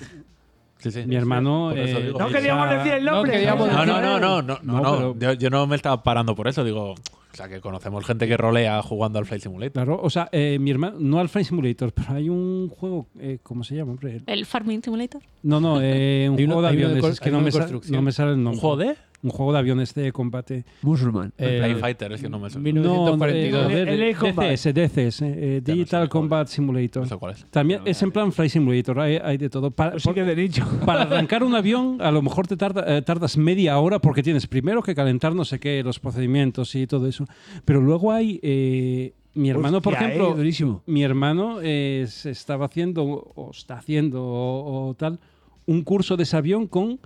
S1: Sí, sí.
S2: mi hermano.
S1: Por eso
S2: eh,
S1: digo.
S6: No
S1: Sí.
S6: queríamos
S2: está-
S6: decir el nombre.
S5: no queríamos
S1: No, no, no, no, no,
S2: No,
S1: no,
S2: pero-
S1: no. Yo, yo no me estaba parando por eso. Digo, o sea, que conocemos gente que rolea jugando al Flight Simulator.
S2: Claro, o sea, eh, mi hermano, no al Flight Simulator, pero hay un juego, eh, ¿cómo se llama? hombre?
S4: El Farming Simulator.
S2: No, no, eh, un
S5: Hay uno-
S2: juego de
S5: hay uno de
S2: aviones,
S5: cor-
S2: es que
S5: hay
S2: no
S5: uno
S2: me,
S5: de
S2: sa-
S5: construcción.
S2: no me sale el nombre.
S1: de?
S2: Un juego de aviones de combate.
S6: Musulmán.
S5: Eh,
S1: Play Fighter, es que no me suena.
S2: No,
S5: 1942.
S2: eh,
S6: El- el Combat.
S2: DCS, DCS, eh, eh,
S1: Ya no
S2: Digital
S1: sé cuál
S2: Combat
S1: No
S2: Simulator.
S1: Pues, sé cuál es.
S2: También es en plan Flight Simulator, hay, hay de todo. Para,
S6: Pues Sí que de nicho.
S2: *laughs* para arrancar un avión, a lo mejor te tarda- eh, tardas media hora porque tienes primero que calentar no sé qué, los procedimientos y todo eso. Pero luego hay. eh, mi hermano, por
S6: Hostia, eh,
S2: ejemplo,
S6: durísimo.
S2: mi hermano eh, se estaba haciendo, o está haciendo, o, o tal, un curso de ese avión con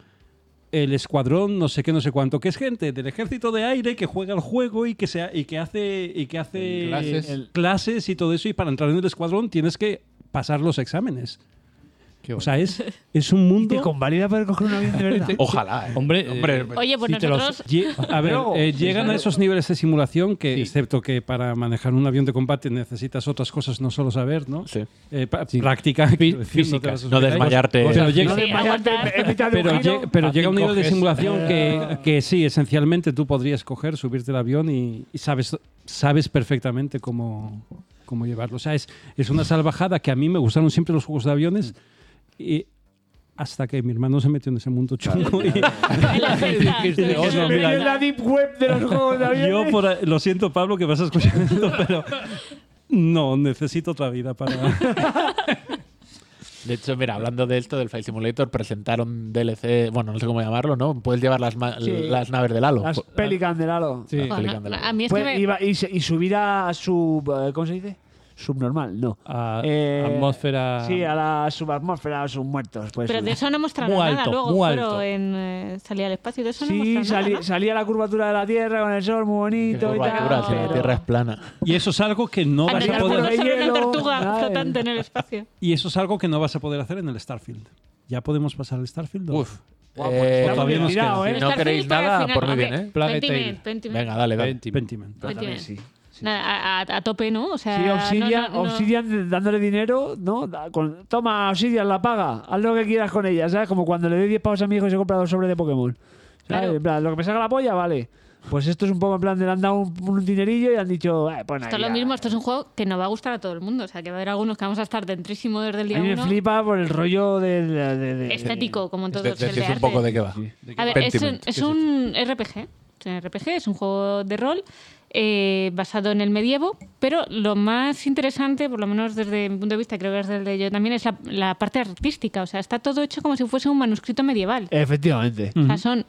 S2: el escuadrón no sé qué no sé cuánto que es gente del ejército de aire que juega al juego y que se ha- y que hace y que hace
S5: Clases.
S2: el- clases y todo eso y para entrar en el escuadrón tienes que pasar los exámenes
S5: Qué
S2: O
S5: bueno.
S2: sea, es, es *laughs* un mundo.
S6: ¿Te convalida poder coger un avión de verdad?
S1: Ojalá. eh.
S5: Hombre, eh,
S4: Oye, pues
S5: Si te los-
S2: *laughs*
S4: nosotros.
S2: Lle- A ver,
S6: Luego,
S2: eh, llegan a esos niveles de simulación que,
S5: Sí.
S2: excepto que para manejar un avión de combate necesitas otras cosas, no solo saber, ¿no?
S1: Sí.
S2: Eh, pa- Práctica, quiero decir, no te vas a
S5: físicas.
S1: No
S2: olvidar.
S1: desmayarte.
S2: Pero llega-
S4: Sí, aguantar.
S2: pero,
S6: yo
S2: lle- pero
S5: a
S2: llega un
S5: cinco
S2: nivel de
S5: Gs.
S2: simulación que, que sí, esencialmente tú podrías coger, subirte al avión y, y sabes, sabes perfectamente cómo, cómo llevarlo. O sea, es, es una salvajada que a mí me gustaron siempre los juegos de aviones y hasta que mi hermano se metió en ese mundo chungo y
S4: En la fiesta.
S2: Dijiste,
S4: En la
S2: "Oh, no, mira,
S4: fiesta".
S6: la deep web de los juegos de aviones.
S2: yo por ahí- lo siento Pablo que vas a escuchar esto, pero no, necesito otra vida para...
S1: De hecho, mira, hablando de esto, del Flight Simulator, presentaron DLC, bueno, no sé cómo llamarlo, ¿no? Puedes llevar las, ma-
S6: Sí.
S1: las naves del halo.
S6: Las Pelican del Halo.
S2: Sí.
S1: Las Pelican
S4: Bueno,
S1: del halo.
S4: a mí es que
S6: Pues
S4: me-
S6: iba- y, se- y subir a sub. eh, ¿Cómo se dice? Subnormal, no.
S5: a-
S6: Eh,
S5: atmósfera.
S1: Ah.
S6: Sí, a la subatmósfera, a sus muertos. Pues,
S4: Pero de eso no mostraron
S5: Muy
S4: nada
S5: alto,
S4: luego,
S5: muy
S4: pero
S5: alto.
S4: en eh, Salía al Espacio, de eso no
S6: sí,
S4: mostraron
S6: salí-
S4: nada, ¿no?
S6: salía la curvatura de la Tierra con el sol muy
S1: Qué
S6: bonito y
S1: curvatura,
S6: tal.
S1: si la
S6: pero-
S1: Tierra es plana.
S2: Y eso es algo que no
S4: Antes
S2: vas
S4: de
S2: a
S6: Andar por
S2: poder...
S4: alguno
S6: poder-
S4: sobre una
S6: hielo,
S4: tortuga
S6: ¿sabes?
S4: flotante en el espacio.
S2: Y eso es algo que no vas a poder hacer en el Starfield. ¿Ya podemos pasar al Starfield? o-
S1: Uf. pues,
S2: está muy
S1: todavía
S2: bien
S1: nos queda.
S6: tirado, ¿eh?
S1: Si no
S4: Starfield
S1: queréis
S4: está al
S1: nada,
S4: final.
S1: por mí
S4: Hombre,
S1: bien, ¿eh?
S5: Plague
S4: Pentiment,
S5: Tale.
S4: Pentiment.
S1: Venga, dale, dale.
S5: Pentiment.
S2: Pentiment.
S4: Pentiment.
S6: También sí. sí.
S4: Nada, a, a- a tope, ¿no? O sea,
S6: Sí, Obsidian,
S4: no, no, no.
S6: Obsidian dándole dinero, ¿no? Da- con- toma, Obsidian, la paga. Haz lo que quieras con ella, ¿sabes? Como cuando le doy 10 pavos a mi hijo y se compra dos sobres de Pokémon. ¿Sabes?
S4: Claro.
S6: En plan, lo que me saca la polla, vale. Pues esto es un poco en plan de le han dado un, un dinerillo y han dicho, eh, pues
S4: Esto es lo mismo, esto es un juego que no va a gustar a todo el mundo. O sea, que va a haber algunos que vamos a estar dentrísimo desde el
S6: A
S4: día
S6: mí me
S4: uno. Este-
S6: flipa por el rollo del de, de-
S4: Estético, como en todo
S1: De-
S4: el
S1: decís un poco de qué va.
S4: A ver, es un,
S1: Pentiment.
S4: es un RPG. Es un RPG, es un juego de rol eh, basado en el medievo, pero lo más interesante, por lo menos desde mi punto de vista, creo que desde el de yo también, es la, la parte artística. O sea, está todo hecho como si fuese un manuscrito medieval.
S6: Efectivamente.
S4: O sea, son.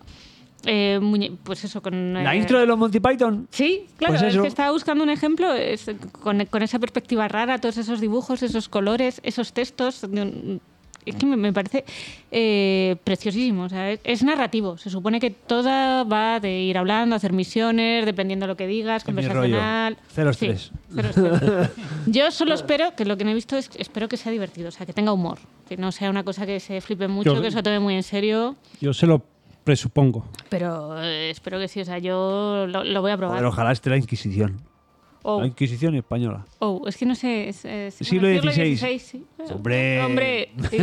S4: eh, muñe- pues eso, con.
S6: La
S4: eh,
S6: intro de los Monty Python.
S4: Sí, claro,
S6: Pues
S4: es
S6: eso.
S4: que estaba buscando un ejemplo es, con, con esa perspectiva rara, todos esos dibujos, esos colores, esos textos. de un- Es que me, me parece eh, preciosísimo. o sea, es, es narrativo. Se supone que toda va de ir hablando, hacer misiones, dependiendo de lo que digas,
S6: mi rollo.
S4: conversacional.
S6: Cero
S4: Sí,
S6: estrés.
S4: cero estrés. Yo solo espero que lo que no he visto es espero que sea divertido, o sea, que tenga humor, que no sea una cosa que se flipe mucho,
S2: Yo-
S4: que se lo tome muy en serio.
S2: Yo se lo presupongo.
S4: Pero eh, espero que sí, o sea, yo lo, lo voy a probar.
S6: Joder, ojalá esté la Inquisición.
S4: O-
S6: La Inquisición española.
S4: Oh, es que no sé. Es, es-
S6: Siglo
S4: bueno,
S6: XVI.
S4: sí.
S6: Hombre.
S4: Hombre, sí.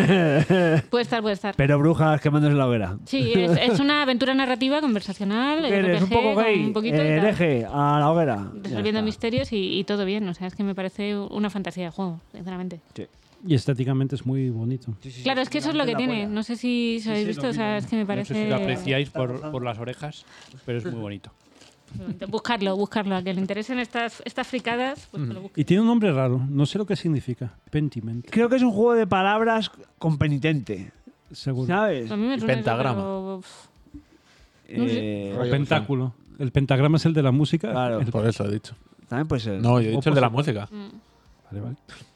S6: *laughs*
S4: puede estar, puede estar.
S6: Pero brujas quemándose en la hoguera.
S4: Sí, es, es una aventura narrativa, conversacional,
S6: Eres
S4: RPG,
S6: un poco
S4: con
S6: gay,
S4: un poquito de tal,
S6: hereje, a la hoguera.
S4: resolviendo
S6: Ya está.
S4: misterios y, y todo bien. O sea, es que me parece una fantasía de juego, sinceramente.
S2: Y estéticamente es muy bonito.
S4: claro, es que eso es lo que
S6: la
S4: tiene.
S6: polla.
S4: No sé si os habéis visto, o sea, es que me
S5: No
S4: parece...
S5: sé si lo apreciáis por, por las orejas, pero es muy bonito.
S4: Buscarlo, buscarlo. A que le interesen estas, estas fricadas, pues que lo busque.
S2: Y tiene un nombre raro, no sé lo que significa. Pentiment,
S6: Creo que es un juego de palabras con penitente.
S2: seguro.
S6: ¿Sabes?
S4: A mí me
S1: Y
S4: suena eso,
S1: pentagrama.
S4: pero, uf,
S6: Eh,
S1: pues,
S2: O pentáculo. El pentagrama es el de la música.
S6: Claro.
S2: El-
S1: Por eso he dicho.
S6: También puede ser.
S1: No, yo he
S2: O
S1: dicho el de la música.
S4: Mm.
S2: Vale, vale.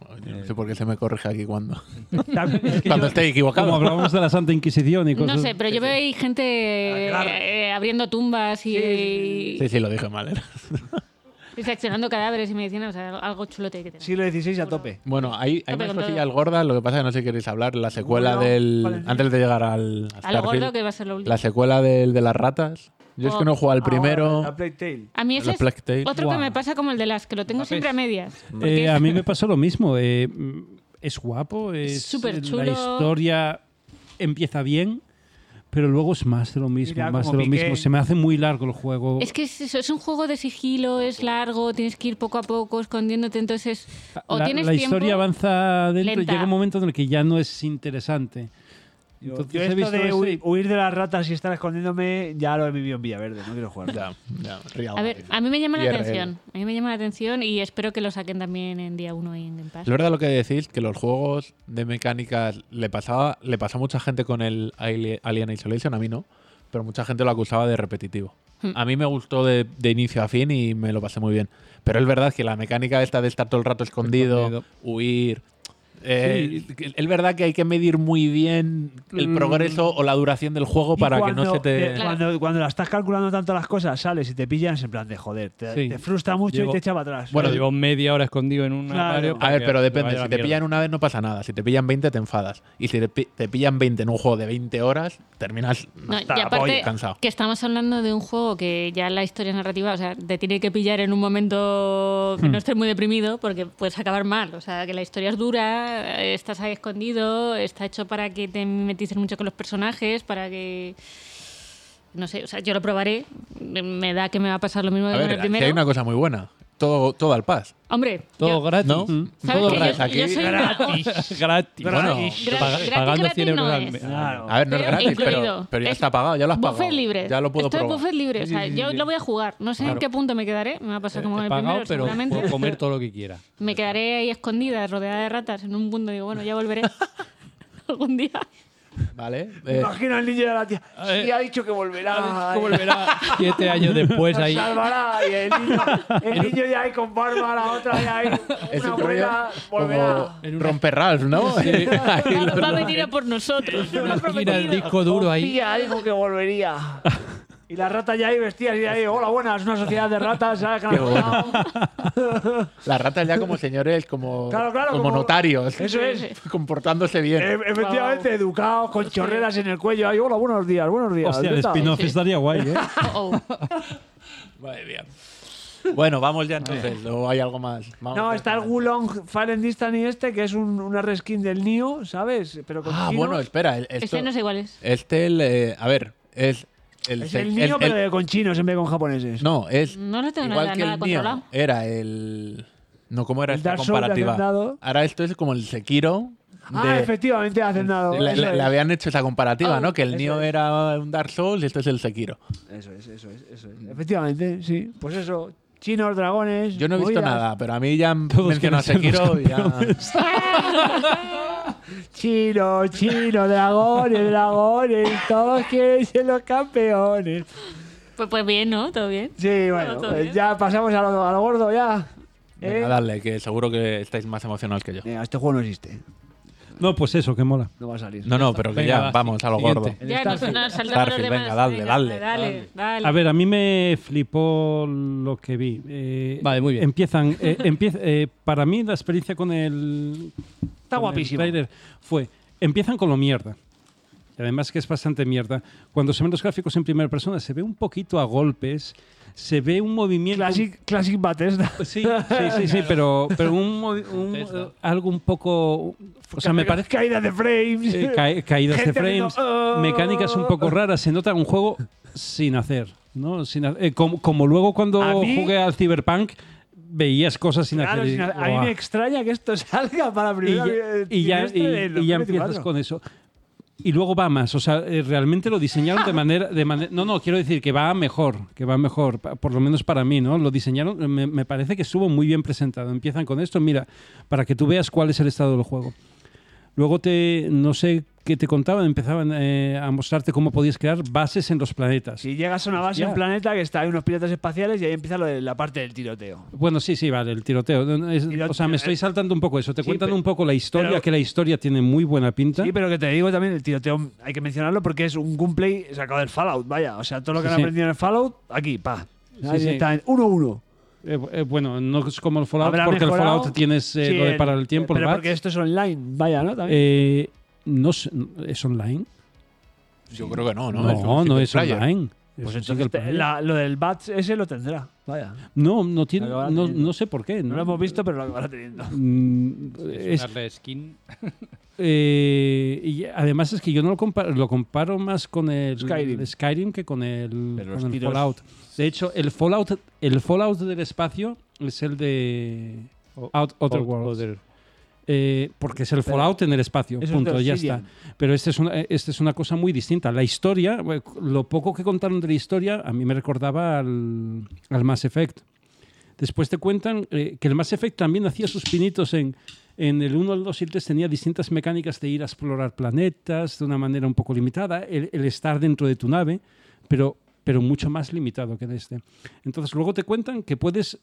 S1: Ay, yo No sé por qué se me corrige aquí cuando,
S6: Tam-
S1: cuando esté
S2: Como
S1: equivocado.
S2: hablábamos de la Santa Inquisición y cosas.
S4: No sé, pero yo veo ahí gente eh, abriendo tumbas y,
S1: Ah, Sí, sí, lo dije mal. ¿eh? era.
S4: y seccionando cadáveres y medicina, o sea, algo chulo tiene que tener.
S6: Siglo XVI a tope.
S1: Bueno, hay, hay
S4: No, pero
S1: unas
S4: con
S1: cosillas
S4: todo.
S1: gordas, lo que pasa es que no sé si queréis hablar. La secuela
S6: Bueno,
S1: del.
S6: ¿cuál es?
S1: Antes de llegar al. a
S4: A lo
S1: Starfield,
S4: gordo que va a ser lo último.
S1: La secuela del de las ratas. Yo es que no he jugado al primero.
S6: La Plague Tale.
S4: A mí ese
S1: la
S4: es
S1: Plague Tale.
S4: otro
S2: Guau.
S4: que me pasa como el de las, que lo tengo siempre a medias.
S2: Eh,
S4: Porque
S2: a mí me pasó lo mismo. eh, mm, es guapo, es
S4: Superchulo.
S2: La historia empieza bien, pero luego es más de lo mismo,
S6: Mira,
S2: más de
S6: como
S2: lo
S6: Piqué.
S2: mismo. Se me hace muy largo el juego.
S4: *laughs* es que es, eso, es un juego de sigilo, es largo, tienes que ir poco a poco escondiéndote, entonces es- o
S2: la,
S4: tienes
S2: la
S4: tiempo-
S2: historia avanza dentro y
S4: lenta.
S2: llega un Ah, momento en el que ya no es interesante.
S6: Yo,
S2: Entonces
S6: yo
S2: he
S6: esto
S2: visto
S6: de
S2: eso y-
S6: hu- huir de las ratas y estar escondiéndome, ya lo he vivido en Villaverde. No quiero jugar.
S1: Ya, ya, ría
S4: A ver, a mí me llama la
S1: IRL.
S4: atención. A mí me llama la atención y espero que lo saquen también en día 1 en Game Pass.
S1: Es verdad lo que decís, que los juegos de mecánicas le pasaba, le pasó a mucha gente con el Ali- Alien Isolation, a mí no, pero mucha gente lo acusaba de repetitivo.
S4: Hmm.
S1: A mí me gustó de, de inicio a fin y me lo pasé muy bien. Pero es verdad que la mecánica esta de estar todo el rato escondido,
S5: Escondido.
S1: huir, Eh, Es verdad que hay que medir muy bien el
S2: Mm.
S1: progreso o la duración del juego
S6: Y
S1: para que
S6: cuando-
S1: no se te.
S6: eh, cuando, cuando la estás calculando tanto las cosas, sales y te pillan, es en plan de joder. Te,
S5: Sí.
S6: te frustra mucho
S5: Llevo-
S6: y te echa para atrás.
S5: Bueno,
S6: Eh,
S5: llevo media hora escondido en un
S6: Claro.
S5: armario.
S1: A ver,
S5: porque
S1: pero
S5: me
S1: depende.
S5: vaya
S1: Si
S5: la
S1: te
S5: mierda.
S1: pillan una vez no pasa nada. Si te pillan 20 te enfadas. Y si te, pi- te pillan 20 en un juego de 20 horas, terminas
S4: No,
S1: hasta
S4: y
S1: la
S4: aparte,
S1: polla, cansado.
S4: que estamos hablando de un juego que ya la historia narrativa, o sea, te tiene que pillar en un momento
S5: Hmm.
S4: que no estés muy deprimido porque puedes acabar mal. O sea, que la historia es dura, eh, estás ahí escondido, está hecho para que te metices mucho con los personajes, para que. No sé, o sea, yo lo probaré, me da que me va a pasar lo mismo que
S1: A
S4: con el
S1: ver, aquí
S4: primero.
S1: hay una cosa muy buena. Todo, todo al paz.
S4: Hombre,
S5: Todo
S4: yo-
S5: gratis. Mm.
S1: ¿No?
S4: ¿sabes
S1: Todo
S4: que yo-
S1: gratis. Aquí-
S4: yo soy una-
S5: Gratis.
S1: Bueno,
S4: Gra-
S5: Paga-
S4: gratis,
S5: pagando
S4: gratis
S5: 100 euros
S4: no
S5: al
S4: es.
S5: mes.
S6: Claro.
S1: A ver, no es
S4: Pero
S1: gratis, pero,
S4: eh, incluido.
S1: pero ya
S4: Es
S1: está pagado, ya lo has pagado.
S4: Buffet libre.
S1: Ya lo puedo
S4: Esto
S1: probar.
S4: es buffet libre. o sea,
S5: Sí, sí,
S4: yo
S5: sí, sí.
S4: lo voy a jugar. No sé en qué punto me quedaré. Me va a pasar como en
S5: He
S4: el
S5: pagado,
S4: primero,
S5: pero
S4: seguramente.
S5: puedo comer todo lo que quiera.
S4: Me quedaré ahí escondida, rodeada de ratas, en un mundo. Digo, bueno, ya volveré algún día.
S1: Vale.
S6: Me
S1: eh,
S6: Imagino al niño de la tía.
S5: ver.
S6: Sí, ha dicho que
S1: Ah,
S6: volverá.
S5: ¿Cómo volverá siete años después
S6: *laughs* Nos
S5: ahí?
S6: salvará. Y el niño,
S1: *laughs*
S6: el niño ya ahí con barba, la otra ya ahí.
S1: es
S6: Una
S1: un rollo
S6: abuela volverá.
S1: como romper Ralph,
S6: *laughs*
S1: ¿no? Ahí lo-
S4: Va a venir a por nosotros.
S5: Una esquina, el disco duro ahí.
S6: Tía dijo que
S1: *laughs*
S6: volvería. Y la rata ya ahí vestida y ahí, hola, buenas, una sociedad de ratas, ¿sabes? Que han
S1: Qué bueno.
S6: juntado.
S1: *laughs* Las ratas ya como señores, como,
S6: Claro, claro,
S1: como,
S6: como-
S1: notarios.
S6: Eso es.
S1: *laughs* Comportándose bien.
S6: E- Efectivamente, educados, con chorreras en el cuello. Ahí, hola, buenos días, buenos días.
S2: Hostia,
S6: ¿qué
S2: el
S6: tal?".
S2: spin-off estaría guay, ¿eh?
S4: Oh, oh.
S1: Madre mía. Bueno, vamos ya entonces. ¿O hay algo más? Vamos
S6: No,
S1: ya.
S6: está el Wulong Fallen Distant y este, que es un, una reskin del Nio, ¿sabes? Pero con
S1: Ah,
S6: chinos.
S1: bueno, espera. el- esto-
S4: Ese no es igual. Es.
S1: Este, el, eh, a ver, es el...
S6: Es
S1: se-
S6: el
S1: el-
S6: Nio,
S1: el-
S6: pero con chinos en vez de con japoneses.
S1: no, es...
S4: No lo Mm, tengo
S1: igual
S4: nada,
S1: que
S4: nada
S1: el mío
S4: controlado.
S1: era el... No, ¿cómo era
S6: El
S1: esta
S6: Dark Souls le
S1: comparativa?
S6: han dado.
S1: Ahora esto es como el Sekiro.
S6: Ah,
S1: de-
S6: efectivamente, hacendado.
S1: le,
S6: eso,
S1: le- le
S6: es.
S1: habían hecho esa comparativa,
S4: Oh,
S1: ¿no? Que el
S6: eso
S1: Nio
S6: es.
S1: era un Dark Souls y esto es el Sekiro.
S6: eso es, eso es, eso es. Efectivamente, sí. Pues eso, chinos, dragones.
S1: Yo no he visto
S6: movidas.
S1: nada, pero a mí ya
S2: Todos
S1: mencionó a
S2: quieren ser los
S1: Sekiro y ya...
S6: Chinos, chinos, dragones, dragones. Todos quieren ser los campeones.
S4: Pues, pues bien, ¿no? Todo bien.
S6: Sí, bueno,
S4: todo
S6: pues
S4: bien.
S6: ya pasamos a lo, a lo gordo ya.
S1: *laughs*
S6: ¿Eh?
S1: Venga, dale, que seguro que estáis más emocionados que yo.
S6: Venga, este juego no existe.
S2: No, pues eso, que mola.
S6: No va a salir.
S1: No, no, pero que
S5: Venga,
S1: ya,
S5: va,
S1: vamos a lo
S5: siguiente.
S1: gordo.
S6: El
S4: Ya nos,
S6: Starfield.
S4: nos saltamos
S1: Starfield,
S4: los demás.
S1: venga, dale, dale,
S4: dale, dale.
S2: A ver, a mí me flipó lo que vi. Eh,
S5: Vale, muy bien.
S6: *laughs*
S2: Empiezan, eh, empieza- eh, para mí la experiencia con el, con
S6: Está
S2: el
S6: guapísimo.
S2: tráiler fue, empiezan con lo mierda. Y además que es bastante mierda. Cuando se ven los gráficos en primera persona, se ve un poquito a golpes, se ve un movimiento...
S6: Classic, classic Bethesda.
S2: Sí, sí, sí, sí, pero, pero un, movi- un-
S5: Eso.
S2: algo un poco... O
S6: *laughs*
S2: sea, me parece...
S6: Caída de frames.
S2: Eh, ca- caídas de
S6: Gente
S2: frames,
S6: haciendo, "Oh".
S2: mecánicas un poco raras. Se nota un juego sin hacer, ¿no? Sin ha- eh, como, como luego cuando
S6: A mí-
S2: jugué al Cyberpunk veías cosas sin
S6: Claro,
S2: hacer.
S6: sin-
S2: y-
S6: a mí
S2: ¡guau!
S6: me extraña que esto salga para
S2: y
S6: primera este
S2: ya, y ya-
S6: trimestre
S2: y-
S6: del
S2: y ya
S6: 2024.
S2: empiezas con eso. Y luego va más, o sea, eh, realmente lo diseñaron
S6: *laughs*
S2: de manera, de mane- no, no, quiero decir que va mejor, que va mejor, pa- por lo menos para mí, ¿no? Lo diseñaron, eh, me, me parece que estuvo muy bien presentado. Empiezan con esto, mira, para que tú veas cuál es el estado del juego. Luego te, no sé qué te contaban, empezaban eh, a mostrarte cómo podías crear bases en los planetas.
S6: Si llegas a una base en
S2: Hostia.
S6: planeta que está hay unos piratas espaciales y ahí empieza lo de la parte del tiroteo.
S2: Bueno, sí, sí, vale, el tiroteo. No, no, es-
S6: Tiroteo,
S2: o sea, me estoy
S6: eh.
S2: saltando un poco eso. Te
S6: Sí,
S2: cuentan
S6: pe-
S2: un poco la historia,
S6: pero-
S2: que la historia tiene muy buena pinta.
S6: Sí, pero que te digo también, el tiroteo hay que mencionarlo porque es un gameplay sacado del Fallout, vaya. O sea, todo lo que
S2: Sí,
S6: han
S2: sí.
S6: aprendido en el Fallout, aquí, pa.
S2: Sí, sí.
S6: Directamente, 1-1.
S2: Eh, eh, bueno, no es como el Fallout,
S6: Habrá
S2: porque el
S6: mejorado.
S2: Fallout tienes eh,
S6: Sí,
S2: lo de para el tiempo, el
S6: Pero
S2: batch.
S6: porque esto es online, vaya, ¿no? También.
S2: Eh, no sé, ¿Es online?
S1: Yo creo que no, ¿no?
S2: No,
S1: Es un
S2: no,
S1: single
S2: es
S1: player.
S2: online. Es
S6: pues
S2: un
S6: entonces
S2: single
S6: te-
S2: player.
S6: la- lo del batch ese lo tendrá, vaya.
S2: No, no, tiene,
S6: Acabará
S2: no,
S6: teniendo.
S2: no sé por qué.
S6: No lo hemos visto, pero lo acabará teniendo.
S2: Mm,
S5: Es
S2: es-
S5: una reskin.
S2: eh, y además es que yo no lo comparo, lo comparo más con el
S6: Skyrim.
S2: el Skyrim que con el,
S6: Pero los
S2: con el
S6: tiros-
S2: Fallout. De hecho, el Fallout, el Fallout del espacio es el de
S5: O-
S2: Out- Outer
S5: Other-
S2: Worlds.
S5: Other-
S2: Eh, porque es el
S6: Pero-
S2: Fallout en el espacio,
S6: Eso es
S2: punto,
S6: de
S2: ya
S6: Obsidian.
S2: está. Pero esta es, una, eh, este es una cosa muy distinta. La historia, eh, lo poco que contaron de la historia, a mí me recordaba al, al Mass Effect. Después te cuentan eh, que el Mass Effect también hacía sus pinitos en, en el 1, el 2 y el 3, tenía distintas mecánicas de ir a explorar planetas de una manera un poco limitada, el, el estar dentro de tu nave, pero, pero mucho más limitado que en este. Entonces luego te cuentan que puedes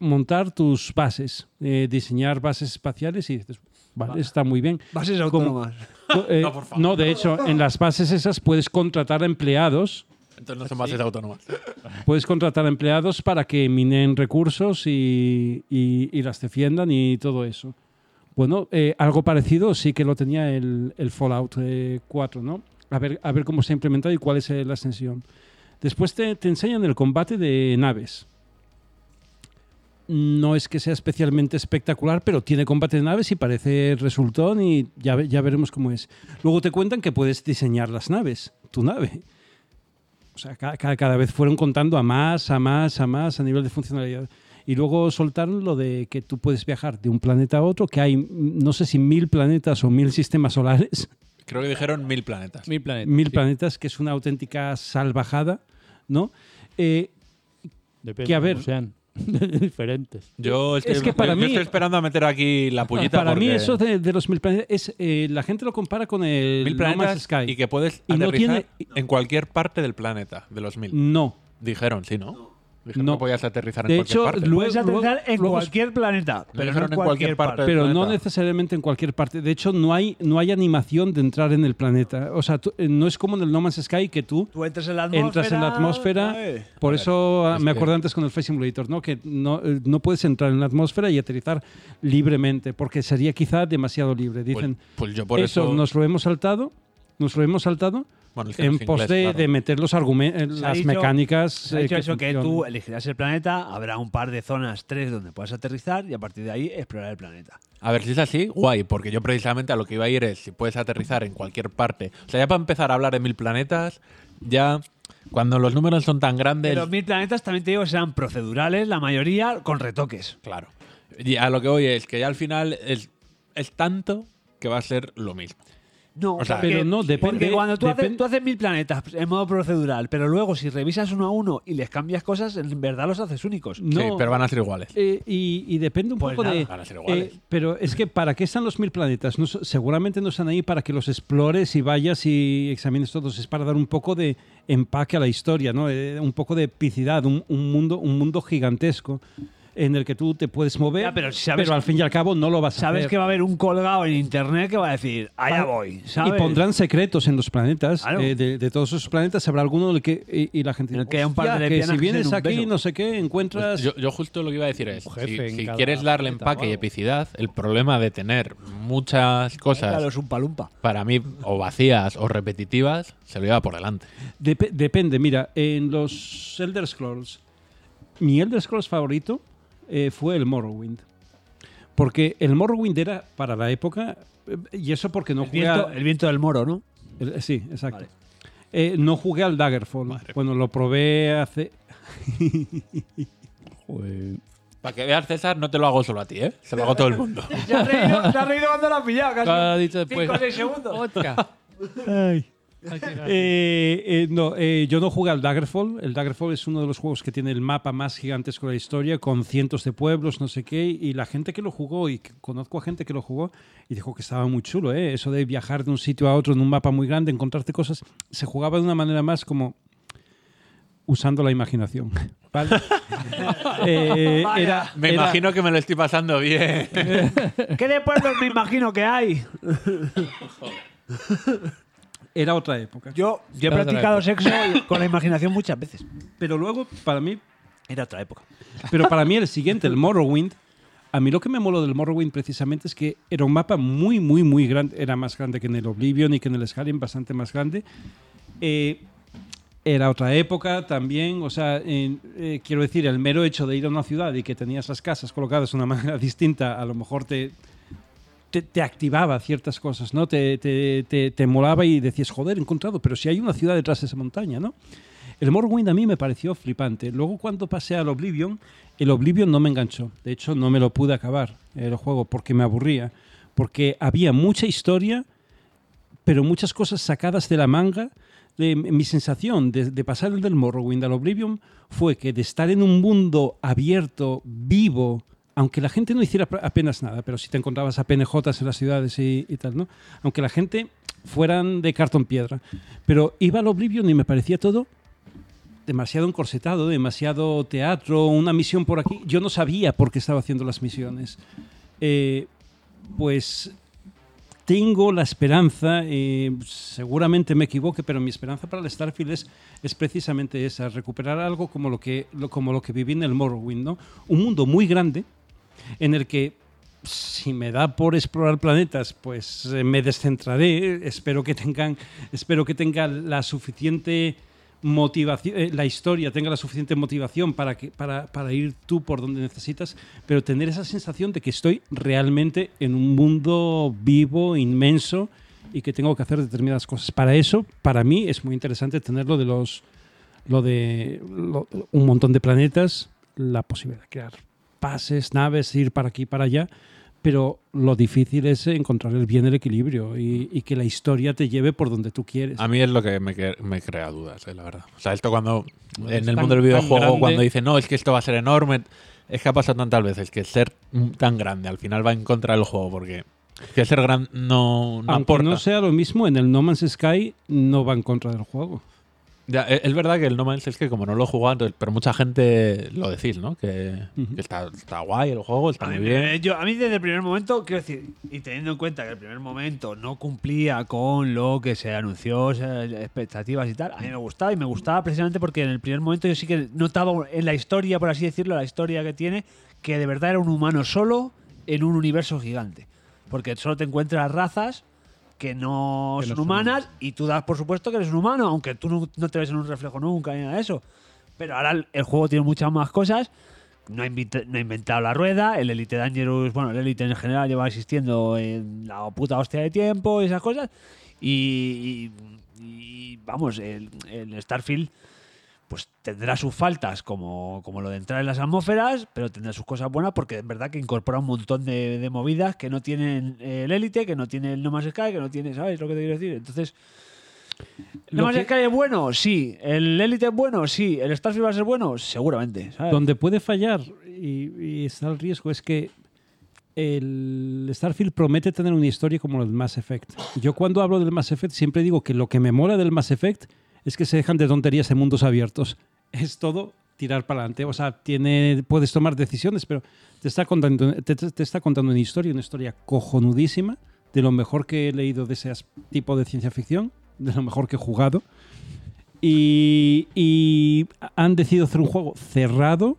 S2: montar tus bases, eh, diseñar bases espaciales y dices, vale, está
S1: *laughs*
S2: muy bien.
S6: Bases autónomas.
S2: Co- eh,
S1: No, por favor.
S2: no, de hecho, en las bases esas puedes contratar a empleados
S1: Entonces no son bases autónomas.
S2: Puedes contratar empleados para que minen recursos y, y- y las defiendan y todo eso. Bueno, eh, algo parecido sí que lo tenía el, el Fallout eh, 4, ¿no? A ver, a ver cómo se ha implementado y cuál es eh, la extensión. Después te, te enseñan el combate de naves. No es que sea especialmente espectacular, pero tiene combate de naves y parece resultón y ya, ve- ya veremos cómo es. Luego te cuentan que puedes diseñar las naves, tu nave. O sea, ca- ca- cada, vez fueron contando a más, a más, a más a nivel de funcionalidad. Y luego soltaron lo de que tú puedes viajar de un planeta a otro, que hay, mm, no sé si mil planetas o mil sistemas solares, *laughs*
S1: Creo que dijeron mil planetas.
S5: Mil planetas.
S2: mil
S5: sí.
S2: planetas, que es una auténtica salvajada, ¿no? Eh,
S5: Depende,
S2: que a ver- *laughs*
S5: como sean diferentes.
S1: Yo estoy,
S2: Es que para
S1: yo- yo
S2: mí-
S1: estoy esperando a meter aquí la pullita.
S2: para mí
S1: porque
S2: eso de, de los mil planetas es eh, la gente lo compara con el
S1: mil
S2: No Man's
S1: planetas
S2: Sky.
S1: y que puedes
S2: Y no
S1: aterrizar
S2: tiene-
S1: en cualquier parte del planeta de los mil.
S2: No.
S1: Dijeron, sí, ¿no? Dijeron
S2: No.
S1: que podías aterrizar
S2: De
S1: en cualquier
S2: hecho,
S1: parte.
S2: luego-
S6: Puedes aterrizar en
S2: luego-
S6: cualquier planeta, pero no
S1: dijeron
S6: en cualquier parte.
S1: del
S2: Pero no
S1: planeta.
S2: necesariamente en cualquier parte. De hecho, no hay, no hay animación de entrar en el planeta. O sea, tú- eh, no es como en el No Man's Sky que tú
S6: Tú entras en la atmósfera.
S2: entras en la atmósfera.
S6: ¿sabes?
S2: Por eso ah,
S1: es
S2: me
S1: que-
S2: acordé antes con el Face Simulator, ¿no? Que no, eh, no puedes entrar en la atmósfera y aterrizar libremente, porque sería quizá demasiado libre.
S1: Pues,
S2: Dicen,
S1: pues yo por
S2: eso,
S1: eso.
S2: nos lo hemos saltado, nos lo hemos saltado
S1: Bueno, es que no
S2: en
S1: es
S2: pos
S1: inglés,
S2: de,
S1: claro.
S2: de meter los argumentos,
S6: Se ha
S2: las
S6: dicho-
S2: mecánicas.
S6: Se ha
S2: eh,
S6: dicho eso que tú
S2: funcionan.
S6: elegirás el planeta, habrá un par de zonas, tres, donde puedas aterrizar y a partir de ahí explorar el planeta.
S1: A ver si es así, guay, porque yo precisamente a lo que iba a ir es si puedes aterrizar en cualquier parte. O sea, ya para empezar a hablar de mil planetas, ya cuando los números son tan
S6: De
S1: grandes.
S6: los mil planetas también te digo que serán procedurales, la mayoría con retoques.
S1: Claro. Y a lo que voy es que ya al final es, es tanto que va a ser lo mismo.
S6: No,
S1: O sea,
S6: porque-
S2: pero no, depende-
S6: Porque cuando tú,
S2: depende-
S6: haces, tú haces mil planetas en modo procedural, pero luego si revisas uno a uno y les cambias cosas, en verdad los haces únicos.
S2: No.
S1: Sí, pero van a ser iguales.
S2: Eh, y, y depende un
S6: Pues
S2: poco
S6: nada,
S2: de. eh,
S1: van a ser iguales.
S2: pero es que ¿para qué están los mil planetas? No so- seguramente no están ahí para que los explores y vayas y examines todos. Es para dar un poco de empaque a la historia, ¿no? Eh, un poco de epicidad, un, un mundo, un mundo gigantesco en el que tú te puedes mover,
S6: Ya, pero sabes-
S2: al fin y al cabo no lo vas a
S6: Sabes
S2: hacer.
S6: que va a haber un colgado en internet que va a decir, allá voy,
S2: y
S6: ¿sabes?
S2: pondrán secretos en los planetas.
S6: Claro.
S2: eh, de, de todos esos planetas habrá alguno del que. Y, y la gente
S6: En el
S2: dirá,
S6: que haya un par de
S2: "Hostia, que
S6: lesbianas
S2: si
S6: que se den
S2: vienes
S6: un
S2: aquí,
S6: beso".
S2: no sé qué, encuentras.
S1: Pues yo, yo justo lo que iba a decir es,
S5: Un jefe
S1: si,
S5: en
S1: si
S5: cada
S1: quieres darle
S5: planeta o
S1: empaque y
S5: algo.
S1: epicidad, el problema de tener muchas
S6: Claro,
S1: cosas
S6: es un palumpa.
S1: para mí o vacías o repetitivas, se lo lleva por delante.
S2: Dep- depende, mira, en los Elder Scrolls, mi Elder Scrolls favorito eh, fue el Morrowind. Porque el Morrowind era para la época, eh, y eso porque no
S6: El
S2: jugué. a-
S6: viento, el viento del moro, ¿no?
S2: el- sí, exacto.
S6: Vale.
S2: Eh, no jugué al Daggerfall. Bueno, lo probé hace.
S5: Joder.
S1: Para que veas, César, no te lo hago solo a ti, ¿eh? Se lo hago a todo el mundo.
S6: Se ha reído, se ha reído cuando la ha pillado, casi.
S5: Ah, dicho después.
S6: Cinco o seis segundos.
S5: Vodka.
S2: Eh, eh, no, eh, yo no jugué al Daggerfall. El Daggerfall es uno de los juegos que tiene el mapa más gigantesco de la historia, con cientos de pueblos, no sé qué. Y la gente que lo jugó, y que- conozco a gente que lo jugó, y dijo que estaba muy chulo, ¿eh? Eso de viajar de un sitio a otro en un mapa muy grande, encontrarte cosas. Se jugaba de una manera más como usando la imaginación. ¿vale?
S6: *laughs*
S2: Eh, era,
S1: *laughs* Me
S2: era-
S1: imagino que me lo estoy pasando bien.
S6: ¿Qué de pueblos me imagino que hay?
S2: *laughs* era otra época.
S6: Yo, yo he
S5: Era otra
S6: practicado
S5: época.
S6: sexo con la imaginación muchas veces.
S2: pero luego, para mí,
S6: Era otra época.
S2: Pero para mí el siguiente, el Morrowind, a mí lo que me moló del Morrowind precisamente es que era un mapa muy, muy, muy grande. Era más grande que en el Oblivion y que en el Skyrim, bastante más grande. Eh, era otra época también, o sea, en- eh, quiero decir, el mero hecho de ir a una ciudad y que tenías las casas colocadas de una manera *laughs* distinta, a lo mejor te, te, te activaba ciertas cosas, ¿no? Te, te, te- te molaba y decías, joder, he encontrado, pero si hay una ciudad detrás de esa montaña, ¿no? El Morrowind a mí me pareció flipante. Luego cuando pasé al Oblivion, el Oblivion no me enganchó. De hecho, no me lo pude acabar el juego porque me aburría. Porque había mucha historia, pero muchas cosas sacadas de la manga. De- mi sensación de, de pasar el del Morrowind al Oblivion fue que de estar en un mundo abierto, vivo, aunque la gente no hiciera pra- apenas nada, pero si te encontrabas a PNJs en las ciudades y, y tal, ¿no? Aunque la gente fueran de cartón piedra. Pero iba al Oblivion y me parecía todo demasiado encorsetado, demasiado teatro, una misión por aquí. Yo no sabía por qué estaba haciendo las misiones. Eh, pues tengo la esperanza, eh, seguramente me equivoque, pero mi esperanza para el Starfield es, es precisamente esa, recuperar algo como lo, que, lo- como lo que viví en el Morrowind, ¿no? Un mundo muy grande en el que si me da por explorar planetas, pues eh, me descentraré. Espero que tengan, espero que tenga la suficiente motivación, eh, la historia tenga la suficiente motivación para que para, para ir tú por donde necesitas, pero tener esa sensación de que estoy realmente en un mundo vivo, inmenso y que tengo que hacer determinadas cosas. Para eso, para mí es muy interesante tenerlo de los lo de lo- un montón de planetas, la posibilidad de crear pases, naves, ir para aquí y para allá, pero lo difícil es encontrar el bien el equilibrio y, y que la historia te lleve por donde tú quieres.
S1: A mí es lo que me, que- me crea dudas, eh, la verdad. O sea, esto cuando.
S2: Bueno,
S1: En
S2: es
S1: el
S2: tan-
S1: mundo del
S2: tan
S1: videojuego,
S2: grande.
S1: cuando dicen, no, es que esto va a ser enorme. Es que ha pasado tantas veces que ser mm, tan grande al final va en contra del juego, porque. Que ser grande no, no
S2: Aunque
S1: aporta.
S2: no sea lo mismo, en el No Man's Sky no va en contra del juego.
S1: Ya, e- es verdad que el No Man's Sky, como no lo he jugado, entonces- pero mucha gente lo decís, ¿no? Que, que está, está guay el juego, está muy bien.
S6: Eh, Yo, a mí desde el primer momento, quiero decir, y teniendo en cuenta que el primer momento no cumplía con lo que se anunció, o sea, expectativas y tal, a mí me gustaba y me gustaba precisamente porque en el primer momento yo sí que notaba en la historia, por así decirlo, la historia que tiene, que de verdad era un humano solo en un universo gigante. Porque solo te encuentras razas que no
S2: Que no
S6: son
S2: son
S6: humanas y tú das por supuesto que eres un humano, aunque tú no, no te ves en un reflejo nunca ni nada de eso. Pero ahora el- el juego tiene muchas más cosas no ha, invita- no ha inventado la rueda, el Elite Dangerous, bueno, el Elite en general lleva existiendo en la puta hostia de tiempo y esas cosas. Y, y- y, vamos, el, el Starfield pues tendrá sus faltas, como, como lo de entrar en las atmósferas, pero tendrá sus cosas buenas porque es verdad que incorpora un montón de, de movidas que no tienen el Elite, que no tiene el No Man's Sky, que no tiene, ¿sabes lo que te quiero decir? Entonces... ¿El
S2: Lo
S6: No Man's
S2: que-
S6: Sky es bueno? Sí. ¿El Elite es bueno? Sí. ¿El Starfield va a ser bueno? Seguramente. ¿sabes?
S2: Donde puede fallar y, y está el riesgo es que el Starfield promete tener una historia como el Mass Effect. Yo cuando hablo del Mass Effect siempre digo que lo que me mola del Mass Effect es que se dejan de tonterías en mundos abiertos. Es todo tirar para adelante. O sea, tiene, puedes tomar decisiones, pero te está, contando, te, te- te está contando una historia, una historia cojonudísima, de lo mejor que he leído de ese as- tipo de ciencia ficción, de lo mejor que he jugado. Y, y han decidido hacer un juego cerrado,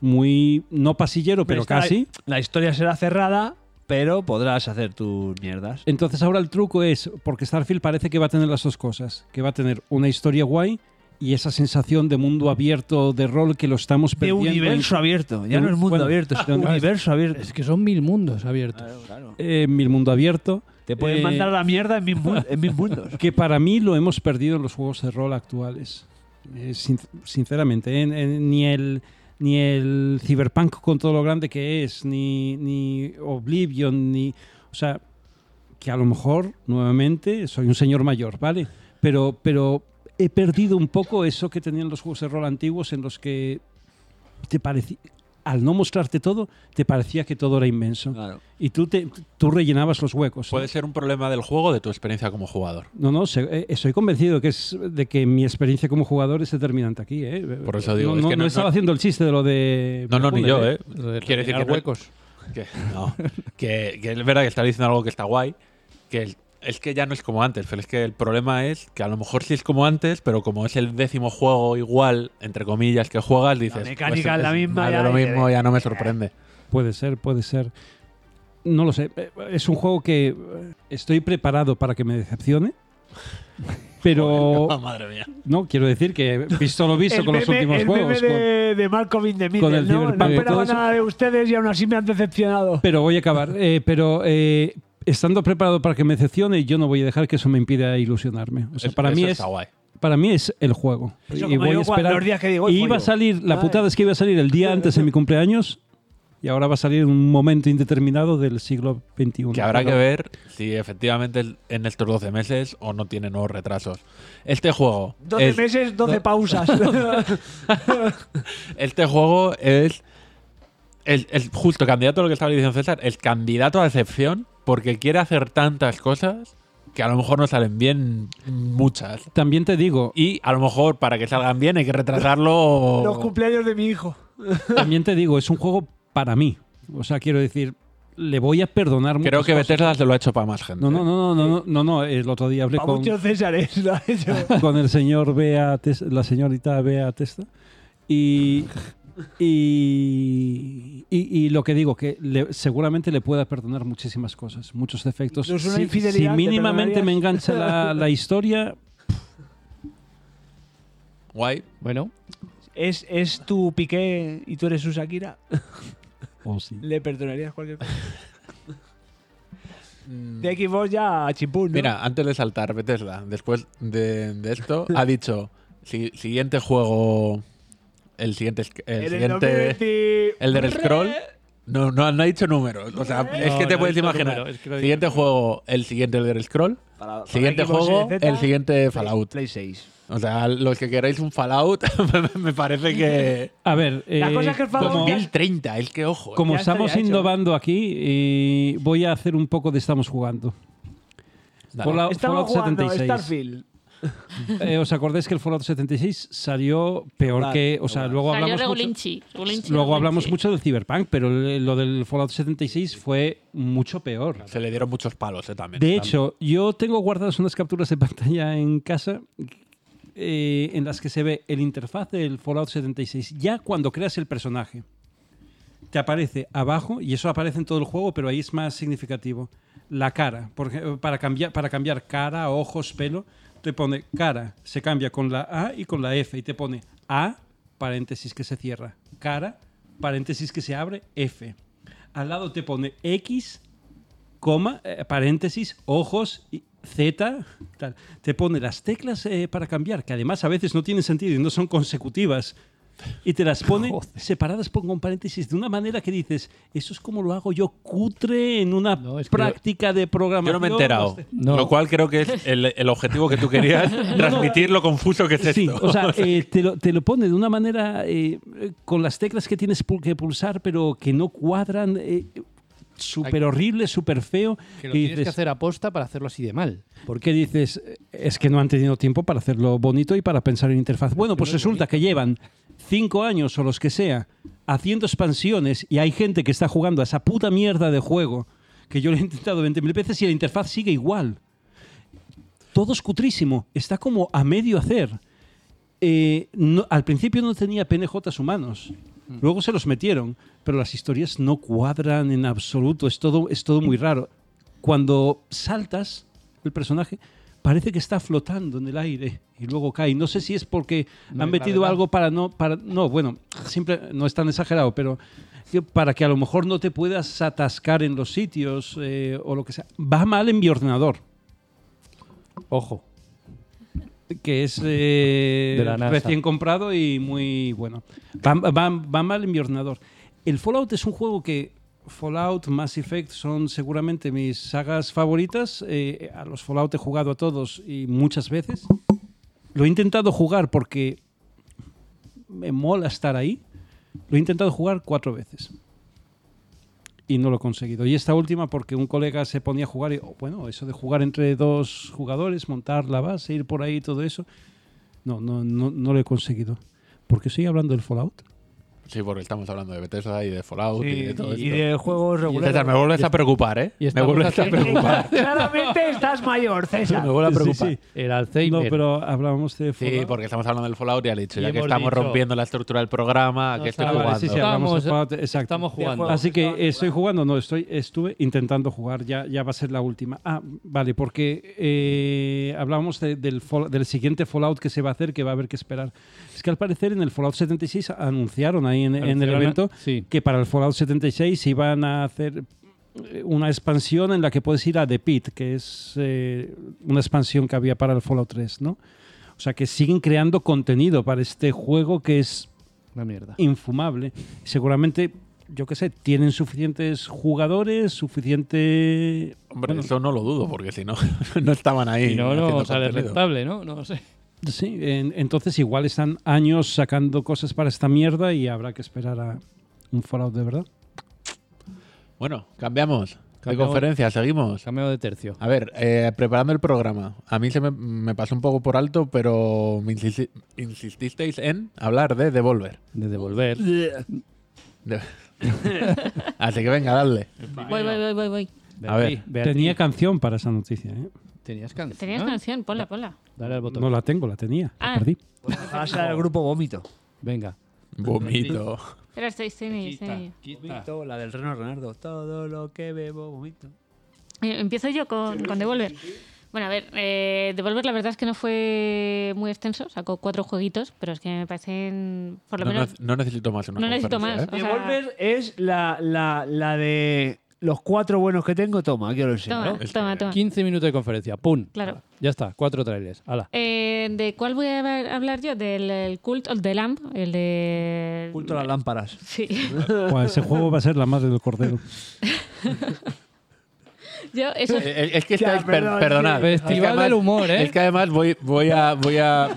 S2: muy no pasillero, pero
S6: Está la-
S2: casi.
S6: La, historia será cerrada, pero podrás hacer tus mierdas.
S2: Entonces ahora el truco es, porque Starfield parece que va a tener las dos cosas, que va a tener una historia guay y esa sensación de mundo abierto, de rol que lo estamos
S6: De
S2: perdiendo.
S6: universo abierto. Ya
S2: de
S6: no
S2: un-
S6: es mundo
S2: bueno,
S6: abierto, es *laughs*
S2: de un-
S6: universo abierto.
S5: Es que son mil mundos abiertos.
S2: Eh, mil mundo abierto.
S6: Te pueden
S2: Eh,
S6: mandar a la mierda en mis, mun- en mis mundos.
S2: que para mí lo hemos perdido en los juegos de rol actuales. Eh, sin- sinceramente, en- en- ni el ni el Cyberpunk con todo lo grande que es, ni, ni Oblivion, ni. O sea, que a lo mejor, nuevamente, soy un señor mayor, ¿vale? Pero, pero he perdido un poco eso que tenían los juegos de rol antiguos en los que te parecía. Al no mostrarte todo, te parecía que todo era inmenso.
S6: *laughs* Claro.
S2: Y tú, te, tú rellenabas los huecos. ¿eh?
S1: Puede ser un problema del juego de tu experiencia como jugador.
S2: No, no, se- eh, estoy convencido que es, de que mi experiencia como jugador es determinante aquí. ¿eh?
S1: Por eso digo,
S2: No,
S1: es
S2: no-
S1: que no-
S2: no estaba
S1: no-
S2: haciendo el chiste de lo de.
S1: No, no, ni yo, ¿eh?
S5: Lo de
S1: Quiere decir
S5: rellenar
S1: que-
S5: huecos.
S1: Que, no, que, que es verdad que está diciendo algo que está guay, que el- es que ya no es como antes, pero es que el problema es que a lo mejor sí es como antes, pero como es el décimo juego igual, entre comillas, que juegas, dices... pues
S6: mecánica es la misma,
S1: más de
S6: ya,
S1: lo
S6: y-
S1: mismo, ya no me *laughs* sorprende.
S2: Puede ser, puede ser. No lo sé. Eh, Es un juego que eh, estoy preparado para que me decepcione.
S1: *laughs*
S2: Pero
S1: Oh, madre mía.
S2: no, quiero decir que visto lo visto
S6: El
S2: con los
S6: meme-
S2: últimos
S6: el
S2: juegos.
S6: meme
S2: con-
S6: de, de Marco in the Middle,
S2: con el
S6: ¿no?
S2: Cyberpunk
S6: No
S2: y todo
S6: esperaba
S2: eso.
S6: nada de ustedes y aún así me han decepcionado.
S2: Pero voy a acabar. Eh, pero eh, estando preparado para que me decepcione, yo no voy a dejar que eso me impida ilusionarme. O sea, para mí es
S1: Está guay.
S2: Para mí es el juego.
S6: Eso como digo, cuando los días que digo, hoy Ah,
S2: y iba
S6: follo.
S2: a salir, la
S6: Ay.
S2: putada es que iba a salir el
S6: *laughs*
S2: día antes de mi cumpleaños y ahora va a salir en un momento indeterminado del siglo XXI.
S1: Que habrá que
S2: Pero
S1: ver si efectivamente el- en estos 12 meses o no tiene nuevos retrasos. Este juego.
S6: 12
S1: es-
S6: meses, 12 *laughs* pausas.
S1: Este juego es. El, el justo candidato a lo que estaba diciendo César, el candidato a excepción, porque quiere hacer tantas cosas que a lo mejor no salen bien muchas.
S2: También te digo,
S1: Y a lo mejor para que salgan bien hay que retrasarlo.
S6: *laughs* Los cumpleaños de mi hijo.
S2: también te digo, es un juego para mí. O sea, quiero decir, le voy a perdonar
S1: Creo
S2: muchas
S1: que
S2: cosas.
S1: Bethesda se lo ha hecho para más gente.
S2: No, no, no, no, no, no, no, no, el otro día hablé
S6: A
S2: con,
S6: muchos Césares. *laughs* ¿no? Yo-
S2: con el señor Bea Tes- la señorita Bea Testa. Y, y, y, y lo que digo, que le- seguramente le pueda perdonar muchísimas cosas, muchos defectos.
S6: No es una
S2: Si- si,
S6: infidelidad, ¿te
S2: mínimamente
S6: perdonarías?
S2: me engancha
S6: *laughs*
S2: la, la historia,
S1: Guay.
S5: Bueno,
S6: ¿Es, es tu Piqué y tú eres su Shakira.
S2: o sí.
S6: Le perdonarías cualquier *laughs* cosa. De Xbox ya a Chipún, ¿no?
S1: Mira, antes de saltar, Bethesda, después de, de esto, ha dicho: si- siguiente juego. El siguiente. es- El,
S6: en el
S1: siguiente.
S6: 2020.
S1: El del scroll. No, no, no ha dicho números. O sea, es
S5: No,
S1: que
S5: no
S1: te
S5: ha
S1: puedes
S5: dicho
S1: imaginar.
S5: número, es que lo
S1: siguiente juego, el siguiente del scroll.
S6: Para- para
S1: siguiente
S6: Xbox
S1: juego,
S6: Series Z,
S1: el siguiente Fallout.
S6: Play 6.
S1: O sea, los que queráis un Fallout, *laughs* me- me parece que.
S2: A ver,
S6: La
S2: eh,
S6: cosa es que el Fallout
S2: como,
S6: ya-
S1: 2030, es que ojo. eh.
S2: como
S6: ya estaría
S2: estamos
S6: hecho.
S2: innovando aquí, eh, voy a hacer un poco de estamos jugando.
S1: Dale.
S2: Fallout-
S6: Estamos
S2: Fallout
S6: jugando
S2: 76.
S6: Starfield.
S2: Eh, ¿Os acordáis que el Fallout 76 salió peor
S6: Vale,
S2: que. O sea,
S6: vale.
S2: luego
S4: Salió
S2: hablamos. mucho,
S4: regulinchi, regulinchi,
S2: luego hablamos
S4: regulinchi.
S2: mucho del Cyberpunk, pero el- lo del Fallout 76 fue mucho peor.
S1: eh, Se le dieron muchos palos eh, también.
S2: De hecho, yo tengo guardadas unas capturas de pantalla en casa eh, en las que se ve el interfaz del Fallout 76. Ya cuando creas el personaje, te aparece abajo, y eso aparece en todo el juego, pero ahí es más significativo, la cara. Porque, para, cambiar, para cambiar cara, ojos, pelo, te pone cara, se cambia con la A y con la F, y te pone A, paréntesis que se cierra, cara, paréntesis que se abre, F. Al lado te pone X, coma, eh, paréntesis, ojos, y Z, tal. Te pone las teclas eh, para cambiar, que además a veces no tienen sentido y no son consecutivas. Y te las pone separadas por un paréntesis de una manera que dices, eso es como lo hago yo cutre en una
S5: No, es que
S2: práctica de
S1: Yo
S2: programación.
S1: no me he enterado. *laughs*
S5: No.
S1: Lo cual creo que es el, el objetivo que tú
S5: *laughs*
S1: querías, transmitir lo confuso que es
S2: Sí,
S1: esto.
S2: o sea,
S1: *laughs*
S2: eh, te, lo, te lo pone de una manera eh, eh, con las teclas que tienes pu- que pulsar, pero que no cuadran. eh, súper horrible, súper feo.
S5: que lo
S2: y
S5: tienes que
S2: dices,
S5: hacer aposta para hacerlo así de mal.
S2: Porque dices, es que no han tenido tiempo para hacerlo bonito y para pensar en interfaz. Bueno, pues resulta que llevan cinco años o los que sea haciendo expansiones y hay gente que está jugando a esa puta mierda de juego que yo lo he intentado 20.000 veces y la interfaz sigue igual. Todo es cutrísimo, está como a medio hacer. Eh, no- al principio no tenía PNJs humanos, luego se los metieron, pero las historias no cuadran en absoluto, es todo, es todo muy raro. Cuando saltas, el personaje parece que está flotando en el aire y luego cae. No sé si es porque
S5: No
S2: han
S5: hay
S2: metido
S5: gravedad.
S2: algo para no, para no, bueno, siempre no es tan exagerado, pero que- para que a lo mejor no te puedas atascar en los sitios eh, o lo que sea. Va mal en mi ordenador
S5: Ojo.
S2: que es eh,
S5: De la NASA.
S2: recién comprado y muy bueno. Va, va- va mal en mi ordenador. El Fallout es un juego que Fallout, Mass Effect son seguramente mis sagas favoritas. Eh, a los Fallout he jugado a todos y muchas veces. Lo he intentado jugar porque me mola estar ahí. Lo he intentado jugar cuatro veces. Y no lo he conseguido. Y esta última porque un colega se ponía a jugar y, oh, bueno, eso de jugar entre dos jugadores, montar la base, ir por ahí, todo eso. No, no, no, no lo he conseguido. Porque estoy hablando del Fallout.
S1: Sí, porque estamos hablando de Bethesda y de Fallout y de Oh, todo
S6: y
S1: esto.
S6: de juegos
S1: César,
S6: regulares.
S1: me vuelves a preocupar, ¿eh?
S5: y
S1: Me
S5: estamos
S1: vuelves a
S5: haciendo-
S1: preocupar.
S6: Claramente estás mayor, César.
S1: Me vuelves a preocupar.
S2: Sí, sí.
S5: El
S2: No,
S5: Alzheimer.
S2: pero hablábamos de Fallout.
S1: Sí, porque estamos hablando del Fallout y ha dicho,
S5: Y
S1: ya que
S5: hemos
S1: estamos
S5: dicho-
S1: rompiendo la estructura del programa, que estoy
S2: Ah, vale,
S1: jugando.
S2: sí, sí,
S5: Estamos-
S2: hablamos de Fallout, exacto.
S5: Estamos jugando.
S2: Así que estoy jugando, no, estoy, estuve intentando jugar, ya, ya va a ser la última. Ah, vale, porque eh, hablábamos de- del, fall- del siguiente Fallout que se va a hacer, que va a haber que esperar. Es que al parecer en el Fallout 76 anunciaron ahí en, en el
S5: Anunciaron,
S2: evento
S5: sí.
S2: que para el Fallout 76 iban a hacer eh, una expansión en la que puedes ir a The Pit, que es eh, una expansión que había para el Fallout 3, ¿no? O sea que siguen creando contenido para este juego que es
S5: Una mierda.
S2: infumable. Seguramente, yo qué sé, tienen suficientes jugadores, suficiente...
S1: Hombre, eso no lo dudo, porque si no, *laughs* no estaban ahí.
S5: Y no,
S1: haciendo
S5: no sale
S1: contenido.
S5: rentable, ¿no? No sé.
S2: Sí, en- entonces igual están años sacando cosas para esta mierda y habrá que esperar a un Fallout de verdad.
S1: Bueno, cambiamos. De
S5: Cambiamos-
S1: conferencia, seguimos.
S5: Cambio de tercio.
S1: A ver, eh, preparando el programa, a mí se me, me pasó un poco por alto, pero me insisti- insististeis en hablar de Devolver.
S5: De devolver.
S1: De- *laughs* Así que venga, dale.
S4: Voy, voy, voy, voy, voy.
S1: A ver,
S2: Tenía canción para esa noticia, ¿eh?
S5: Tenías canción.
S4: Tenías canción, ponla, ponla.
S5: Dale al botón.
S2: No la tengo, la tenía. La
S4: Ah.
S2: perdí.
S6: Va a ser el grupo Vómito.
S5: Venga.
S1: Vomito.
S4: Espera, estoy, estoy en ello, estoy en ello.
S6: Vómito, la del Reno Renardo. Todo lo que bebo, vómito.
S4: Eh, Empiezo yo con, con Devolver. Bueno, a ver, eh, Devolver la verdad es que no fue muy extenso, sacó cuatro jueguitos, pero es que me parecen, por lo
S1: No,
S4: menos,
S1: nec- no necesito más. Una
S4: No necesito
S1: conferencia,
S4: más.
S1: ¿eh?
S4: O sea-
S6: Devolver es la, la, la de los cuatro buenos que tengo. Toma, aquí os lo enseño.
S4: toma,
S1: Es que-
S4: toma, toma.
S5: 15 minutos de conferencia. ¡Pum!
S4: Claro.
S5: Ya está. Cuatro trailers. ¡Hala!
S4: Eh, ¿De cuál voy a hab- hablar yo? Del el Cult of the Lamp, el de...
S6: Oculto las lámparas.
S4: Sí. *laughs*
S2: Buah, ese juego va a ser la madre del cordero.
S4: yo, eso...
S1: Eh, eh, Es que
S6: Ya,
S1: estáis, per-
S6: perdón,
S1: perdonad.
S5: sí.
S1: Es que
S5: Festival del humor, ¿eh?
S1: Es que además voy, voy a. Voy a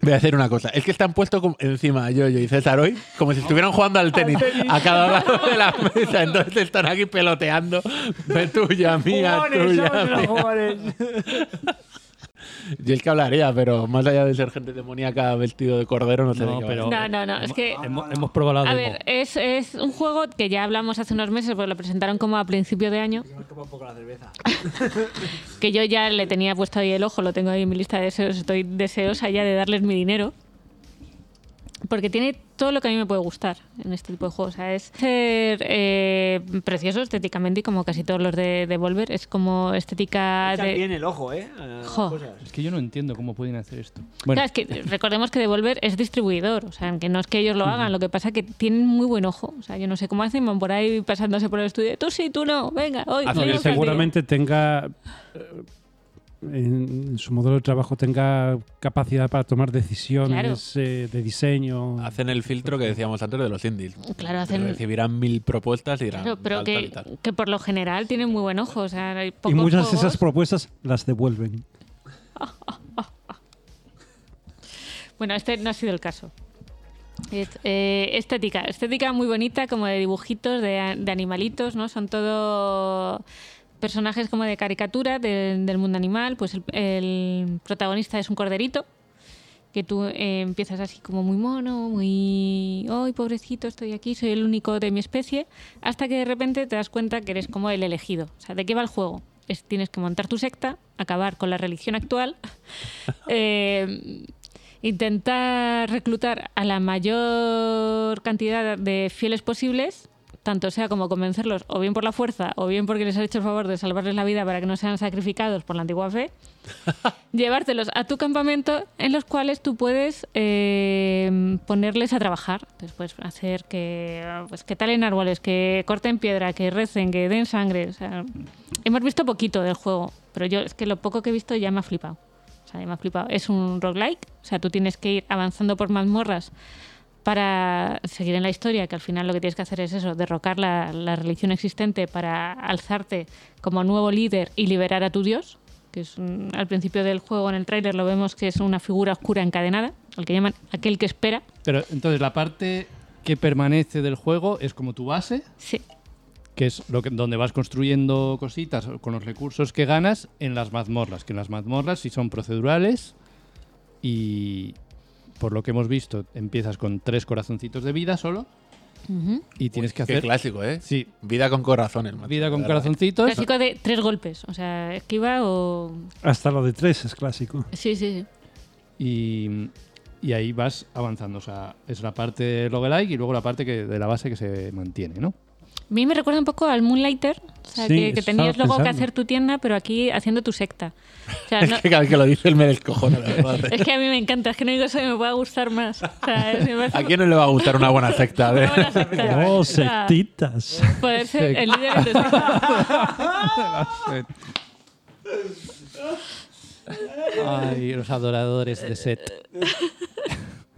S1: Voy a hacer una cosa. Es que están puestos como- encima yo, yo y César hoy como si estuvieran jugando al tenis a cada lado de la mesa. Entonces están aquí peloteando. Ve tuya, mía,
S6: Jugones,
S1: tuya.
S6: somos unos
S1: mía.
S6: jugones. *laughs*
S1: Yo es que hablaría, pero más allá de ser gente demoníaca vestido de cordero, no sé de
S5: No,
S1: qué va.
S5: pero.
S4: No, no,
S1: eh,
S4: no, es que-
S5: Hemos, hemos probado la
S4: A
S5: demo.
S4: ver, es, es un juego que ya hablamos hace unos meses, porque lo presentaron como a principio de año. *laughs* que yo ya le tenía puesto ahí el ojo, lo tengo ahí en mi lista de deseos, estoy deseosa ya de darles mi dinero. Porque tiene todo lo que a mí me puede gustar en este tipo de juegos. O sea, es ser eh, precioso estéticamente y como casi todos los de Devolver. Es como estética
S6: Echan
S4: de...
S6: bien el ojo, ¿eh? a las
S4: Jo.
S6: cosas.
S5: Es que yo no entiendo cómo pueden hacer esto. Bueno,
S4: Claro, es que recordemos que Devolver es distribuidor, o sea, que no es que ellos lo hagan, lo que pasa es que tienen muy buen ojo. O sea, yo no sé cómo hacen, van por ahí pasándose por el estudio, tú sí, tú no, venga, hoy.
S1: Hacen
S2: No,
S4: hoy
S2: y
S1: bien,
S4: no
S2: seguramente tenga eh, en, en su modelo de trabajo tenga capacidad para tomar decisiones eh, de diseño.
S1: Hacen el filtro que decíamos antes de los indies.
S4: Claro, hacen-
S1: Recibirán mil propuestas y dirán.
S4: Claro, pero
S1: tal, tal y
S4: que,
S1: tal.
S4: que por lo general tienen muy buen ojo. O sea, hay
S2: y
S4: pocos
S2: muchas de
S4: juegos-
S2: esas propuestas las devuelven.
S4: Bueno, este no ha sido el caso. Es- eh, estética, estética muy bonita, como de dibujitos, de, a- de animalitos, ¿no? Son todo personajes como de caricatura de- del mundo animal. Pues el, el protagonista es un corderito, que tú eh, empiezas así como muy mono, muy... ¡Ay, pobrecito, estoy aquí, soy el único de mi especie! Hasta que de repente te das cuenta que eres como el elegido. O sea, ¿de qué va el juego? Es, tienes que montar tu secta, acabar con la religión actual, *laughs* eh, intentar reclutar a la mayor cantidad de fieles posibles, tanto sea como convencerlos o bien por la fuerza o bien porque les has hecho el favor de salvarles la vida para que no sean sacrificados por la antigua fe, llevártelos a tu campamento en los cuales tú puedes eh, ponerles a trabajar. Después hacer que, pues, que talen árboles, que corten piedra, que recen, que den sangre. O sea, hemos visto poquito del juego, pero yo es que lo poco que he visto ya me ha flipado. O sea, me ha flipado. Es un roguelike, o sea, tú tienes que ir avanzando por mazmorras para seguir en la historia, que al final lo que tienes que hacer es eso, derrocar la, la religión existente para alzarte como nuevo líder y liberar a tu dios, que es un- al principio del juego en el tráiler lo vemos que es una figura oscura encadenada, al que llaman aquel que espera.
S5: pero entonces la parte que permanece del juego es como tu base,
S4: Sí,
S5: que es lo que, donde vas construyendo cositas con los recursos que ganas en las mazmorras. Que en las mazmorras sí son procedurales y por lo que hemos visto empiezas con tres corazoncitos de vida solo y tienes que
S1: Qué
S5: hacer
S1: clásico, ¿eh?
S5: sí,
S1: Vida con corazones. macho,
S5: vida
S1: de
S5: con
S1: verdad. ¿eh?
S5: corazoncitos.
S4: clásico de tres golpes, o sea, esquiva o...
S2: Hasta lo de tres es clásico.
S4: Sí, sí, sí.
S5: y, y ahí vas avanzando. O sea, es la parte roguelike y luego la parte que, de la base que se mantiene, ¿no?
S4: A mí me recuerda un poco al Moonlighter, o sea,
S2: Sí,
S4: que, que
S2: eso
S4: tenías
S2: estaba
S4: luego que
S2: pensando.
S4: hacer tu tienda, pero aquí haciendo tu secta.
S2: *laughs*
S4: O sea,
S1: Es
S4: no-
S1: que cada vez que lo dice él me descojona, la verdad.
S4: es que a mí me encanta, es que no hay cosa que me pueda gustar más. O
S2: *laughs*
S4: sea, es- me parece
S1: ¿A quién no le va a gustar una buena secta? A ver. *laughs*
S4: una buena secta.
S2: ¡Oh,
S4: O sea,
S2: sectitas!
S4: Poder ser el líder de tu secta.
S5: Ay, los adoradores de set.
S4: *laughs*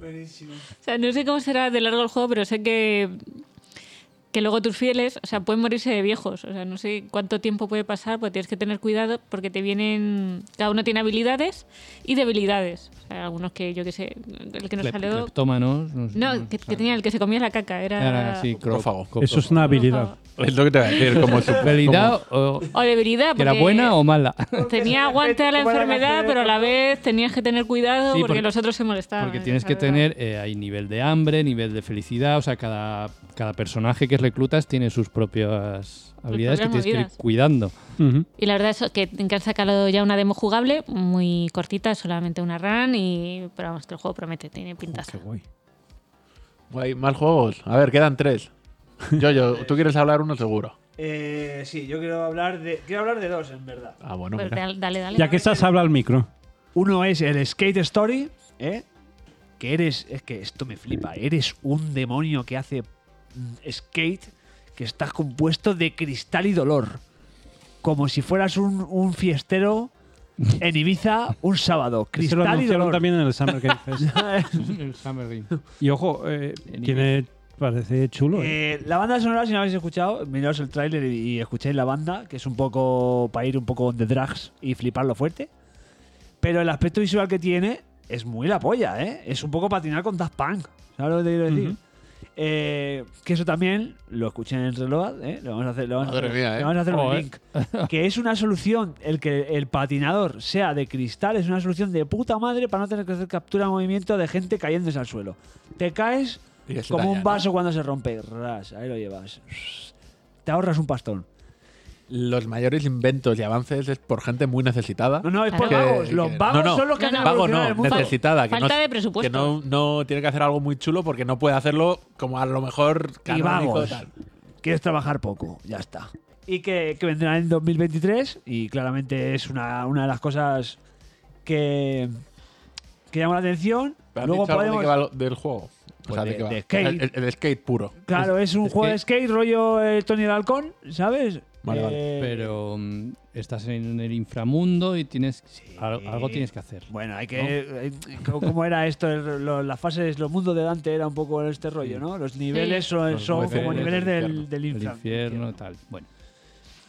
S4: O sea, no sé cómo será de largo el juego, pero sé que, que luego tus fieles, o sea, pueden morirse de viejos. O sea, no sé cuánto tiempo puede pasar, porque tienes que tener cuidado porque te vienen... Cada uno tiene habilidades y debilidades. O sea, algunos que, yo qué sé, el que nos salió...
S5: Cleptómanos.
S4: No, que, que tenía el que se comía la caca, era...
S5: mm, Era así,
S1: Cropófago.
S5: cro-
S2: Eso es una habilidad.
S4: Cropófago.
S1: Es lo que te voy a decir. Como su-
S5: ¿Realidad o
S4: O debilidad,
S5: que era buena o
S4: *laughs*
S5: mala?
S4: Tenía aguante a la
S6: Como la
S4: enfermedad,
S6: canción de-
S4: pero a la vez tenías que tener cuidado
S5: Sí,
S4: porque,
S5: porque-
S4: los otros se molestaban.
S5: Porque tienes que
S4: ¿sabes?
S5: tener, eh, hay nivel de hambre, nivel de felicidad, o sea, cada, cada personaje que reclutas tiene sus propias habilidades que tienes
S4: propias
S5: que ir
S4: movidas.
S5: cuidando.
S2: Ujú.
S4: Y la verdad es que, que han sacado ya una demo jugable muy cortita, solamente una run, y, pero vamos, que el juego promete, tiene pintaza.
S1: Guay, más juegos. A ver, quedan tres. Yo, yo, tú quieres hablar uno seguro.
S6: Eh, sí, yo quiero hablar de. Quiero hablar de dos, en verdad.
S1: Ah, bueno,
S4: Pues
S1: mira.
S4: dale, dale. dale.
S2: Ya que estás, habla al micro.
S6: Uno es el Skate Story, ¿eh? Que eres. Es que esto me flipa. Eres un demonio que hace mm, skate que estás compuesto de cristal y dolor. Como si fueras un, un fiestero en Ibiza un sábado.
S2: Se lo
S6: Cristal y
S2: anunciaron
S6: dolor.
S2: también en el Summer Game
S6: *laughs*
S2: Fest. Y ojo, eh, tiene, parece chulo. eh.
S6: Eh, la banda sonora, si no habéis escuchado, miraos el tráiler y, y escucháis la banda, que es un poco para ir un poco de drags y fliparlo fuerte. Pero el aspecto visual que tiene es muy la polla, ¿eh? Es un poco patinar con Daft Punk. ¿Sabes lo que te quiero decir? Eh, que eso también lo escuché en el Reload, ¿eh? Lo vamos a hacer, lo vamos a
S1: Madre
S6: hacer-
S1: mía, ¿eh?
S6: le vamos a hacer un
S5: Joder.
S6: link. Que es una solución, el que el patinador sea de cristal, es una solución de puta madre para no tener que hacer captura de movimiento de gente cayéndose al suelo. Te caes
S1: Y eso
S6: como
S1: daña,
S6: un
S1: ¿no?
S6: vaso cuando se rompe. Ras, ahí lo llevas. Te ahorras un pastón.
S1: Los mayores inventos y avances es por gente muy necesitada.
S6: No, no, es por
S4: Que-
S6: vagos. Los
S1: que-
S6: vagos
S1: no, no,
S6: son los que
S4: no,
S6: hacen
S4: no,
S1: Vago
S6: evolucionar
S1: no,
S6: el mundo.
S1: necesitada. Que
S4: Falta
S1: no,
S4: de presupuesto.
S1: Que no, no tiene que hacer algo muy chulo porque no puede hacerlo como a lo mejor
S6: Y
S1: canónico.
S6: vagos.
S1: tal.
S6: Quieres trabajar poco, ya está. Y que, que vendrá en 2023 y claramente es una, una de las cosas que, que llama la atención.
S1: ¿Pero has
S6: Luego
S1: dicho algo de
S6: podemos...
S1: qué va lo- del juego?
S6: Pues de-
S1: qué va?
S6: de skate.
S1: El, el- el skate puro.
S6: Claro, es un
S5: es
S6: juego
S5: que-
S6: de skate rollo eh, Tony el Halcón, ¿sabes?
S1: Vale, vale.
S6: Eh,
S5: Pero mm, estás en el inframundo y tienes al- algo tienes que hacer.
S6: Bueno, hay que. como ¿Cómo era esto? El- lo- las fases, los mundos de Dante era un poco este rollo, ¿no? Los niveles son,
S1: Los
S6: son
S1: niveles
S6: como
S1: del
S6: niveles del,
S1: infierno.
S6: del
S5: El
S6: infra-
S5: infierno, tal. Bueno,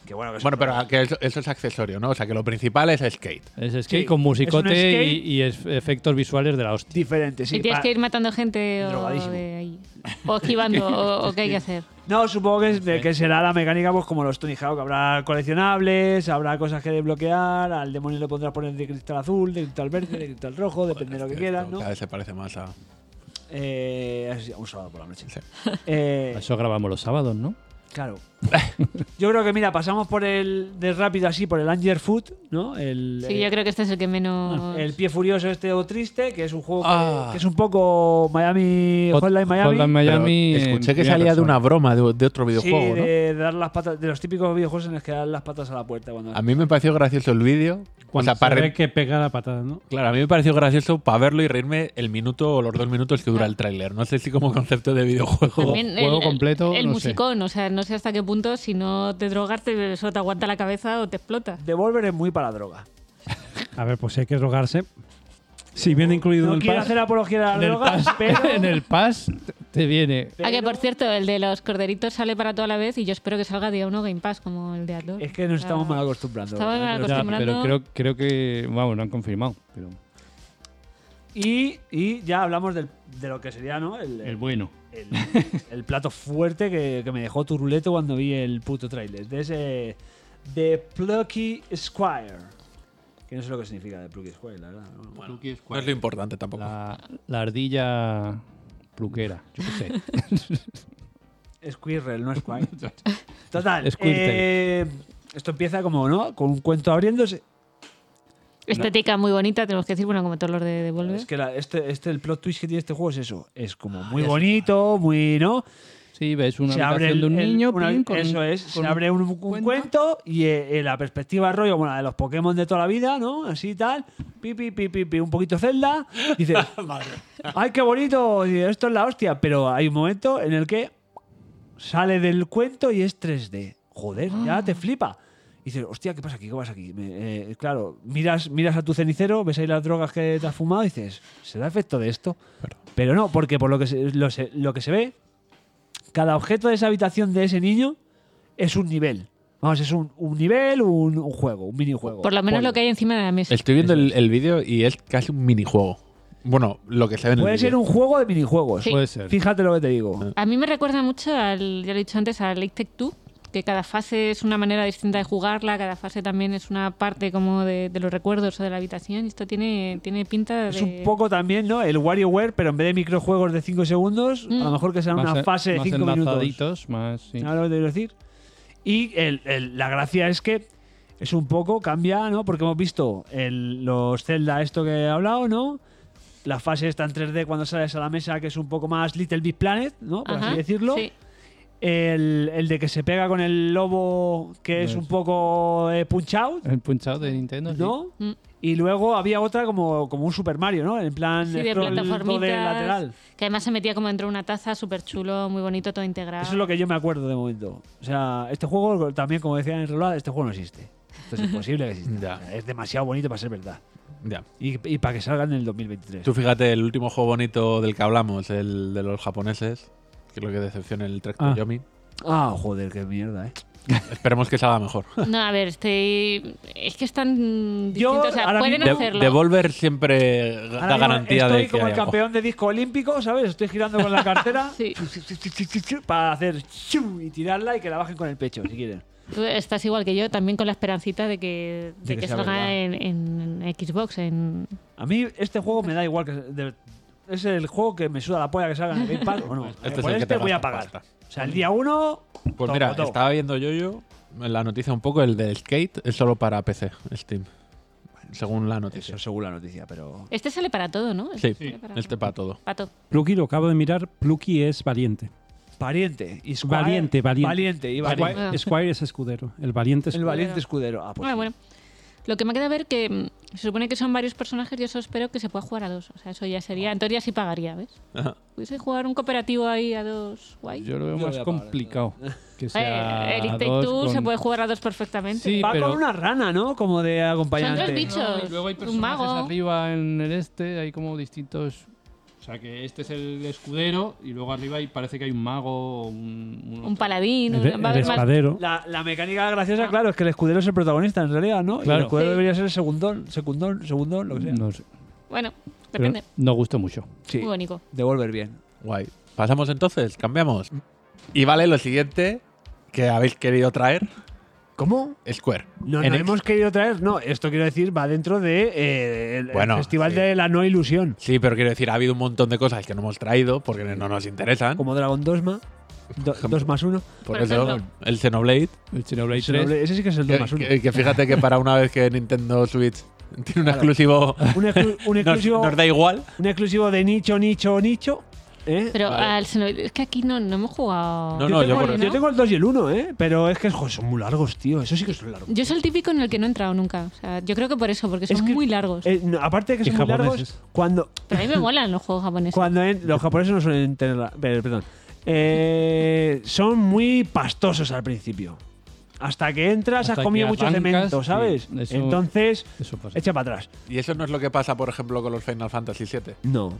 S6: Que bueno, que es-
S1: Bueno, pero que eso, eso es accesorio, ¿no? O sea, que lo principal es skate.
S5: es skate
S6: Sí,
S5: con
S6: es un
S5: musicote
S6: skate.
S5: y, y es- efectos visuales de la hostia.
S6: diferente, sí.
S4: y tienes
S6: pa-
S4: que ir matando gente o,
S6: Drogadísimo.
S4: de ahí, o esquivando, o, o qué hay que hacer.
S6: No, supongo que, es- que será la mecánica, pues como los Tony Hawk, habrá coleccionables, habrá cosas que desbloquear, al demonio le podrás poner de cristal azul, de cristal verde, de cristal rojo, depende de lo que quieras, ¿no?
S1: Cada vez se parece más a.
S6: Eh, así, un sábado por la noche.
S1: Sí.
S6: Eh,
S5: Eso grabamos los sábados, ¿no?
S6: Claro. Yo creo que, mira, pasamos por el de rápido así, por el Anger Food, Eh, ¿no? El, eh,
S4: Sí, yo creo que este es el
S2: *laughs*
S4: que menos.
S6: el pie furioso este o triste, que es un juego que-
S5: Ah.
S6: que, es un poco Miami, Hotline Miami.
S5: Hotline Miami
S1: Pero
S5: en
S1: escuché que
S5: primera
S1: salía de
S5: persona.
S1: una broma de, de otro
S6: Sí,
S1: videojuego, ¿no?
S6: de, dar las patas, de los típicos videojuegos en los que dan las patas a la puerta cuando...
S1: A mí me pareció gracioso el vídeo. O
S2: Cuando
S1: sea, para
S2: se
S1: re-
S2: ve que pega la patada, ¿no?
S1: Claro, a mí me pareció gracioso para verlo y reírme el minuto o los dos minutos que dura el tráiler. No sé si como concepto de videojuego.
S4: También
S5: juego completo,
S4: el
S5: no sé.
S4: musicón, o sea, no sé hasta qué punto, si no te drogarte, eso te aguanta la cabeza o te explota.
S6: Devolver es muy para droga.
S2: A ver, pues si hay que rogarse. Si viene incluido
S6: No
S2: en el
S6: quiero
S2: pass,
S6: hacer apología de la
S5: En el
S6: droga,
S5: pas-
S6: *laughs* pero...
S5: en el pas te- te viene.
S4: Ah, que por cierto, el de los corderitos sale para toda la vez y yo espero que salga día uno Game Pass como el de Atlus.
S6: Es que nos estamos mal ¿eh? acostumbrando.
S4: Estaba mal
S5: Ya,
S4: acostumbrando.
S5: pero creo, creo que. Vamos, no han confirmado. Pero
S6: Y, y ya hablamos del- de lo que sería, ¿no? El,
S5: el bueno.
S6: el, el plato fuerte que, que me dejó turuleto cuando vi el puto trailer. De ese. De Plucky Squire. Que no sé lo que significa de Plucky Squire, la verdad. ¿no?
S1: No *laughs* es lo importante tampoco.
S5: La, la ardilla pluquera, yo qué sé.
S6: *laughs* Squirrel,
S5: *laughs*
S6: no Squire. Total.
S5: Squirtle.
S6: eh, esto empieza como, ¿no? Con un cuento abriéndose.
S4: Estética muy bonita, tenemos que decir, bueno, como todos los de Devolver.
S6: Es que la- este, este, el plot twist que tiene este juego es eso. Es como muy bonito, muy, ¿no?
S5: Sí, ves una
S6: se abre
S5: habitación
S6: el-
S5: de un
S6: el-
S5: niño.
S6: una-
S5: pin, con un-
S6: eso es
S5: con
S6: se abre un, un
S5: cuento.
S6: cuento y eh, eh, la perspectiva rollo bueno la de los Pokémon de toda la vida no así y tal pi pi pi pi, pi, un poquito Zelda y dices ay qué bonito y esto es la hostia pero hay un momento en el que sale del cuento y es 3D joder ya
S5: *gasps*
S6: te flipa y dices, hostia, ¿qué pasa aquí? ¿Qué pasa aquí? Me- eh, claro, miras, miras a tu cenicero, ves ahí las drogas que te has fumado y *laughs* dices, ¿será efecto de esto? Pero no, porque por lo que se- lo se- lo que se ve, cada objeto de esa habitación de ese niño es un nivel. Vamos, es un, un nivel, un, un juego, un minijuego.
S4: Por lo menos
S6: Ponlo.
S4: lo que hay encima de la mesa.
S1: Estoy viendo el, el vídeo y es casi un minijuego. Bueno, lo que se ve en
S6: Puede
S1: el
S6: ser
S1: vídeo.
S6: un juego de minijuegos.
S4: Sí.
S5: Puede ser.
S1: Eh,
S6: Fíjate lo que te digo.
S4: A mí me recuerda mucho al, ya lo he dicho antes, al Late Tech 2, que cada fase es una manera distinta de jugarla, cada fase también es una parte como de, de los recuerdos o de la habitación. y Esto tiene, tiene pinta de...
S6: Es un poco también, ¿no? El WarioWare, pero en vez de microjuegos de 5 segundos, a
S4: Mm.
S6: lo mejor que sea una
S5: Más-
S6: fase de
S5: más
S6: 5 minutos.
S5: enlazaditos, Más, sí.
S6: ¿Sabes lo que te quiero decir? Y el- el- la gracia es que es un poco, cambia, ¿no? Porque hemos visto el- los Zelda, esto que he hablado, ¿no? La fase está en 3D cuando sales a la mesa, que es un poco más Little Big Planet, ¿no? Por
S4: Ajá,
S6: así decirlo.
S4: sí.
S6: El, el de que se pega con el lobo, que es
S5: Pues-
S6: un poco eh, punch out,
S5: El punch out de Nintendo. sí.
S6: ¿no?
S4: Mm.
S6: Y luego había otra como, como un Super Mario, ¿no? En plan
S4: Sí, de
S6: scroll 2D
S4: plataformitas.
S6: lateral.
S4: Que además se metía como dentro de una taza, súper chulo, muy bonito, todo integrado.
S6: Eso es lo que yo me acuerdo de momento. O sea, este juego, también como decía en el reloj, este juego no existe.
S4: *laughs*
S6: Esto es imposible que exista.
S1: Ya.
S6: O sea, Es demasiado bonito para ser verdad.
S1: Ya.
S6: Y, y para que salgan en el 2023.
S1: Tú fíjate, el último juego bonito del que hablamos, el de los japoneses, que es lo que decepciona el Trek
S2: Ah.
S1: to Yomi.
S6: Ah, joder, qué mierda, ¿eh?
S1: Esperemos que salga mejor.
S4: No, a ver, estoy... es que están
S6: Yo
S4: distintos. O sea,
S6: ahora
S4: pueden
S6: mismo-
S1: De-
S4: hacerlo.
S1: Devolver siempre da
S6: Ahora mismo
S1: garantía
S6: estoy
S1: de que
S6: como el
S1: haya algo.
S6: campeón de disco olímpico, ¿sabes? Estoy girando
S4: *laughs*
S6: con la cartera
S4: Sí.
S6: para hacer chu y tirarla y que la bajen con el pecho, si quieren.
S4: Tú estás igual que yo, también con la esperancita de que, de
S6: De que
S4: que
S6: sea
S4: salga
S6: verdad.
S4: en, en Xbox. En...
S6: A mí este juego me da igual que... de- es el juego que me suda la polla que salga en
S4: *laughs*
S6: el Gamepad o no.
S1: Este es
S6: Por
S1: el que
S6: este
S1: te
S6: voy a
S1: gasta
S6: pagar.
S1: pasta.
S6: O sea, el día uno...
S1: Pues
S6: toco,
S1: mira,
S6: toco.
S1: estaba viendo yo yo la noticia un poco, el del skate es solo para PC, Steam. Según la noticia.
S6: Eso según la noticia, pero...
S4: Este sale para todo, ¿no?
S1: Sí,
S4: sale para-
S1: este para todo.
S4: para todo.
S2: Plucky, lo acabo de mirar, Plucky es valiente.
S6: Pariente. Y Squire-
S2: Valiente, valiente.
S6: Valiente, y
S2: Squire,
S6: valiente.
S4: Ah.
S2: Squire es escudero. El valiente es
S6: El valiente escudero. Ah,
S4: Bueno,
S6: pues sí.
S4: bueno. Lo que me queda ver que mm, se supone que son varios personajes y eso espero que se pueda jugar a dos. O sea, eso ya sería. Entonces ya sí pagaría, ¿ves?
S1: Ajá.
S4: Pudiese jugar un cooperativo ahí a dos, guay.
S5: Yo lo veo
S6: Yo
S5: más
S6: voy a pagar,
S5: complicado. Que sea
S4: Eh, el It Take
S5: dos
S4: Two se
S5: con-
S4: puede jugar a dos perfectamente.
S5: Sí,
S6: Va
S5: pero-
S6: con una rana, ¿no? Como de
S4: Son
S6: acompañante.
S4: tres bichos.
S5: No, y luego hay
S4: un
S5: personajes
S4: mago.
S5: arriba en el este, hay como distintos. O sea, que este es el escudero y luego arriba hay- parece que hay un mago o un. un
S4: Un
S5: otro.
S4: paladín.
S2: El,
S4: un-
S2: el
S4: va a haber más-
S2: espadero.
S6: La, la mecánica graciosa, claro, es que el escudero es el protagonista en realidad, ¿no? Y el
S5: Claro.
S6: escudero
S4: Sí.
S6: debería ser el segundón, secundón, segundón, lo que sea.
S5: No sé.
S4: Bueno,
S5: Pero
S4: depende.
S5: no gustó mucho.
S6: Sí,
S4: Muy bonito.
S6: devolver bien.
S1: Guay. Pasamos entonces, cambiamos. Y vale, lo siguiente que habéis querido traer,
S6: ¿Cómo?
S1: Square.
S6: No,
S1: En
S6: no
S1: X-
S6: hemos querido traer. No, esto quiero decir, va dentro de eh, el, el
S1: Bueno,
S6: Festival
S1: sí.
S6: de la No Ilusión.
S1: Sí, pero quiero decir, ha habido un montón de cosas que no hemos traído porque no nos interesan.
S6: Como Dragon Dosma. do- dos más uno.
S1: Por,
S4: Por
S1: eso,
S4: ejemplo.
S1: el Xenoblade.
S5: El Xenoblade
S6: Se lo
S5: 3.
S6: hablé- Ese sí que es el dos
S1: Que,
S6: más uno.
S1: que- que fíjate que para una vez que Nintendo Switch tiene un exclusivo,
S6: Un, exclu-
S1: *laughs* nos,
S6: un exclusivo,
S1: nos da igual.
S6: un exclusivo de nicho, nicho, nicho. ¿eh?
S4: Pero
S1: Vale.
S4: al Xenoblade- es que aquí no, no hemos jugado.
S1: No, no, yo
S6: tengo,
S1: por
S6: yo tengo el 2 y el 1, ¿eh? Pero es que jo, son muy largos, tío. Eso sí que son largos.
S4: Yo soy el típico en el que no he entrado nunca. O sea, yo creo que por eso, porque son
S6: Es que-
S4: muy largos.
S6: Eh, no, aparte de que
S2: Y
S6: son muy largos,
S2: japoneses.
S6: cuando,
S4: Pero a mí me molan los juegos japoneses.
S6: cuando en- los japoneses no suelen tener... la- per- perdón. Eh, son muy pastosos al principio. Hasta que entras
S5: Hasta
S6: has comido
S5: que
S6: mucho
S5: arrancas,
S6: cemento, ¿sabes?
S5: sí, eso- pues-
S6: Entonces,
S5: Eso pasa.
S6: echa para atrás.
S1: Y eso no es lo que pasa, por ejemplo, con los Final Fantasy VII.
S6: No,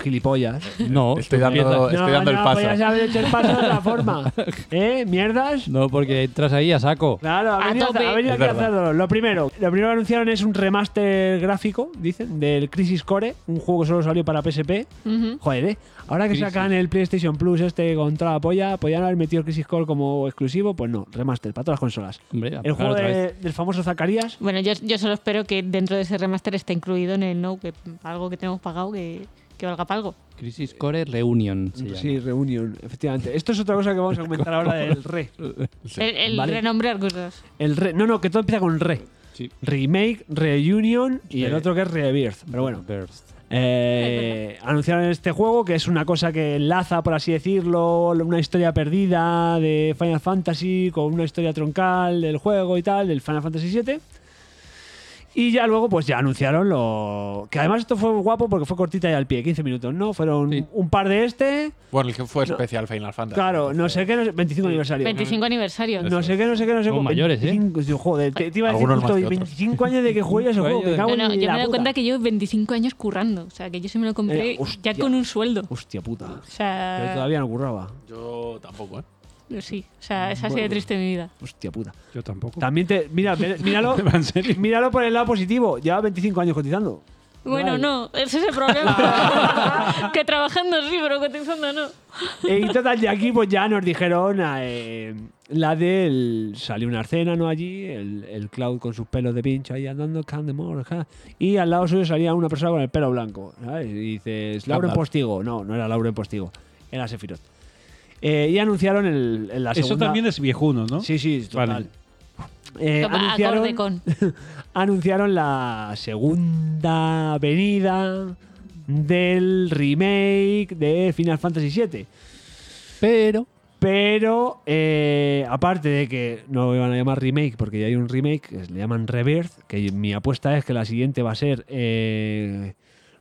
S6: gilipollas.
S5: No,
S1: Estoy dando,
S6: no,
S1: Oh, estoy dando
S6: no, pues
S1: el paso.
S6: podías haber hecho el paso de otra forma. ¿Eh? ¿Mierdas?
S5: No, porque entras ahí a saco.
S6: Claro, ha
S4: A
S6: venido,
S4: tope.
S6: ha venido
S1: Es
S6: aquí a
S1: verdad.
S6: hacerlo. Lo primero, lo primero que anunciaron es un remaster gráfico, dicen, del Crisis Core, un juego que solo salió para PSP.
S4: Ujú.
S6: Joder, ¿eh? Ahora que sacan el PlayStation Plus este contra la polla, ¿podían haber metido el Crisis Core como exclusivo? Pues no, remaster para todas las consolas.
S5: Hombre, a
S6: El
S5: pagar
S6: juego
S5: Mm, otra
S6: de-
S5: vez.
S6: del famoso Zacarías.
S4: Bueno, yo, yo solo espero que dentro de ese remaster esté incluido en el No, que algo que tenemos pagado que, que valga para algo.
S5: Crisis Core Reunion. se llama.
S6: Sí, Reunion, efectivamente. Esto es otra cosa que vamos a comentar ahora del Re.
S1: Sí.
S4: el el
S6: Vale.
S4: renombrar cosas.
S6: El Re. No, no, que todo empieza con Re.
S5: Sí.
S6: Remake, Reunion y el
S5: Re-
S6: otro que es Rebirth. Pero bueno.
S5: Burst.
S6: Eh, anunciaron este juego que es una cosa que enlaza, por así decirlo, una historia perdida de Final Fantasy con una historia troncal del juego y tal, del Final Fantasy VII. Y ya luego, pues ya anunciaron lo. Que además esto fue guapo porque fue cortita y al pie, 15 minutos, ¿no? Fueron
S5: Sí.
S6: un par de este.
S1: Bueno, el que fue especial Final Fantasy.
S6: Claro, no sé qué, no sé- 25 aniversario.
S4: 25 aniversario.
S6: No sé qué, no sé qué, no sé
S5: Somos
S6: cu-
S5: mayores, ¿eh?
S6: 25, yo, joder, te, te iba a decir
S1: Algunos
S6: justo
S1: más que otros.
S6: 25 años de que
S4: *laughs*
S6: jugué yo ese juego. me
S5: Vaya.
S6: cago
S4: No,
S6: en
S4: no, yo me he
S6: la
S4: dado
S6: puta.
S4: cuenta que llevo 25 años currando. O sea, que yo se me lo compré
S6: Eh, hostia.
S4: ya con un sueldo. O
S6: Hostia puta. Pero
S4: sea,
S6: todavía no curraba.
S1: Yo *laughs* tampoco, ¿eh?
S4: sí. O sea, es así de triste mi vida.
S6: Hostia puta.
S2: Yo
S6: *laughs*
S2: tampoco.
S6: También te. Mira, ve-
S2: *laughs*
S6: míralo,
S2: ¿En serio?
S6: míralo por el lado positivo. Lleva 25 años cotizando.
S4: Bueno,
S6: Vale.
S4: no, ese es el
S6: *laughs*
S4: problema. que trabajando sí, pero cotizando no.
S2: *laughs*
S6: Eh, Y total, de aquí pues ya nos dijeron eh, La del. Salió una escena, ¿no? Allí, el, el Cloud con sus pelos de pincho ahí andando, Candemore, ja. Y al lado suyo salía una persona con el pelo blanco, ¿sabes? Y dices, Lauren
S1: Gandalf.
S6: Postigo. No, no era Lauren Postigo, era Sephiroth. Eh, y anunciaron el, en la
S2: Eso
S6: segunda-
S2: también es viejuno, ¿no?
S6: Sí, sí, total.
S2: Vale.
S6: Eh,
S4: Toma, acorde con.
S6: anunciaron la segunda venida del remake de Final Fantasy VII.
S2: Pero.
S6: Pero, eh, aparte de que no lo iban a llamar remake, porque ya hay un remake, que le llaman Rebirth, que mi apuesta es que la siguiente va a ser eh,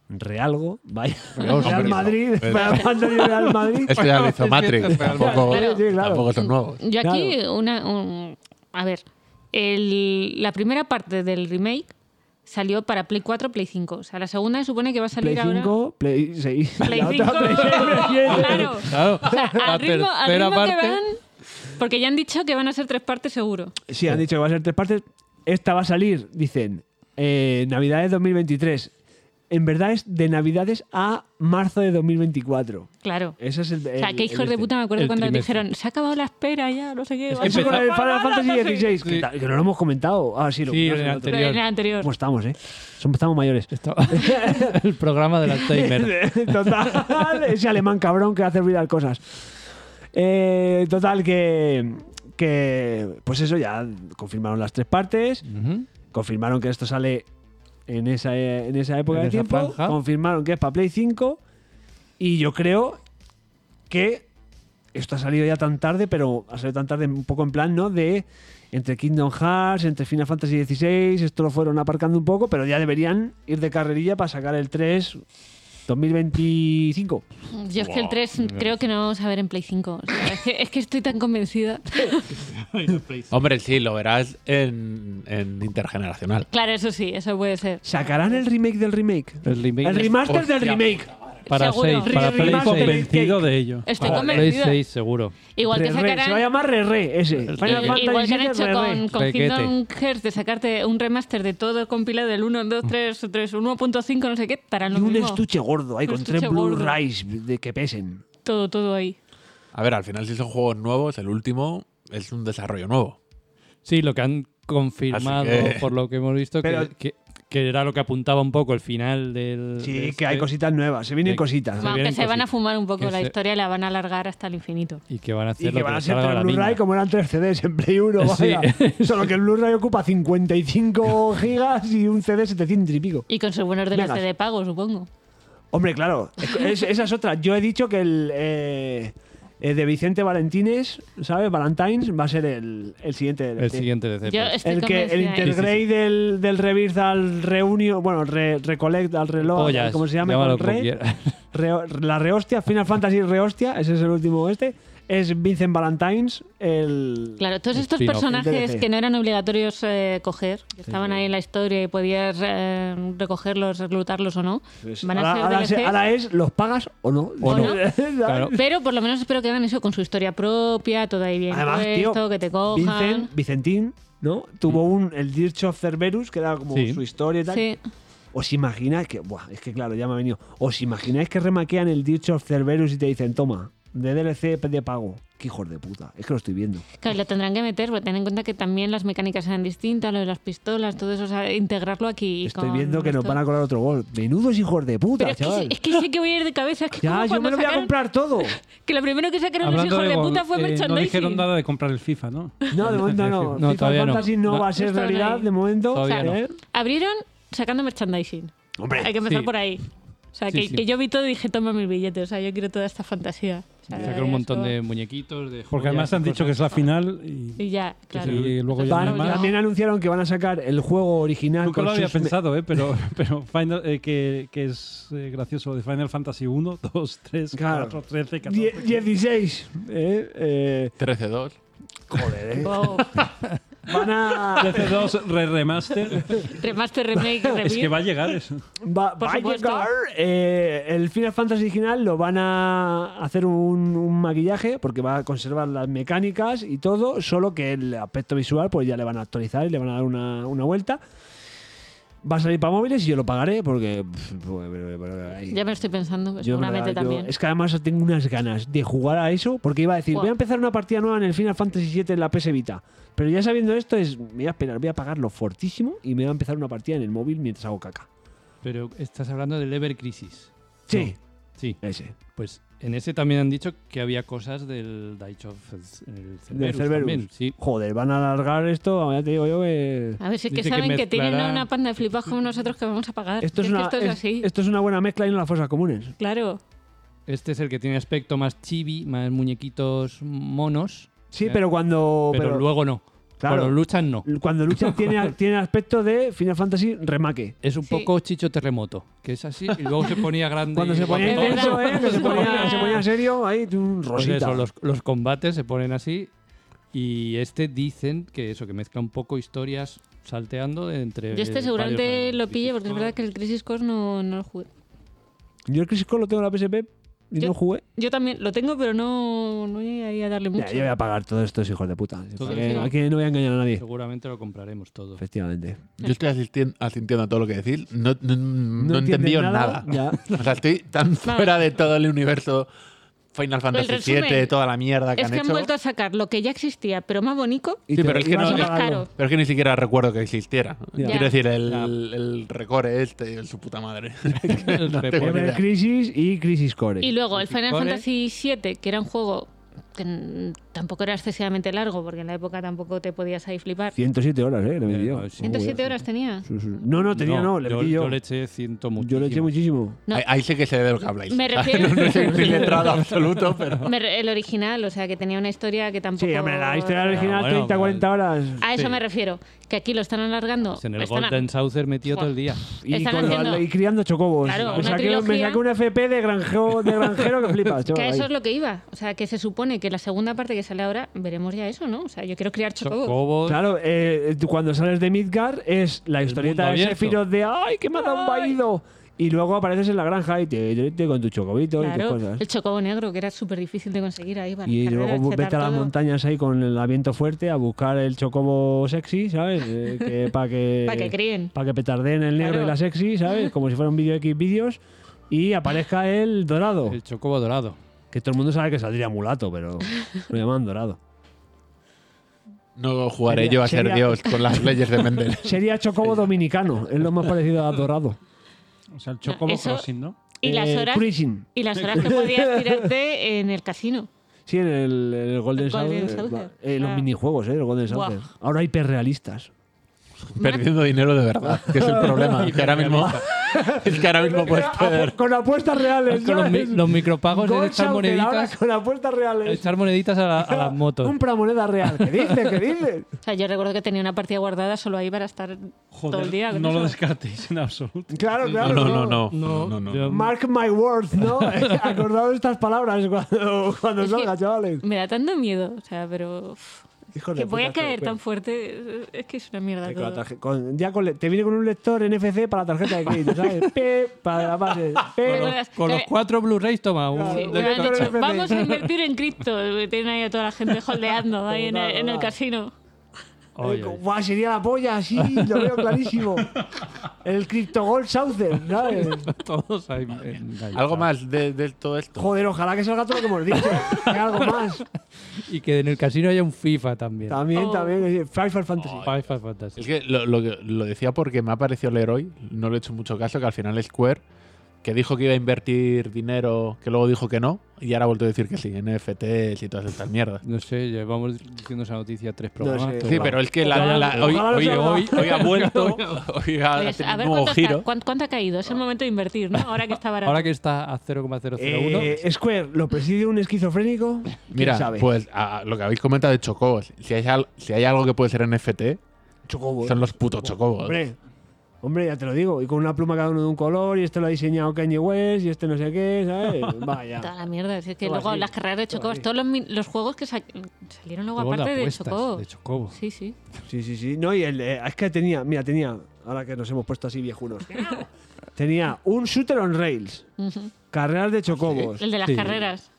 S6: Realgo, vaya,
S1: Hombre,
S6: Real
S1: no.
S6: Madrid,
S1: Eh.
S6: Final Fantasy Real Madrid.
S1: Esto ya lo hizo Matrix. Tampoco,
S6: Claro. Sí, claro.
S1: tampoco son nuevos.
S4: Yo aquí, una, un- a ver, el- la primera parte del remake salió para Play 4, Play 5. O sea, la segunda se supone que va a salir
S6: Play
S4: ahora.
S6: 5, Play 6.
S4: Play
S6: la otra,
S4: 5.
S6: Play 6, Play 7.
S4: *laughs* Claro.
S2: Claro.
S4: O sea,
S2: La
S4: al ritmo, al
S2: tercera
S4: ritmo que
S2: parte-
S4: van. Porque ya han dicho que van a ser tres partes seguro.
S6: Sí, han dicho que va a ser tres partes. Esta va a salir, dicen, eh, Navidades 2023. En verdad es de Navidades a marzo de 2024.
S4: Claro.
S6: Ese es el.
S4: O sea,
S6: el-
S4: qué hijos
S6: el
S4: de
S6: este.
S4: puta me acuerdo
S2: el
S4: cuando
S2: trimestre.
S4: dijeron, se ha acabado la espera ya, no sé qué. vamos
S6: Eso
S4: a
S6: con el
S4: jugar
S6: Final
S4: a la
S6: Fantasy
S4: seis".
S6: XVI, que, ta- que no lo hemos comentado. Ah, sí, lo
S2: Sí,
S6: comentamos
S2: en
S6: el
S2: el
S6: otro día.
S4: Pero
S2: anterior.
S4: en el anterior.
S6: ¿Cómo estamos, eh? Somos, estamos mayores. *laughs*
S2: Estaba- el programa del Alzheimer.
S6: total, ese alemán cabrón que hace olvidar cosas. Eh, total, que, que. Pues eso, ya confirmaron las tres partes.
S2: Ujú.
S6: Confirmaron que esto sale en esa, eh, en esa época
S2: En
S6: de
S2: esa
S6: tiempo.
S2: franja.
S6: Confirmaron que es para Play 5. Y yo creo que esto ha salido ya tan tarde, pero ha salido tan tarde un poco en plan, ¿no? De entre Kingdom Hearts, entre Final Fantasy XVI, esto lo fueron aparcando un poco, pero ya deberían ir de carrerilla para sacar el 3 2025.
S4: Yo es que el 3 creo que no vamos a ver en Play 5. O sea, es, que, es que estoy tan convencida. *laughs*
S1: Hombre, sí, lo verás en, en intergeneracional.
S4: Claro, eso sí, eso puede ser.
S6: ¿Sacarán el remake del remake?
S2: El remake
S6: El remaster del
S1: Hostia.
S6: remake.
S2: para
S4: Seguro.
S2: 6, para
S6: Re-
S2: Play
S6: remaster.
S2: convencido de ello.
S4: Estoy
S5: Para Play
S4: convencida.
S5: 6, seguro.
S4: Igual que
S6: Re-re, Se va a
S4: sacarán.
S6: llamar Re-Re ese. Final
S4: i- Igual que han
S6: VII
S4: hecho
S6: Re-Re.
S4: con, con
S5: Requete.
S4: Kingdom Hearts de sacarte un remaster de todo compilado del 1, 2, 3, 3, 1.5, no sé qué, para
S6: Y
S4: lo
S6: un
S4: mismo.
S6: estuche gordo ahí
S4: Un
S6: con tres
S4: estuche gordo.
S6: Blu-rays de que pesen.
S4: Todo, todo ahí.
S1: A ver, al final si son juegos nuevos, el último es un desarrollo nuevo.
S5: Sí, lo que han confirmado,
S1: Así que-
S5: por lo que hemos visto, que-
S6: Pero-
S5: que, que era lo que apuntaba un poco el final del.
S6: Sí,
S5: de
S6: que
S5: este,
S6: hay cositas nuevas. Se vienen
S5: que-
S6: cositas.
S5: Muy
S4: Aunque
S5: bien,
S4: se van a
S5: cosita.
S4: fumar un poco
S5: Que
S4: la
S5: se-
S4: historia y la van a alargar hasta el infinito.
S5: Y que van a hacer
S6: Y
S5: lo
S6: que van a ser
S5: les salga
S6: tres
S5: de la
S6: Blu-ray
S5: mina.
S6: como eran tres CDs en Play
S5: *laughs*
S6: 1,
S5: Sí.
S6: vaya. Solo que el Blu-ray
S5: *laughs*
S6: ocupa 55 gigas y un CD 700 y pico.
S4: Y con sus buenos DLC
S6: Megas.
S4: de pago, supongo.
S6: Hombre, claro, es- esa es otra. Yo he dicho que el eh, eh, de Vicente Valentines, ¿sabes? Valentines va a ser el, el siguiente. DLC.
S5: El siguiente de
S4: Yo estoy
S6: El que el
S4: convencida, ¿eh?
S6: intergrade del, del Rebirth al reunio, bueno, re- recollect al reloj,
S5: Pollas,
S6: ¿cómo se llama?
S5: llámalo
S6: Con
S5: como
S6: re-
S5: quieras.
S6: Re- la rehostia, Final Fantasy rehostia, ese es el último este, es Vincent Valentines, el...
S4: Claro, todos estos
S5: Spin-off.
S4: personajes
S6: DLC.
S4: que no eran obligatorios eh, coger, que estaban ahí en la historia y podías eh, recogerlos, reclutarlos o no, van a
S6: Pues ahora,
S4: ser
S6: ahora
S4: DLCs.
S6: se- ahora es, ¿los pagas o no?
S4: O
S6: *laughs*
S4: no.
S5: Claro.
S4: Pero por lo menos espero que hagan eso con su historia propia, todo ahí bien
S6: Además,
S4: puesto,
S6: tío,
S4: Pues, que te cojan.
S6: Vincent, Vicentín, ¿no? Tuvo un, el Dirge of Cerberus, que era como
S5: Sí.
S6: su historia y tal.
S4: Sí.
S6: ¿Os imagináis que, buah, es que claro, ya me ha venido, ¿os imagináis que remaquean el Dirge of Cerberus y te dicen, toma, de DLC de pago? Qué hijos de puta, es que lo estoy viendo.
S4: Claro, lo tendrán que meter, porque ten en cuenta que también las mecánicas eran distintas, lo de las pistolas, todo eso, o sea, integrarlo aquí.
S6: Estoy
S4: con
S6: viendo que nos
S4: esto.
S6: van a colar otro gol. Menudos hijos de puta,
S4: Pero es que,
S6: chaval.
S4: sé- es que sé que voy a ir de cabeza, es que como
S6: ya, yo
S4: cuando
S6: me lo voy a
S4: sacaron-
S6: comprar todo.
S4: Que lo primero que sacaron los hijos de,
S2: gol,
S4: puta fue
S2: eh,
S4: merchandising.
S2: no dijeron nada de comprar el FIFA, *laughs* ¿no?
S6: No, de momento no.
S5: No,
S6: FIFA
S5: todavía no.
S6: Fantasy no,
S5: No.
S6: va a ser
S4: No estaban
S6: realidad
S4: ahí.
S6: de momento.
S5: Todavía no.
S6: ¿Eh?
S4: Abrieron sacando merchandising.
S6: Hombre,
S4: Hay que empezar
S5: Sí.
S4: por ahí. O sea,
S5: Sí,
S4: que,
S5: sí.
S4: que yo vi todo y dije, toma mi billete. O sea, yo quiero toda esta fantasía. O sea,
S5: Sacar un montón de muñequitos, de
S2: Porque
S5: joyas
S2: además
S5: y
S2: han dicho que
S5: cosas.
S2: es la final y,
S4: Y ya, claro.
S2: y luego ya
S4: Van-
S2: no hay
S6: van-
S2: más.
S6: también anunciaron que van a sacar el juego original.
S2: Nunca
S6: con
S2: lo había
S6: sus me-
S2: pensado, ¿eh? pero, *laughs* pero Final, eh, que, que es eh, gracioso de Final Fantasy 1, *laughs* 2, 3,
S6: Claro.
S2: 4, 13, 14.
S6: Die- 16. ¿eh? Eh,
S1: 13-2.
S6: joder, ¿eh?
S4: Wow.
S6: Van a.
S2: 13, 2, re remaster.
S4: *laughs* Remaster,
S6: *laughs*
S4: remake,
S2: es que
S4: review.
S2: va a llegar eso.
S6: va-
S4: Por
S6: va a
S4: supuesto.
S6: llegar, eh, el Final Fantasy original lo van a hacer un, un maquillaje porque va a conservar las mecánicas y todo, solo que el aspecto visual pues ya le van a actualizar y le van a dar una, una vuelta. va a salir para móviles y yo lo pagaré porque. pff, pues, pero- pero- pero ahí-
S4: Ya me lo estoy pensando, pues,
S6: yo, en
S4: seguramente
S6: verdad, yo-
S4: también.
S6: es que además tengo unas ganas de jugar a eso porque iba a decir,
S4: Buah.
S6: voy a empezar una partida nueva en el Final Fantasy VII en la PS Vita. Pero ya sabiendo esto, es, me voy a esperar, voy a pagarlo fortísimo y me voy a empezar una partida en el móvil mientras hago caca.
S5: Pero estás hablando del Ever Crisis.
S6: Sí,
S5: Sí,
S6: ese.
S5: pues en ese también han dicho que había cosas del Dice of el Cerberus
S6: Cerberus.
S5: también, sí.
S6: Joder, van a alargar esto, ya te digo yo que.
S4: A ver si es que
S5: Dice que
S4: saben que, tienen
S5: mezclará-
S4: una panda de flipados como nosotros que vamos a pagar.
S6: Esto es,
S4: que
S6: una,
S4: esto es,
S6: es-
S4: así.
S6: esto es una buena mezcla y no las fosas comunes.
S4: Claro.
S5: Este es el que tiene aspecto más chibi, más muñequitos monos,
S6: Sí,
S5: Ya.
S6: Oh, pero cuando.
S5: pero, luego no.
S6: Claro.
S5: Cuando luchan no. *laughs*
S6: Cuando luchan tiene, tiene aspecto de Final Fantasy remake.
S5: Es un
S4: Sí.
S5: poco chicho terremoto, que es así y luego se ponía
S6: *laughs*
S5: grande.
S6: Cuando
S5: y
S6: se ponía
S5: guapetón.
S4: verdad.
S5: *laughs*
S6: intenso, ¿eh? Que se ponía,
S4: Guapetón.
S6: se
S4: *laughs*
S6: ponía serio, ahí un
S5: Pues
S6: rosita.
S5: eso, los, los combates se ponen así y este dicen que eso, que mezcla un poco historias salteando de entre...
S4: Yo este seguramente
S5: varios
S4: lo pille porque es
S5: discos.
S4: verdad que el Crisis Core no, no lo jugué.
S6: Yo el Crisis Core lo tengo en la PSP y
S4: Yo-
S6: no jugué.
S4: Yo también lo tengo, pero no, no llegaría a darle mucho.
S6: Ya, yo voy a pagar todos estos hijos de puta.
S5: Todo
S6: Porque
S5: eso.
S6: aquí no voy a engañar a nadie.
S5: Seguramente lo compraremos todo. *laughs*
S6: Efectivamente.
S1: Yo estoy asistien- asintiendo a todo lo que decís. No, no, no he
S6: entienden
S1: entendido nada.
S6: Ya.
S1: O sea, estoy tan fuera de todo el universo Final Fantasy
S4: resumen
S1: VII, toda la mierda que
S4: es
S1: han
S4: que han
S1: hecho.
S4: vuelto a sacar lo que ya existía, pero más bonito.
S6: Y
S1: Sí,
S6: te-
S1: pero es
S6: y
S1: que
S6: vas
S1: no-
S6: a
S1: es-
S6: pagarlo.
S1: Pero es que ni siquiera recuerdo que existiera.
S6: Ya.
S1: Quiero decir, el,
S5: Ya.
S1: el recore este, en su puta madre.
S5: El
S1: No tengo
S5: recore.
S1: ni
S6: Ever
S1: idea.
S6: Crisis y Crisis Core.
S4: Y luego el Final
S5: Core.
S4: Fantasy VII, que era un juego que mm, tampoco era excesivamente largo, porque en la época tampoco te podías ahí flipar.
S6: 107 horas, ¿eh? Le metí
S5: Eh,
S6: yo.
S5: no, sí.
S4: 107 horas tenía.
S6: Sí, sí. No, no, tenía no, le
S5: yo,
S6: metí yo.
S5: yo le eché ciento mucho.
S6: Yo le eché muchísimo.
S4: No.
S1: Ahí, ahí sí que sé de lo que habláis.
S4: Me refiero-
S1: *laughs* no soy un letrado absoluto, pero.
S4: Me re- El original, o sea, que tenía una historia que tampoco.
S6: Sí, hombre, la historia
S4: era-
S6: original,
S5: bueno, pues,
S6: 30,
S5: pero-
S6: 40 horas.
S4: A eso
S5: Sí.
S4: me refiero. Que aquí lo están alargando.
S5: Pues En el
S4: están a-
S5: Golden Saucer metido todo el día.
S6: Y,
S4: Están
S6: con-
S4: haciendo-
S6: y criando chocobos.
S4: Claro,
S6: me,
S4: una
S6: saqué, me
S4: trilogía.
S6: saqué un FP de granjero, de granjero que flipas, chaval.
S4: Que a eso es
S6: ahí.
S4: lo que iba. O sea, que se supone que la segunda parte que sale ahora veremos ya eso, ¿no? O sea, yo quiero criar chocobos.
S5: Chocobos.
S6: Claro, eh, tú cuando sales de Midgar es la historieta
S5: mundo
S6: de
S5: abierto.
S6: Sephiroth de ¡Ay, que me ha dado un vaído! Y luego apareces en la granja y te, te- te- con tu chocobito y tus
S4: Claro,
S6: cosas.
S4: el chocobo negro, que era súper difícil de conseguir ahí. Para
S6: Y
S4: las carreras,
S6: luego vete
S4: chetar
S6: a las
S4: todo.
S6: montañas ahí con el viento fuerte a buscar el chocobo sexy, ¿sabes?
S4: *laughs*
S6: para que,
S4: Pa' que críen.
S6: Para que petardeen el negro
S4: Claro.
S6: y la sexy, ¿sabes? Como si fuera un vídeo X vídeos. Y aparezca el dorado.
S5: El chocobo dorado.
S6: Que todo el mundo sabe que saldría mulato, pero
S4: *laughs*
S6: lo llaman dorado.
S1: No jugaré
S6: Sería-
S1: yo a ser
S6: sería-
S1: Dios con las leyes de
S4: *laughs*
S1: Mendel. *laughs*
S6: Sería chocobo dominicano, es lo más parecido a dorado.
S2: O sea, el Chocobo
S4: eso-
S2: Crossing, ¿no?
S4: *laughs* Y las
S6: Eh,
S4: horas.
S6: cruising.
S4: Y las horas que podías tirarte en el casino.
S6: Sí, en el, en el Golden
S4: El Golden
S6: Saucer.
S4: Saucer.
S6: Va- eh, los
S4: Ah.
S6: minijuegos, ¿eh? El Golden
S4: Buah.
S6: Saucer. Ahora hiperrealistas.
S1: Perdiendo dinero de verdad, que es el problema. que ahora mismo. *laughs* es que ahora mismo
S4: *laughs*
S1: puedes perder.
S6: ah, Con apuestas reales,
S5: Pues, Con los, mi-
S6: ¿sabes?
S5: los micropagos
S6: Gold
S5: de echar
S6: Saucer ahora
S5: moneditas,
S6: con apuestas reales.
S5: echar moneditas a, la- a
S6: *laughs*
S5: las motos.
S6: Compra moneda real. ¿Qué dices? ¿Qué dices?
S4: O sea, yo recuerdo que tenía una partida guardada solo ahí para estar todo el día. con
S2: no
S4: eso.
S2: lo descartéis en absoluto.
S6: Claro, claro.
S1: No, no, no. no, no, no.
S5: yo-
S6: Mark my words, ¿no? *laughs* Acordaos estas palabras cuando, cuando
S4: Es que-
S6: salga, chavales.
S4: Me da tanto miedo, o sea, pero. uf,
S6: Hijo de
S4: que voy a
S6: puta,
S4: caer
S6: pero-
S4: tan fuerte. Es que es una mierda.
S6: Eh, con la
S4: Todo.
S6: tarje- con- ya con le- te viene con un lector NFC para la tarjeta de crédito, ¿sabes? P, para la base. P.
S4: Con las-
S5: Con los
S4: Eh,
S5: cuatro Blu-rays, toma. un-
S4: Sí,
S6: Claro.
S4: me han
S6: Lector
S4: dicho,
S6: FP.
S4: vamos a invertir en cripto. Tienen ahí a toda la gente holdeando ahí en, el, en el casino.
S5: Oye, oye.
S6: Guau, sería la polla, sí, lo veo clarísimo. El Crypto Gold Saucer, ¿sabes?
S5: Todos ahí. enganchados.
S1: Algo más de, de todo esto.
S6: Joder, ojalá que salga todo lo que hemos dicho. Que algo más.
S5: Y que en el casino haya un FIFA también.
S6: También,
S4: Oh.
S6: también. eh, Final Fantasy.
S5: FIFA Fantasy.
S1: Es que lo, lo que- lo decía porque me ha parecido leer hoy, no le he hecho mucho caso, que al final Square, que dijo que iba a invertir dinero, que luego dijo que no, y ahora ha vuelto a decir que sí, NFTs y todas estas mierdas.
S5: No sé, llevamos diciendo esa noticia tres programas.
S6: sé.
S1: Sí, pero es que la-
S6: Ojalá-
S1: la- hoy,
S6: ojalá lo
S1: hoy-
S6: sea.
S1: hoy- hoy ha *laughs* vuelto, hoy ha
S4: Pues,
S1: tenido
S4: a
S1: un
S4: ver
S1: nuevo
S4: cuánto, está-
S1: giro.
S4: cuán- cuánto ha caído. Es el momento de invertir, ¿no? Ahora que está barato.
S5: Ahora que está a 0,001.
S6: Eh, Square, ¿lo preside un esquizofrénico? ¿Quién
S1: Mira,
S6: sabe?
S1: pues a- lo que habéis comentado de chocobos, si hay, al- si hay algo que puede ser NFT,
S6: Chocobo. ¿eh?
S1: son los putos Pues, chocobos.
S6: Hombre, hombre, ya te lo digo. Y con una pluma cada uno de un color, y este lo ha diseñado Kanye West, y este no sé qué, ¿sabes?
S4: Toda
S6: Vaya.
S4: la mierda. Si es que
S6: Todo
S4: luego
S6: así,
S4: las carreras de
S6: todo
S4: chocobos,
S6: así.
S4: todos los, min- los juegos que sa- salieron luego
S5: Juegos de
S4: aparte de
S5: apuestas,
S4: chocobos.
S5: de Chocobo.
S4: Sí, sí.
S6: Sí, sí, sí. No, y el, eh, es que tenía, mira, tenía, ahora que nos hemos puesto así viejunos, tenía un shooter on rails,
S4: Ujú.
S6: carreras de chocobos,
S4: El de las
S5: Sí.
S4: carreras.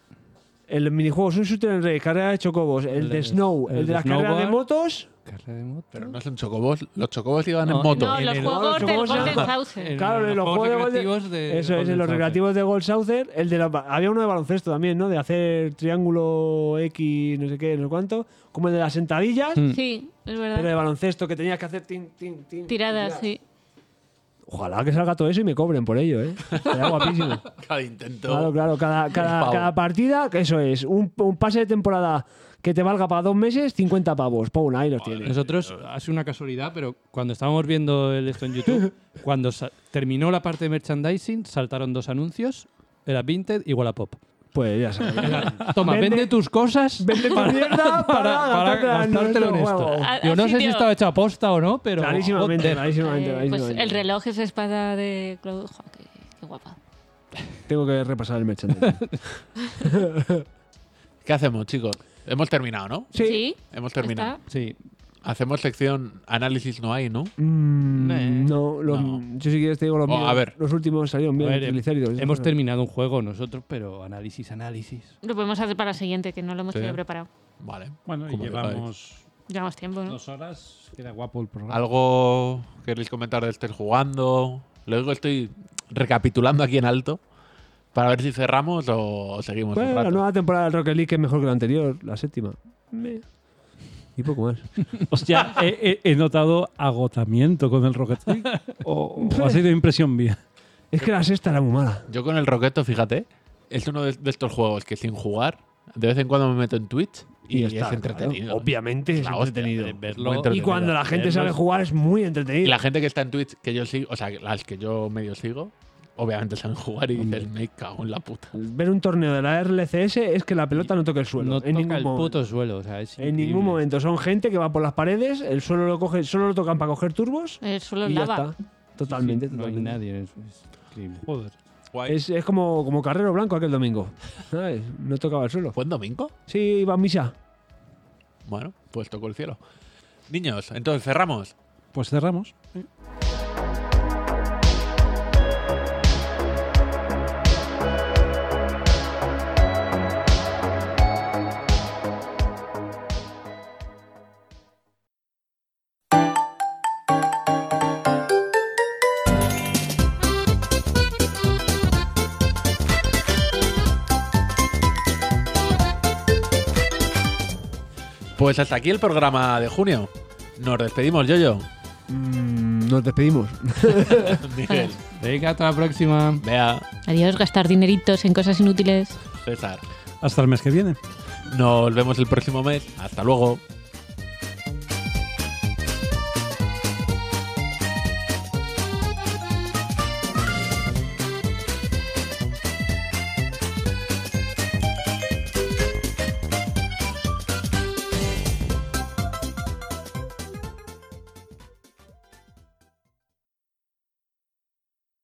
S6: El minijuego es un shooter en red, carrera de chocobos. El,
S5: El
S6: de
S5: de-
S6: Snow, el,
S5: el
S6: de
S5: de
S6: las carreras de
S5: snowboard.
S6: motos.
S5: Carrera de moto.
S1: Pero no son chocobos. Los chocobos iban
S5: No,
S1: en moto.
S4: No,
S5: en
S4: los
S5: el-
S4: juegos
S6: los
S4: del
S6: juegos
S4: Golden
S6: eran-
S4: Sauce.
S5: en
S6: Claro, en los juegos de-
S5: recreativos de.
S6: Eso es, en los recreativos de Gold Souther. El de la- había uno de baloncesto también, ¿no? De hacer triángulo X, no sé qué, no sé cuánto. Como el de las sentadillas,
S4: Hmm. Sí, es
S6: pero de
S4: verdad.
S6: baloncesto, que tenías que hacer tin, tin, tin.
S4: Tiradas, sí.
S6: Ojalá que salga todo eso y me cobren por ello, ¿eh? Sería guapísimo.
S1: Cada intento.
S6: Claro, claro, cada, cada,
S1: pavo.
S6: cada partida, que eso es, un, un pase de temporada que te valga para dos meses, 50 pavos. Pum, ahí los tienes.
S5: Nosotros, ha sido una casualidad, pero cuando estábamos viendo el esto en *laughs* YouTube, cuando sa- terminó la parte de merchandising, saltaron dos anuncios. Era Vinted y Wallapop.
S6: Pues ya sabes.
S5: *laughs* Toma, vende,
S6: Vende-
S5: tus cosas
S6: Vende tu mierda para, gastártela en
S5: gastártelo en
S6: nuestro
S5: esto.
S6: juego.
S4: Al-
S5: Yo
S4: al
S5: no sé si
S4: sitio-
S5: estaba hecha aposta o no, pero.
S6: Clarísimamente,
S5: joder.
S6: clarísimamente,
S4: Eh, pues
S6: clarísimamente.
S4: el reloj es espada de Claude. Jo, qué, qué guapa.
S6: Tengo que repasar el merchandising.
S1: ¿Qué hacemos, chicos? Hemos terminado, ¿no?
S6: Sí.
S1: Hemos
S4: ya
S1: terminado.
S4: está.
S5: Sí.
S1: Hacemos sección análisis no hay, ¿no?
S6: Mm,
S5: Eh.
S6: no, lo-
S1: No.
S6: yo si quieres te digo los
S1: Oh,
S6: míos.
S1: a ver.
S6: Los últimos salieron bien,
S5: A ver, eh,
S6: triglicéridos. esas
S5: hemos
S6: cosas.
S5: terminado un juego nosotros, pero análisis, análisis.
S4: Lo podemos hacer para la siguiente, que no lo hemos
S1: Sí.
S4: tenido preparado.
S1: Vale.
S2: Bueno, y
S1: Como
S2: llevamos
S4: Llevamos tiempo, ¿no?
S2: dos horas. Queda guapo el programa.
S1: ¿Algo queréis comentar de estar jugando? Luego estoy recapitulando aquí en alto para ver si cerramos o seguimos un
S6: Bueno, la
S1: rato.
S6: nueva temporada del Rocket League que es mejor que la anterior, la séptima. Meh. Y poco más.
S2: Hostia, he, he- he notado agotamiento con el Rocket *laughs* League.
S6: *laughs*
S2: O, o ha sido impresión mía.
S6: Pues Es que la sexta era muy mala.
S1: Yo con el Roqueto, fíjate, es uno de, de estos juegos que sin jugar, de vez en cuando me meto en Twitch y,
S6: ya
S1: es
S6: está, claro.
S1: entretenido.
S6: Obviamente es
S1: La hostia,
S6: entretenido.
S1: de verlo.
S6: Muy
S1: Y
S6: entretenido. Y cuando la gente
S1: Verlos.
S6: sabe jugar es muy entretenido.
S1: Y la gente que está en Twitch, que yo sigo, o sea, las que yo medio sigo, obviamente saben jugar y dicen, me cago en la puta.
S6: Ver un torneo de la RLCS es que la pelota no toque el suelo.
S5: no
S6: en
S5: toca
S6: ningún
S5: el
S6: momento.
S5: puto suelo. O sea, es
S6: En ningún
S5: increíble.
S6: momento. Son gente que va por las paredes, el suelo lo coge, solo lo tocan para coger turbos
S4: Eh, solo
S6: y ya
S4: lava.
S6: está. Totalmente,
S5: Sí, no hay
S6: totalmente.
S5: nadie. Es, es increíble.
S2: Joder.
S6: Es, es como, como Carrero Blanco
S2: *laughs*
S6: aquel domingo. ¿sabes? No tocaba el suelo.
S1: ¿Fue en domingo?
S6: Sí, iba a misa.
S1: Bueno, pues tocó el cielo. Niños, entonces cerramos.
S2: Pues cerramos.
S1: Pues hasta aquí el programa de junio. Nos despedimos, Yoyo.
S6: Mm, nos despedimos.
S1: *laughs* Miguel,
S5: Venga, hasta la próxima.
S1: Bea,
S4: Adiós, gastar dineritos en cosas inútiles.
S1: César.
S2: Hasta el mes que viene.
S1: Nos vemos el próximo mes. Hasta luego.